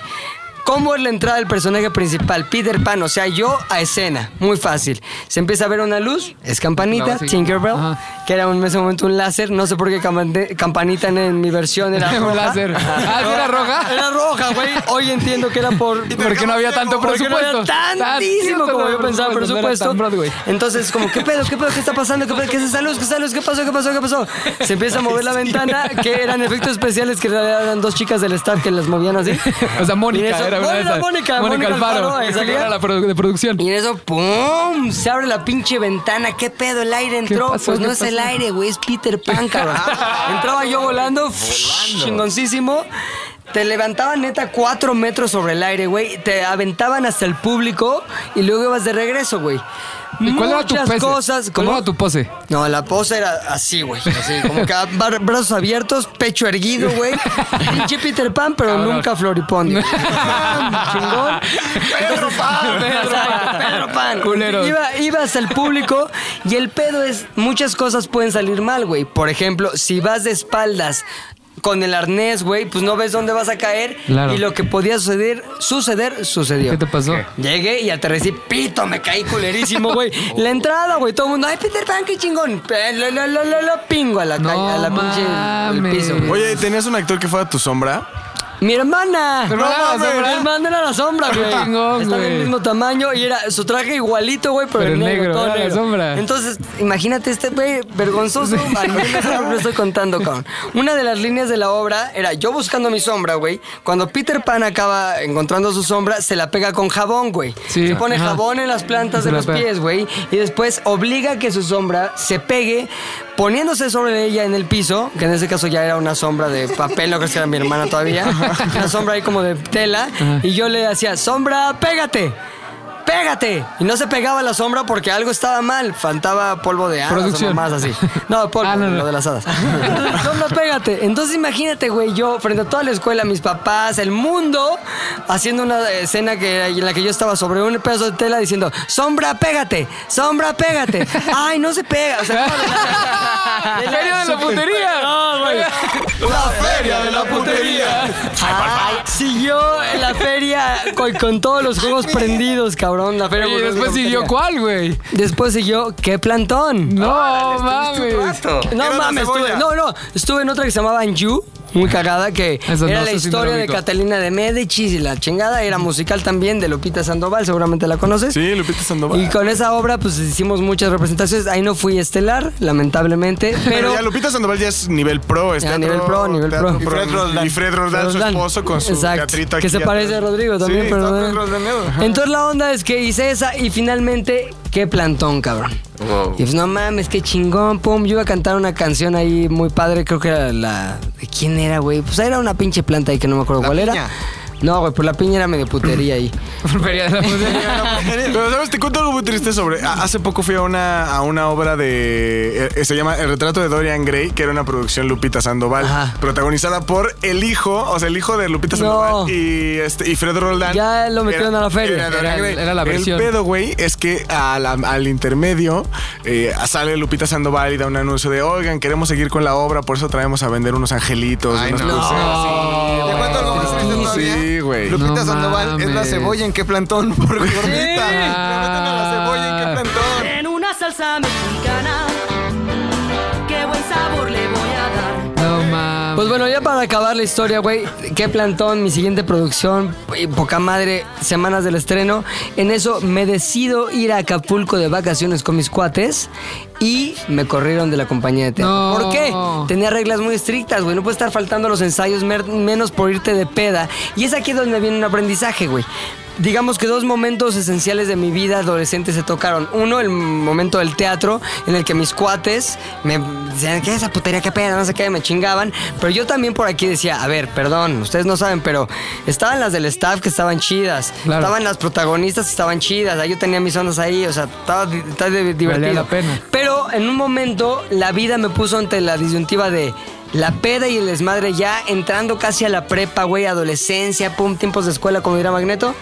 S2: ¿Cómo es la entrada del personaje principal? Peter Pan, o sea, yo a escena. Muy fácil. Se empieza a ver una luz, es
S4: La
S2: campanita,
S4: básica.
S2: Tinkerbell, que era en ese momento un láser. No sé por qué Campan- campanita en, en mi versión era
S4: Un
S2: roja.
S4: láser. Ah, ¿sí era roja?
S2: Era roja, güey. Hoy entiendo que era por...
S4: Porque no había tanto
S2: Porque no había
S4: presupuesto.
S2: tantísimo
S4: Tantísimo
S2: como yo pensaba, por
S4: presupuesto, no era
S2: supuesto.
S4: tan Broadway.
S2: Entonces, como, ¿qué pedo? ¿Qué pedo? ¿Qué está pasando? ¿Qué, pedo? ¿Qué es esa luz? ¿Qué es esa luz? ¿Qué pasó? ¿Qué pasó? ¿Qué pasó? Se empieza a mover la ventana, que eran efectos especiales que en realidad eran dos chicas del staff que las movían así.
S4: O sea, Mónica
S2: Y en eso,
S4: era, una de
S2: Mónica,
S4: esas.
S2: Mónica, Mónica
S4: Alfaro.
S2: Alfaro,
S4: que
S2: ¿sabía?
S4: era la produ- de producción.
S2: Y en eso, ¡pum! Se abre la pinche ventana. ¿Qué pedo? El aire entró.
S4: pasó?
S2: Pues no
S4: ¿Qué
S2: es el
S4: pasó?
S2: aire, güey. Es Peter Pan, cabrón. Entraba yo volando. Chingoncísimo. Te levantaban neta cuatro metros sobre el aire, güey. Te aventaban hasta el público y luego ibas de regreso, güey.
S4: ¿Y cuál era tu
S2: Muchas
S4: pose?
S2: cosas.
S4: ¿Cuál
S2: como-
S4: era tu pose?
S2: No, la pose era así, güey. Así, como que bar- brazos abiertos, pecho erguido, güey. Pinche Peter Pan, pero nunca floripondio. Chingón.
S16: Pedro Pan,
S2: Pedro Pan, Pedro Pan.
S16: Culeros.
S2: Iba, iba hasta el público y el pedo es, muchas cosas pueden salir mal, güey. Por ejemplo, si vas de espaldas con el arnés, güey, pues no ves dónde vas a caer
S4: Claro.
S2: y lo que podía suceder, suceder, sucedió.
S4: ¿Qué te pasó?
S2: Llegué y aterricé, pito, me caí culerísimo, güey. La entrada, güey, todo el mundo, ay, Peter Pan, qué chingón. Pe- Lo, lo, lo, lo, lo, pingo a la, calle, a la pinche al piso. güey.
S8: Oye, ¿tenías un actor que fuera tu sombra?
S2: Mi hermana.
S8: ¿Tu hermana era la
S2: mames,
S8: sombra?
S2: Mi hermana era la sombra,
S4: Qué
S2: güey.
S4: chingón,
S2: Estaba
S4: güey.
S2: del mismo tamaño y era su traje igualito, güey, pero,
S4: Pero
S2: en
S4: en
S2: negro,
S4: negro,
S2: todo
S4: era la
S2: negro.
S4: sombra.
S2: Entonces, imagínate este güey vergonzoso. al menos ahora Lo estoy contando, cabrón. Una de las líneas de la obra era yo buscando mi sombra, güey. Cuando Peter Pan acaba encontrando su sombra, se la pega con jabón, güey.
S4: Sí.
S2: Se pone
S4: Ajá.
S2: jabón en las plantas
S4: Se
S2: de
S4: la
S2: los
S4: pega.
S2: pies, güey. Y después obliga a que su sombra se pegue poniéndose sobre ella en el piso, que en ese caso ya era una sombra de papel, no creo que era mi hermana todavía. Una sombra ahí como de tela. Y yo le hacía, sombra, pégate. ¡Pégate! Y no se pegaba la sombra porque algo estaba mal. Faltaba polvo de hadas o
S4: Producción.
S2: más así. Ah, No, polvo, lo de las hadas. Entonces, sombra, pégate. Entonces imagínate, güey, yo frente a toda la escuela, mis papás, el mundo, haciendo una escena que, en la que yo estaba sobre un pedazo de tela diciendo, sombra, pégate, sombra, pégate. Ay, no se pega. O sea,
S16: ¡La feria
S2: no,
S16: de la putería!
S2: No, güey.
S16: ¡La feria de la putería!
S2: Ay, siguió en la feria con, con todos los juegos prendidos, cabrón. La feria
S4: Oye,
S2: con los
S4: después
S2: juegos
S4: siguió
S2: prendidos.
S4: cuál, güey.
S2: Después siguió, ¿qué plantón?
S4: No
S2: Órale, estuviste
S4: mames.
S2: un rato.
S4: Era
S2: No
S4: una
S2: mames,
S4: cebolla.
S2: estuve, no, no, estuve en otra que se llamaba Anju, muy cagada, que
S4: Eso no,
S2: era la
S4: eso sí no
S2: historia
S4: lo
S2: de
S4: ubico.
S2: Catalina de Medici y la chingada, era musical también de Lupita Sandoval, seguramente la conoces.
S8: Sí, Lupita Sandoval.
S2: Y con esa obra, pues hicimos muchas representaciones, ahí no fui estelar, lamentablemente,
S8: Pero
S2: pero...
S8: ya Lupita Sandoval ya es nivel pro. Es
S2: Ya,
S8: teatro-
S2: nivel pro, nivel pro.
S8: teatro
S2: Y Fred Roldán.
S8: Y Fred Roldán, su
S2: Roldán.
S8: esposo, con su
S2: Exacto,
S8: teatrito
S2: que
S8: aquí
S2: se parece a
S8: atrás.
S2: Rodrigo también,
S8: Sí,
S2: pero
S8: está
S2: no-
S8: Fred Roldán, ¿no? Ajá.
S2: Entonces la onda es que hice esa y finalmente, qué plantón, cabrón. Y pues no mames, qué chingón, pum. Yo iba a cantar una canción ahí muy padre, creo que era la. ¿De quién era, güey? Pues era una pinche planta ahí que no me acuerdo cuál era. No, güey, pues la piña era medio putería ahí.
S4: Feria de la putería.
S8: Pero, ¿sabes? Te cuento algo muy triste sobre... a- Hace poco fui a una, a una obra de... eh, Se llama El retrato de Dorian Gray, que era una producción Lupita Sandoval, protagonizada por el hijo, o sea, el hijo de Lupita Sandoval y, este, y Fred Roldán.
S2: Ya lo metieron
S8: Era-
S2: a la feria.
S8: Era, Dorian
S2: Era-
S8: Gray.
S2: era la versión.
S8: El pedo, güey, es que a la- al intermedio eh, sale Lupita Sandoval y da un anuncio de, oigan, queremos seguir con la obra, por eso traemos a vender unos angelitos. unos cruceros".
S5: ¿Te cuento algo más triste todavía?
S8: Sí, güey.
S5: Lupita Sandoval es la cebolla en qué plantón por gordita. Le meten
S8: Ah.
S5: a la cebolla en qué plantón.
S20: En una salsa mexicana, qué buen sabor le voy a dar.
S4: No mames.
S2: Pues bueno, ya para acabar la historia, güey, qué plantón, mi siguiente producción, y poca madre, semanas del estreno. En eso me decido ir a Acapulco de vacaciones con mis cuates y me corrieron de la compañía de teatro.
S4: No.
S2: ¿Por qué? Tenía reglas muy estrictas, güey, no puede estar faltando a los ensayos mer- menos por irte de peda. Y es aquí donde viene un aprendizaje, güey. Digamos que dos momentos esenciales de mi vida adolescente se tocaron. Uno, el momento del teatro, en el que mis cuates me decían, ¿qué es esa putería? ¿Qué pedo? No sé qué, me chingaban. Pero yo también por aquí decía, a ver, perdón, ustedes no saben, pero estaban las del staff que estaban chidas.
S4: Claro.
S2: Estaban las protagonistas que estaban chidas. Ahí yo tenía mis ondas ahí, o sea, estaba, di- estaba di- divertido.
S4: la pena.
S2: Pero en un momento la vida me puso ante la disyuntiva de la peda y el desmadre ya entrando casi a la prepa, güey, adolescencia, pum, tiempos de escuela, como dirá Magneto.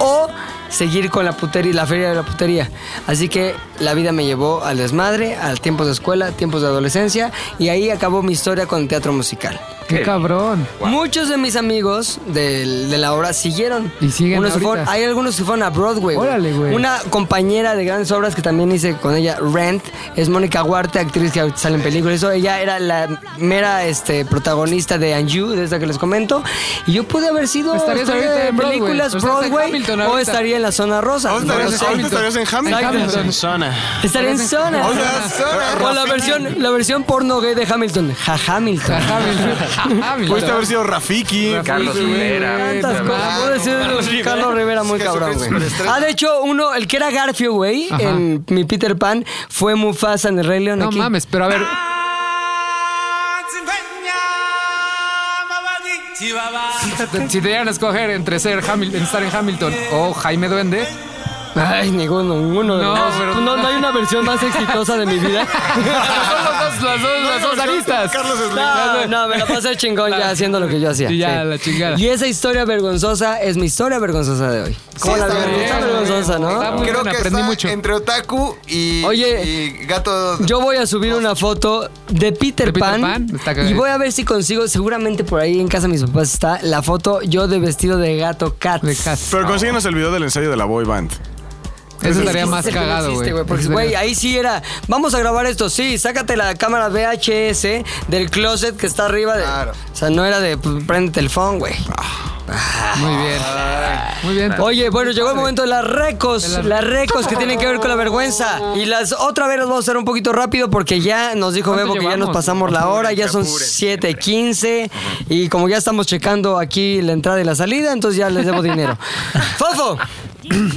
S2: O seguir con la putería, la feria de la putería. Así que la vida me llevó al desmadre, al tiempos de escuela, tiempos de adolescencia y ahí acabó mi historia con el teatro musical.
S4: Qué cabrón.
S2: Muchos de mis amigos del- de, la obra siguieron.
S4: Y siguen
S2: Unos se
S4: ahorita.
S2: fueron- hay algunos que fueron a Broadway. güey.
S4: Órale, güey.
S2: Una compañera de grandes obras que también hice con ella, Rent, es Mónica Huarte, actriz que ahorita sale en películas. Eso, ella era la mera este, protagonista de Anju, de esta que les comento. Y yo pude haber sido
S4: Estarías
S2: estrella
S4: ahorita
S2: de
S4: en Broadway.
S2: películas
S4: O estás en
S2: Broadway
S4: Hamilton
S2: o
S4: ahorita.
S2: estaría en la zona rosa.
S8: Ahorita
S2: No
S8: estarías-
S2: lo sé.
S8: ahorita estarías en Hamilton.
S2: Exacto.
S8: Hamilton.
S6: Zona.
S2: Estaría en zona.
S8: Ahorita zona.
S2: O la versión, la versión porno gay de Hamilton. Ja Hamilton.
S8: Pudiste haber sido Rafiki.
S2: Carlos Rivera. Tantas cosas. Puede ser Carlos Rivera, muy cabrón, güey. Ah, de hecho, uno, el que era Garfio, güey,
S4: Ajá.
S2: en mi Peter Pan, fue Mufasa en el Rey León.
S4: No
S2: aquí. Ah.
S4: mames, pero a ver. Si te dieran a escoger entre ser Hamilton, estar en Hamilton o Jaime Duende.
S2: Ay, ninguno, ninguno.
S4: No,
S2: No,
S4: pero-
S2: no, no hay una versión más exitosa de mi vida.
S4: Son los dos, las dos, las dos aristas.
S2: No, no, me la pasé chingón ya haciendo lo que yo hacía.
S4: Y Ah. ya,
S2: Sí.
S4: la chingada.
S2: Y esa historia vergonzosa es mi historia vergonzosa de hoy. ¿Cómo la
S5: está
S2: vieron?
S5: muy
S2: Está
S5: bien.
S2: vergonzosa, ¿no?
S5: Creo que está entre otaku y, y gato.
S2: Yo voy a subir una foto de Peter,
S4: ¿De Peter
S2: Pan,
S4: Pan? Está cagado.
S2: y voy a ver si consigo, seguramente por ahí en casa de mis papás está la foto yo de vestido de gato cat. De
S8: Pero consíguenos el video del ensayo de la boy band.
S4: Eso estaría más cagado, güey.
S2: Porque,
S4: Eso estaría-
S2: güey, ahí sí era, vamos a grabar esto, sí, sácate la cámara VHS del closet que está arriba. De, O sea, no era de pues, prende el phone, güey. ah.
S4: Muy bien. Muy bien.
S2: Oye, bueno, llegó el momento de las recos, las recos que tienen que ver con la vergüenza. Y las otra vez las vamos a hacer un poquito rápido porque ya nos dijo
S4: ¿Cuánto
S2: Bebo que ya
S4: llevamos?
S2: nos pasamos la hora, ya son 7.15 y como ya estamos checando aquí la entrada y la salida, entonces ya les debo dinero. ¡Fofo!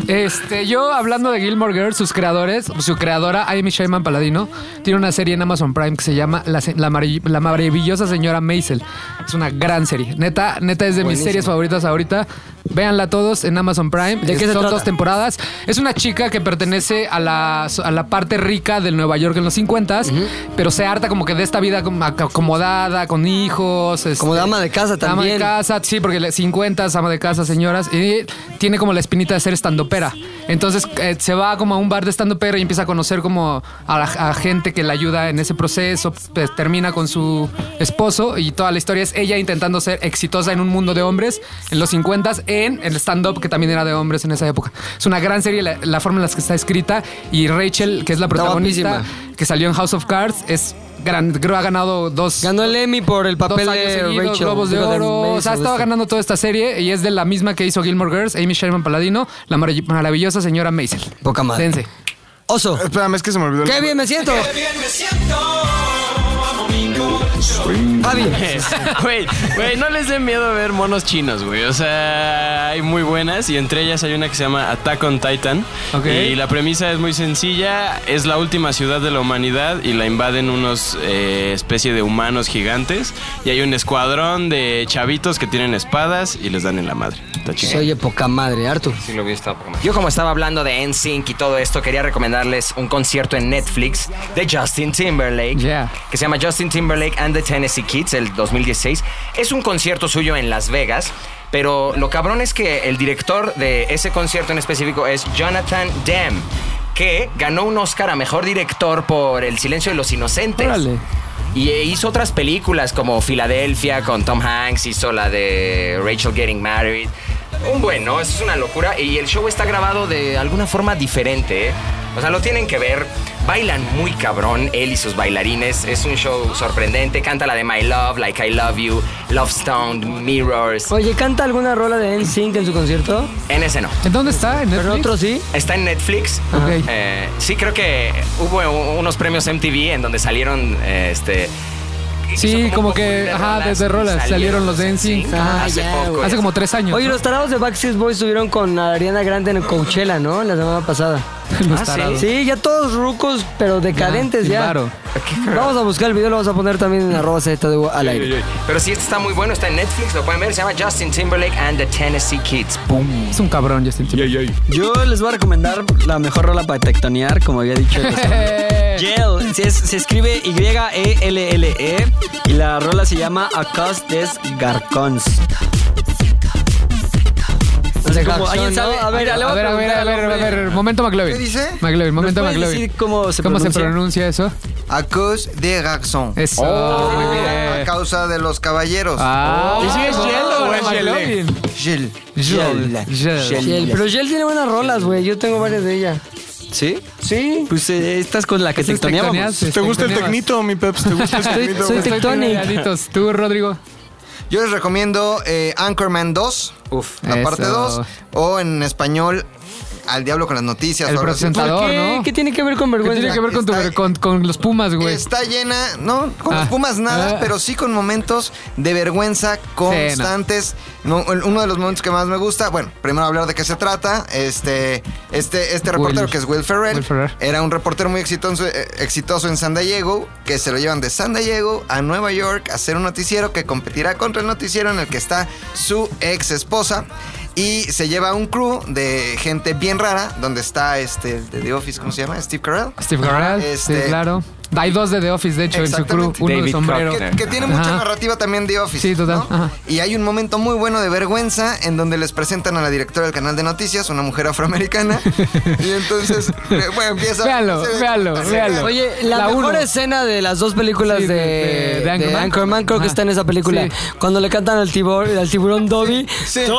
S4: Este, yo hablando de Gilmore Girls, sus creadores, su creadora Amy Shaiman Paladino, tiene una serie en Amazon Prime que se llama La, se- la marav- La maravillosa señora Maisel. Es una gran serie. Neta, neta es de mis
S2: Buenísimo.
S4: series favoritas ahorita. Véanla todos en Amazon Prime.
S2: ¿De qué se
S4: Son
S2: trata?
S4: dos temporadas. Es una chica que pertenece a la, a la parte rica del Nueva York en los 50s, pero se harta como que de esta vida como acomodada, con hijos.
S2: Como
S4: este,
S2: dama de casa
S4: Ama de
S2: también.
S4: casa, sí, porque le- 50, ama de casa, señoras. Y tiene como la espinita de ser estandopera. Entonces eh, se va como a un bar de estandopera y empieza a conocer como a, la- a gente que le ayuda en ese proceso. pues, termina con su esposo y toda la historia es ella intentando ser exitosa en un mundo de hombres en los 50 en el stand-up que también era de hombres en esa época. Es una gran serie la, la forma en la que está escrita y Rachel, que es la protagonista,
S2: guapísima.
S4: que salió en House of Cards, es... Gran, creo ha ganado dos.
S2: Ganó el Emmy por el papel
S4: Dos años
S2: de
S4: seguidos,
S2: Rachel.
S4: Globos de
S2: digo, de este.
S4: Oro. O sea,
S2: Maisel,
S4: estaba
S2: esta.
S4: ganando toda esta serie y es de la misma que hizo Gilmore Girls, Amy Sherman Paladino, la marav- maravillosa señora Maisel.
S2: Poca madre.
S4: Dense.
S2: Oso.
S8: Espérame, es que se me olvidó el
S2: ¡Qué bien me siento! Javi.
S7: Güey, güey, no les den miedo a ver monos chinos, güey. O sea, hay muy buenas y entre ellas hay una que se llama Attack on Titan.
S4: Ok.
S7: Y la premisa es muy sencilla. Es la última ciudad de la humanidad y la invaden unos eh, especie de humanos gigantes. Y hay un escuadrón de chavitos que tienen espadas y les dan en la madre. Está chido.
S2: Soy poca madre, Arthur.
S9: Sí, lo vi, Yo como estaba hablando de NSYNC y todo esto, quería recomendarles un concierto en Netflix de Justin Timberlake,
S4: Yeah.
S9: que se llama Justin Timberlake and the Tennessee Kids, el 2016. Es un concierto suyo en Las Vegas, pero lo cabrón es que el director de ese concierto en específico es Jonathan Demme, que ganó un Oscar a Mejor Director por El Silencio de los Inocentes. Y eh, hizo otras películas como Filadelfia con Tom Hanks, hizo la de Rachel Getting Married. Un buen, ¿no? Es una locura. Y el show está grabado de alguna forma diferente. ¿eh? O sea, lo tienen que ver. Bailan muy cabrón, él y sus bailarines. Es un show sorprendente. Canta la de My Love, Like I Love You, Love Stone, Mirrors.
S2: Oye, ¿canta alguna rola de NSYNC en su concierto?
S9: En ese no.
S4: ¿En dónde está? ¿En
S2: Pero
S4: Netflix?
S2: otro sí.
S9: Está en Netflix. Eh, sí, creo que hubo u- unos premios MTV en donde salieron eh, este.
S4: Sí, como que, ajá, desde rolas salieron los de NSYNC. Ajá.
S9: hace poco.
S4: Hace como tres años.
S2: Oye,
S4: ¿no?
S2: los tarados de Backstreet Boys estuvieron con Ariana Grande en Coachella, ¿no? La semana pasada.
S4: Los tarados.
S2: ah, Sí, ya todos rucos, pero decadentes
S4: sin
S2: ya.
S4: varo.
S2: Vamos a buscar el video, lo vamos a poner también en arroba Z de U al aire.
S9: Pero sí, este está muy bueno, está en Netflix, lo pueden ver, se llama Justin Timberlake and the Tennessee Kids.
S4: Es un cabrón, Justin Timberlake.
S6: Yo les voy a recomendar la mejor rola para tectonear, como había dicho. el oso. Yell. Se, es- se escribe E Y-E-L-L-E y la rola se llama Acos des Garcons. No sé cómo- ¿Alguien
S2: Garcón, ¿no?
S6: sabe?
S2: A ver,
S6: Mira, le
S4: A
S6: voy
S4: ver, a ver, a
S6: preguntar
S4: ver,
S6: al
S4: a ver,
S6: hombre.
S4: momento McLovin.
S5: ¿Qué dice?
S4: McLovin,
S6: ¿Nos
S4: momento
S6: puedes
S4: McLovin.
S6: decir cómo se pronuncia?
S4: pronuncia eso?
S5: A cause de Garzón.
S4: Eso. muy
S5: A
S4: bien.
S5: causa de los caballeros.
S4: Ah.
S6: Oh,
S4: ¿Y si es Yel o
S5: Ah,
S4: es McLovin?
S5: Yel.
S4: Yel. Yel.
S2: Shell, Pero Shell tiene buenas rolas, güey. Yo tengo varias de ella.
S6: ¿Sí?
S2: Sí.
S6: Pues eh, esta es con la que
S4: Esas
S6: tectoneamos.
S4: tectoneaste,
S8: ¿Te gusta el
S4: tectoneabas.
S8: tecnito, mi Peps? ¿Te gusta el tecnito? pues,
S2: soy
S4: Estoy
S2: tectónico.
S4: pegaditos. Tú, Rodrigo.
S5: Yo les recomiendo eh, Anchorman 2,
S9: Uf.
S5: la parte
S4: Eso.
S5: 2, o en español al diablo con las noticias.
S4: El
S5: ahora sí.
S4: presentador, Oh, ¿no?
S2: tiene que ver con
S4: ¿Qué tiene que ver con, tu- con- con los Pumas, güey?
S5: Está llena, no, con
S4: Ah.
S5: los Pumas nada,
S4: Ah.
S5: pero sí con momentos de vergüenza constantes. No, el- uno de los momentos que más me gusta, bueno, primero hablar de qué se trata. Este, este, este reportero
S4: Will.
S5: que es Will Ferrell,
S4: Will Ferrell.
S5: era un reportero muy exitoso, eh, exitoso en San Diego, que se lo llevan de San Diego a Nueva York a hacer un noticiero que competirá contra el noticiero en el que está su ex esposa. Y se lleva un crew de gente bien rara, donde está este el de The Office, ¿cómo se llama? Steve Carell.
S4: Steve Carell,
S5: Este,
S4: sí, claro. Hay dos de The Office, de hecho, en su crew.
S5: Exactamente.
S4: Uno de sombrero.
S5: Que, que tiene mucha
S4: Ajá.
S5: narrativa también de Office.
S4: Sí, total.
S5: ¿no?
S4: Ajá.
S5: Y hay un momento muy bueno de vergüenza en donde les presentan a la directora del canal de noticias, una mujer afroamericana. y entonces, eh, bueno, empieza.
S4: Véalo,
S5: se-
S4: véalo,
S5: se-
S4: véalo.
S2: Oye, la, mejor
S4: uno.
S2: escena de las dos películas
S4: Sí,
S2: de,
S4: de- de
S2: de Anchorman,
S4: Anchorman.
S2: creo que
S4: Ajá.
S2: está en esa película.
S4: Sí.
S2: Cuando le cantan al, tibor, al tiburón Dobby.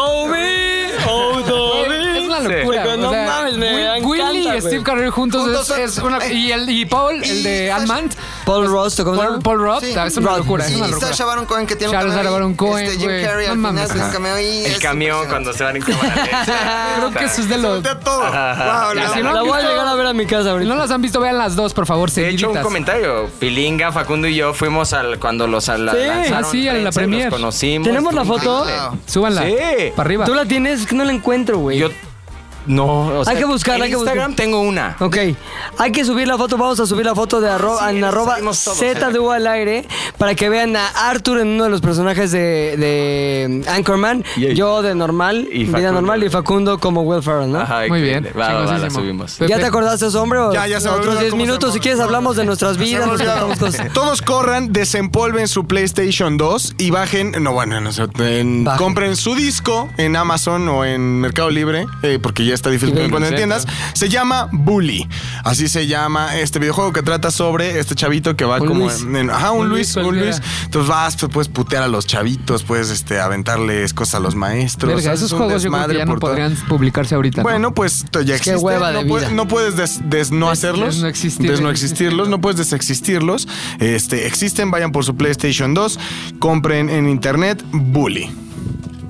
S2: ¡Dobby! ¡Oh, Dobby!
S4: Es una locura.
S2: Digo,
S4: o
S2: no
S4: sea,
S2: mames, me
S4: Will-
S2: encanta,
S4: Willy y
S2: güey.
S4: Steve Carell juntos,
S2: Juntos
S4: es-
S2: son-
S4: es, una. Y, el, y Paul, el de Ant-Man.
S2: Paul Ross, ¿cómo se
S4: Paul,
S2: llama?
S4: Paul Roth,
S5: Sí.
S4: es una
S5: Roth.
S4: locura. Es
S5: Y
S4: una locura.
S5: Sacha Baron Cohen que tiene
S4: Charles
S5: un cameo ahí,
S4: Baron Cohen,
S5: este, Jim
S4: güey.
S5: Carrey
S4: No
S5: al final
S4: mames.
S5: hace un cameo ahí,
S9: El
S5: es
S9: camión
S5: impresionante.
S9: cuando se van en cámara lenta.
S4: Creo que eso es de los.
S5: todo. Wow,
S4: Ya,
S9: la-
S4: si no
S2: Ah, La
S4: han
S2: voy a
S4: visto-
S2: llegar a ver a mi casa
S4: si
S2: ahorita.
S4: no las han visto, vean las dos, por favor,
S9: De hecho, un
S4: seguiditas.
S9: comentario. Pilinga, Facundo y yo fuimos al cuando los al,
S2: Sí.
S9: lanzaron
S4: Ah, sí, a la
S9: en prensa,
S4: premier.
S9: Nos conocimos.
S2: ¿Tenemos la
S9: Estuvo
S2: foto?
S9: increíble.
S5: Wow.
S4: Súbanla.
S9: Sí.
S4: Para arriba.
S2: Tú la tienes, es que no la encuentro, güey.
S9: Yo no. o sea,
S2: hay que buscar,
S9: en
S2: hay que buscar.
S9: Instagram tengo una.
S2: Ok, hay que subir la foto, vamos a subir la foto de arro- en arroba
S9: salimos todos,
S2: ZDU al aire para que vean a Arthur en uno de los personajes de, de Anchorman, yo de normal,
S9: Y
S2: vida
S9: Facundo.
S2: normal y Facundo como Will Ferrell, ¿no?
S9: Ajá,
S4: Muy
S9: increíble.
S4: bien,
S9: Va, va, va, la
S4: chingosísimo.
S9: subimos.
S4: Pepe.
S2: ¿Ya te acordaste de su hombre? o-
S8: Ya, ya se me
S2: Otros
S8: olvidó
S2: 10
S8: cómo se
S2: minutos,
S8: llama.
S2: si quieres hablamos de nuestras
S8: Se me
S2: vidas, nos
S8: olvidó.
S2: contamos cosas.
S8: Todos corran, desempolven su PlayStation 2 y bajen, no bueno, no sé, en-
S2: Bajen.
S8: compren su disco en Amazon o en Mercado Libre, eh, porque ya está difícil
S2: Sí,
S8: que lo encuentren en
S7: sí,
S8: tiendas. Se llama Bully, así se llama este videojuego que trata sobre este chavito que va
S2: Un
S8: como
S2: Luis.
S8: en, en- ajá, un,
S4: Un
S8: Luis,
S4: Luis
S8: un
S4: cualquiera.
S8: Luis. Entonces vas, pues, puedes putear a los chavitos, puedes este aventarles cosas a los maestros.
S4: Verga,
S8: haces
S4: esos
S8: un
S4: juegos yo creo que
S8: desmadre
S4: ya no
S8: por todo.
S4: podrían publicarse ahorita. ¿no?
S8: Bueno, pues t- ya existe.
S4: hueva de
S8: no, puede-
S4: vida.
S8: no puedes des, des- no hacerlos.
S4: des no existir.
S8: Des no existirlos. No puedes desexistirlos. Este, existen, vayan por su PlayStation 2. Compren en internet Bully.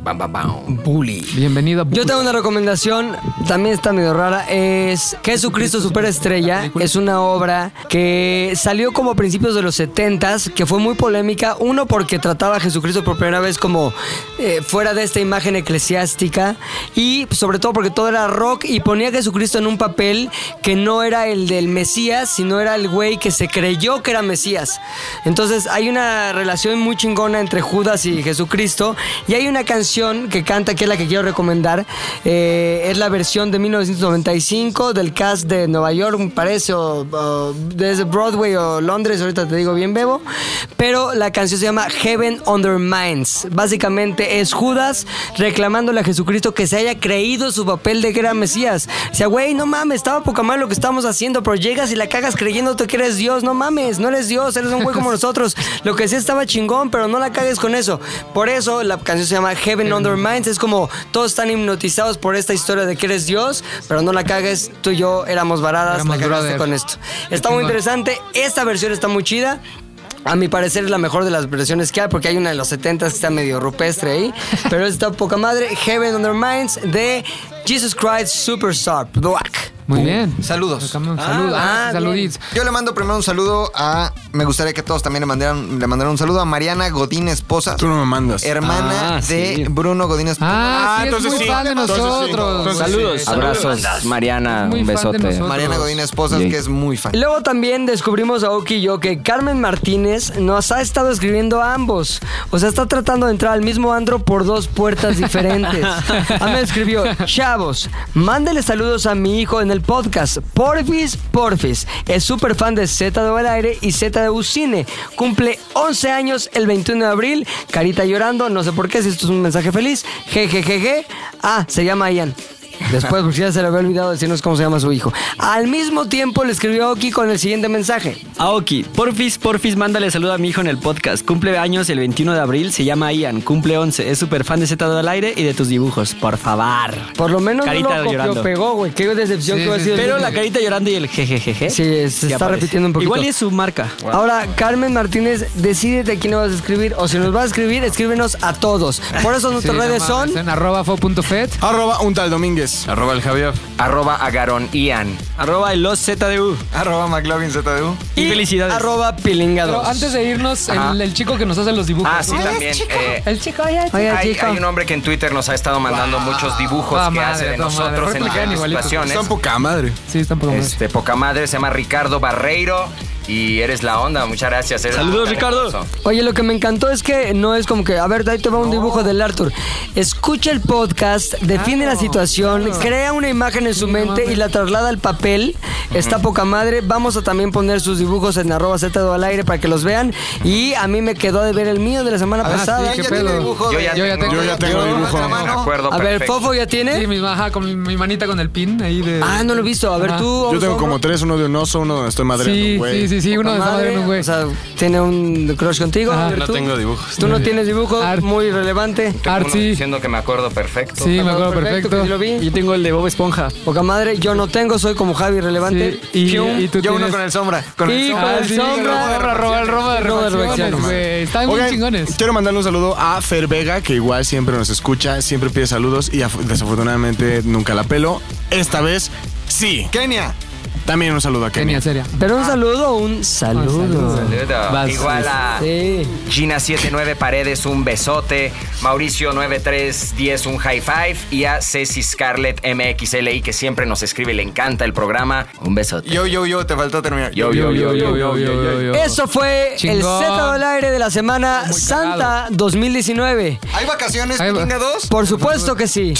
S9: Bam, bam, bam.
S2: Bully.
S4: Bienvenido. a
S2: Yo tengo una recomendación, también está medio rara, es Jesucristo Superestrella. Es una obra que salió como a principios de los 70s, que fue muy polémica. Uno, porque trataba a Jesucristo por primera vez como eh, fuera de esta imagen eclesiástica. Y sobre todo porque todo era rock y ponía a Jesucristo en un papel que no era el del Mesías, sino era el güey que se creyó que era Mesías. Entonces hay una relación muy chingona entre Judas y Jesucristo. Y hay una canción que canta, que es la que quiero recomendar. eh, es la versión de 1995 del cast de Nueva York, me parece, o, o desde Broadway o Londres, ahorita te digo bien, Bebo. Pero la canción se llama Heaven on Their Minds. Básicamente es Judas reclamándole a Jesucristo que se haya creído su papel de que era Mesías. O sea, güey, no mames, estaba poca mal lo que estamos haciendo, pero llegas y la cagas creyéndote que eres Dios. No mames, no eres Dios, eres un güey como nosotros. Lo que sí estaba chingón, pero no la cagues con eso. Por eso la canción se llama Heaven on Their Minds. Es como todos están hipnotizados por esta historia de que eres Dios, pero no la cagues. Tú y yo éramos varadas,
S4: Éramos
S2: la cagaste
S4: brother.
S2: con esto. Está muy
S4: chingón.
S2: interesante. Esta versión está muy chida. A mi parecer es la mejor de las versiones que hay, porque hay una de los 70 que está medio rupestre ahí. Pero está poca madre. Heaven on Their Minds de Jesus Christ Superstar. Black.
S4: Muy bien.
S5: Saludos.
S4: Saludos. Saludos.
S2: ah,
S4: Saluditos.
S5: Yo le mando primero un saludo a. Me gustaría que todos también le mandaran, le mandaran un saludo a Mariana Godín Esposa,
S8: Tú no me mandas.
S5: hermana
S4: Ah,
S5: de
S4: sí.
S5: Bruno Godín Esposa.
S4: Ah,
S8: Ah,
S4: sí, es
S8: entonces
S4: muy
S8: sí.
S4: fan de
S8: Entonces sí.
S4: nosotros.
S8: Entonces sí.
S4: Saludos.
S9: Abrazos, Mariana,
S4: Muy
S9: un
S4: fan de
S9: besote.
S4: nosotros.
S5: Mariana Godín Esposas,
S9: Sí.
S5: que es muy fan.
S2: Luego también descubrimos a Oki y yo que Carmen Martínez nos ha estado escribiendo a ambos. O sea, está tratando de entrar al mismo andro por dos puertas diferentes. A mí me escribió, chavos, mándele saludos a mi hijo en el podcast. Porfis, porfis. Es súper fan de ZDU al aire y ZDU cine. Cumple 11 años el 21 de abril. Carita llorando, no sé por qué, si esto es un mensaje feliz. Jejejeje. Ah, se llama Ian. Después, porque ya se le había olvidado decirnos cómo se llama su hijo. Al mismo tiempo le escribió a Oki con el siguiente mensaje.
S6: Aoki, porfis, porfis, mándale saludo a mi hijo en el podcast. Cumple años el 21 de abril, se llama Ian, cumple 11, es súper fan de Z al aire y de tus dibujos, por favor.
S2: Por lo menos
S6: Carita
S2: no lo copió,
S6: llorando.
S2: pegó, güey. Qué decepción
S4: Sí,
S2: que va a
S4: sí,
S2: ser.
S4: sí.
S6: Pero la carita llorando y el jejejeje.
S2: Sí, se
S6: ya
S2: está repitiendo un poquito.
S6: Igual y es su marca.
S2: Ahora, Carmen Martínez, decídete a quién nos vas a escribir. O si nos vas a escribir, escríbenos a todos. Por eso
S4: Sí, ¿eh?
S2: nuestras
S4: no
S2: redes
S4: mames,
S2: son...
S4: En arroba fo.fet.
S8: Arroba un tal Domínguez.
S9: Hernández. Arroba el Javier. Arroba Agarón Ian. Arroba el los ZDU. Arroba McLovin ZDU.
S2: Y, felicidades. Arroba pilinga
S4: Pero
S2: 2.
S4: antes de irnos, el,
S9: Ajá.
S4: el chico que nos hace los dibujos.
S9: Ah, sí,
S4: ¿no?
S9: también. eh,
S4: El chico, oye,
S9: hay, hay un hombre que en Twitter nos ha estado mandando muchos dibujos
S4: Ah,
S9: que
S4: madre,
S9: hace de
S4: toda madre.
S9: nosotros
S4: Porque
S9: en
S4: le quedan
S9: diferentes
S4: igualitos.
S9: situaciones.
S4: Son
S8: poca madre.
S4: Sí, está un poco más.
S9: Este poca madre se llama Ricardo Barreiro y eres la onda. Muchas gracias. eres
S2: Saludos,
S9: muy
S2: Ricardo.
S9: talentoso.
S2: Oye, lo que me encantó es que no es como que, a ver, ahí te va un dibujo del Arthur. Escucha el podcast, define la situación, crea una imagen en su mente y la traslada al papel. Está poca madre. Vamos a también poner sus dibujos en arroba Z al aire para que los vean. Y a mí me quedó de ver el mío de la semana
S4: Ah,
S2: pasada.
S4: sí, qué pedo.
S9: Yo ya tengo-
S8: Yo ya tengo dibujo.
S9: Me acuerdo
S2: A ver,
S9: perfecto.
S2: Fofo ya tiene.
S4: Sí, mi, ajá, con mi manita con el pin ahí de.
S2: Ah, no lo he visto. A ver,
S4: Ajá.
S2: tú.
S8: Yo tengo como tres, uno de un oso, uno donde estoy madreando,
S4: Sí,
S8: un güey.
S4: sí, sí, sí, uno de
S2: Poca
S4: madre,
S2: madre,
S4: un güey.
S2: O sea, tiene un crush contigo.
S4: Ajá.
S2: A ver,
S7: No
S2: tú.
S7: tengo dibujos.
S2: Tú no tienes dibujo muy relevante.
S9: Tengo uno Diciendo que me acuerdo perfecto.
S4: Sí, me acuerdo perfecto.
S2: que sí lo vi.
S4: Yo tengo el de Bob Esponja.
S2: Poca madre, yo no tengo, soy como Javi relevante.
S4: Sí, y-
S2: Pium.
S4: y tú
S2: yo uno
S4: tienes-
S2: con el
S8: sombra.
S2: Con el sombra.
S4: Ah, sí,
S2: sombra.
S4: el robo de roba- el robo de
S2: Robo de
S4: refacciones,
S2: refacciones.
S4: güey. Están muy
S8: Oigan,
S4: chingones.
S8: Quiero mandarle un saludo a Fer Vega, que igual siempre nos escucha, siempre pide saludos y af- desafortunadamente nunca la pelo. Esta vez sí.
S5: Kenia.
S8: También un saludo a Kenia.
S4: Genia, seria.
S2: Pero un saludo, un saludo.
S9: Saludo.
S4: Vas,
S9: Igual a
S2: Sí.
S9: Gina79 Paredes, un besote. Mauricio9310, un high five. Y a Ceci Scarlett MXLI, que siempre nos escribe, le encanta el programa. Un besote.
S5: Yo, yo, yo, te faltó terminar.
S9: Yo, yo, yo, yo, yo, yo, yo, yo.
S2: Eso fue el
S9: Chingón.
S2: Z del aire de la Semana Santa 2019.
S5: ¿Hay vacaciones, Pilinga 2?
S2: Por supuesto que sí.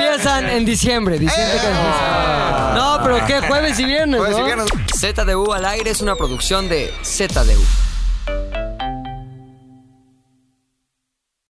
S2: Empiezan en diciembre. diciembre
S5: Eh,
S2: que empieza.
S5: pues,
S2: No, pero ¿qué? Jueves y viernes.
S5: Jueves y
S2: ¿no?
S5: viernes.
S1: ZDU al aire es una producción de ZDU.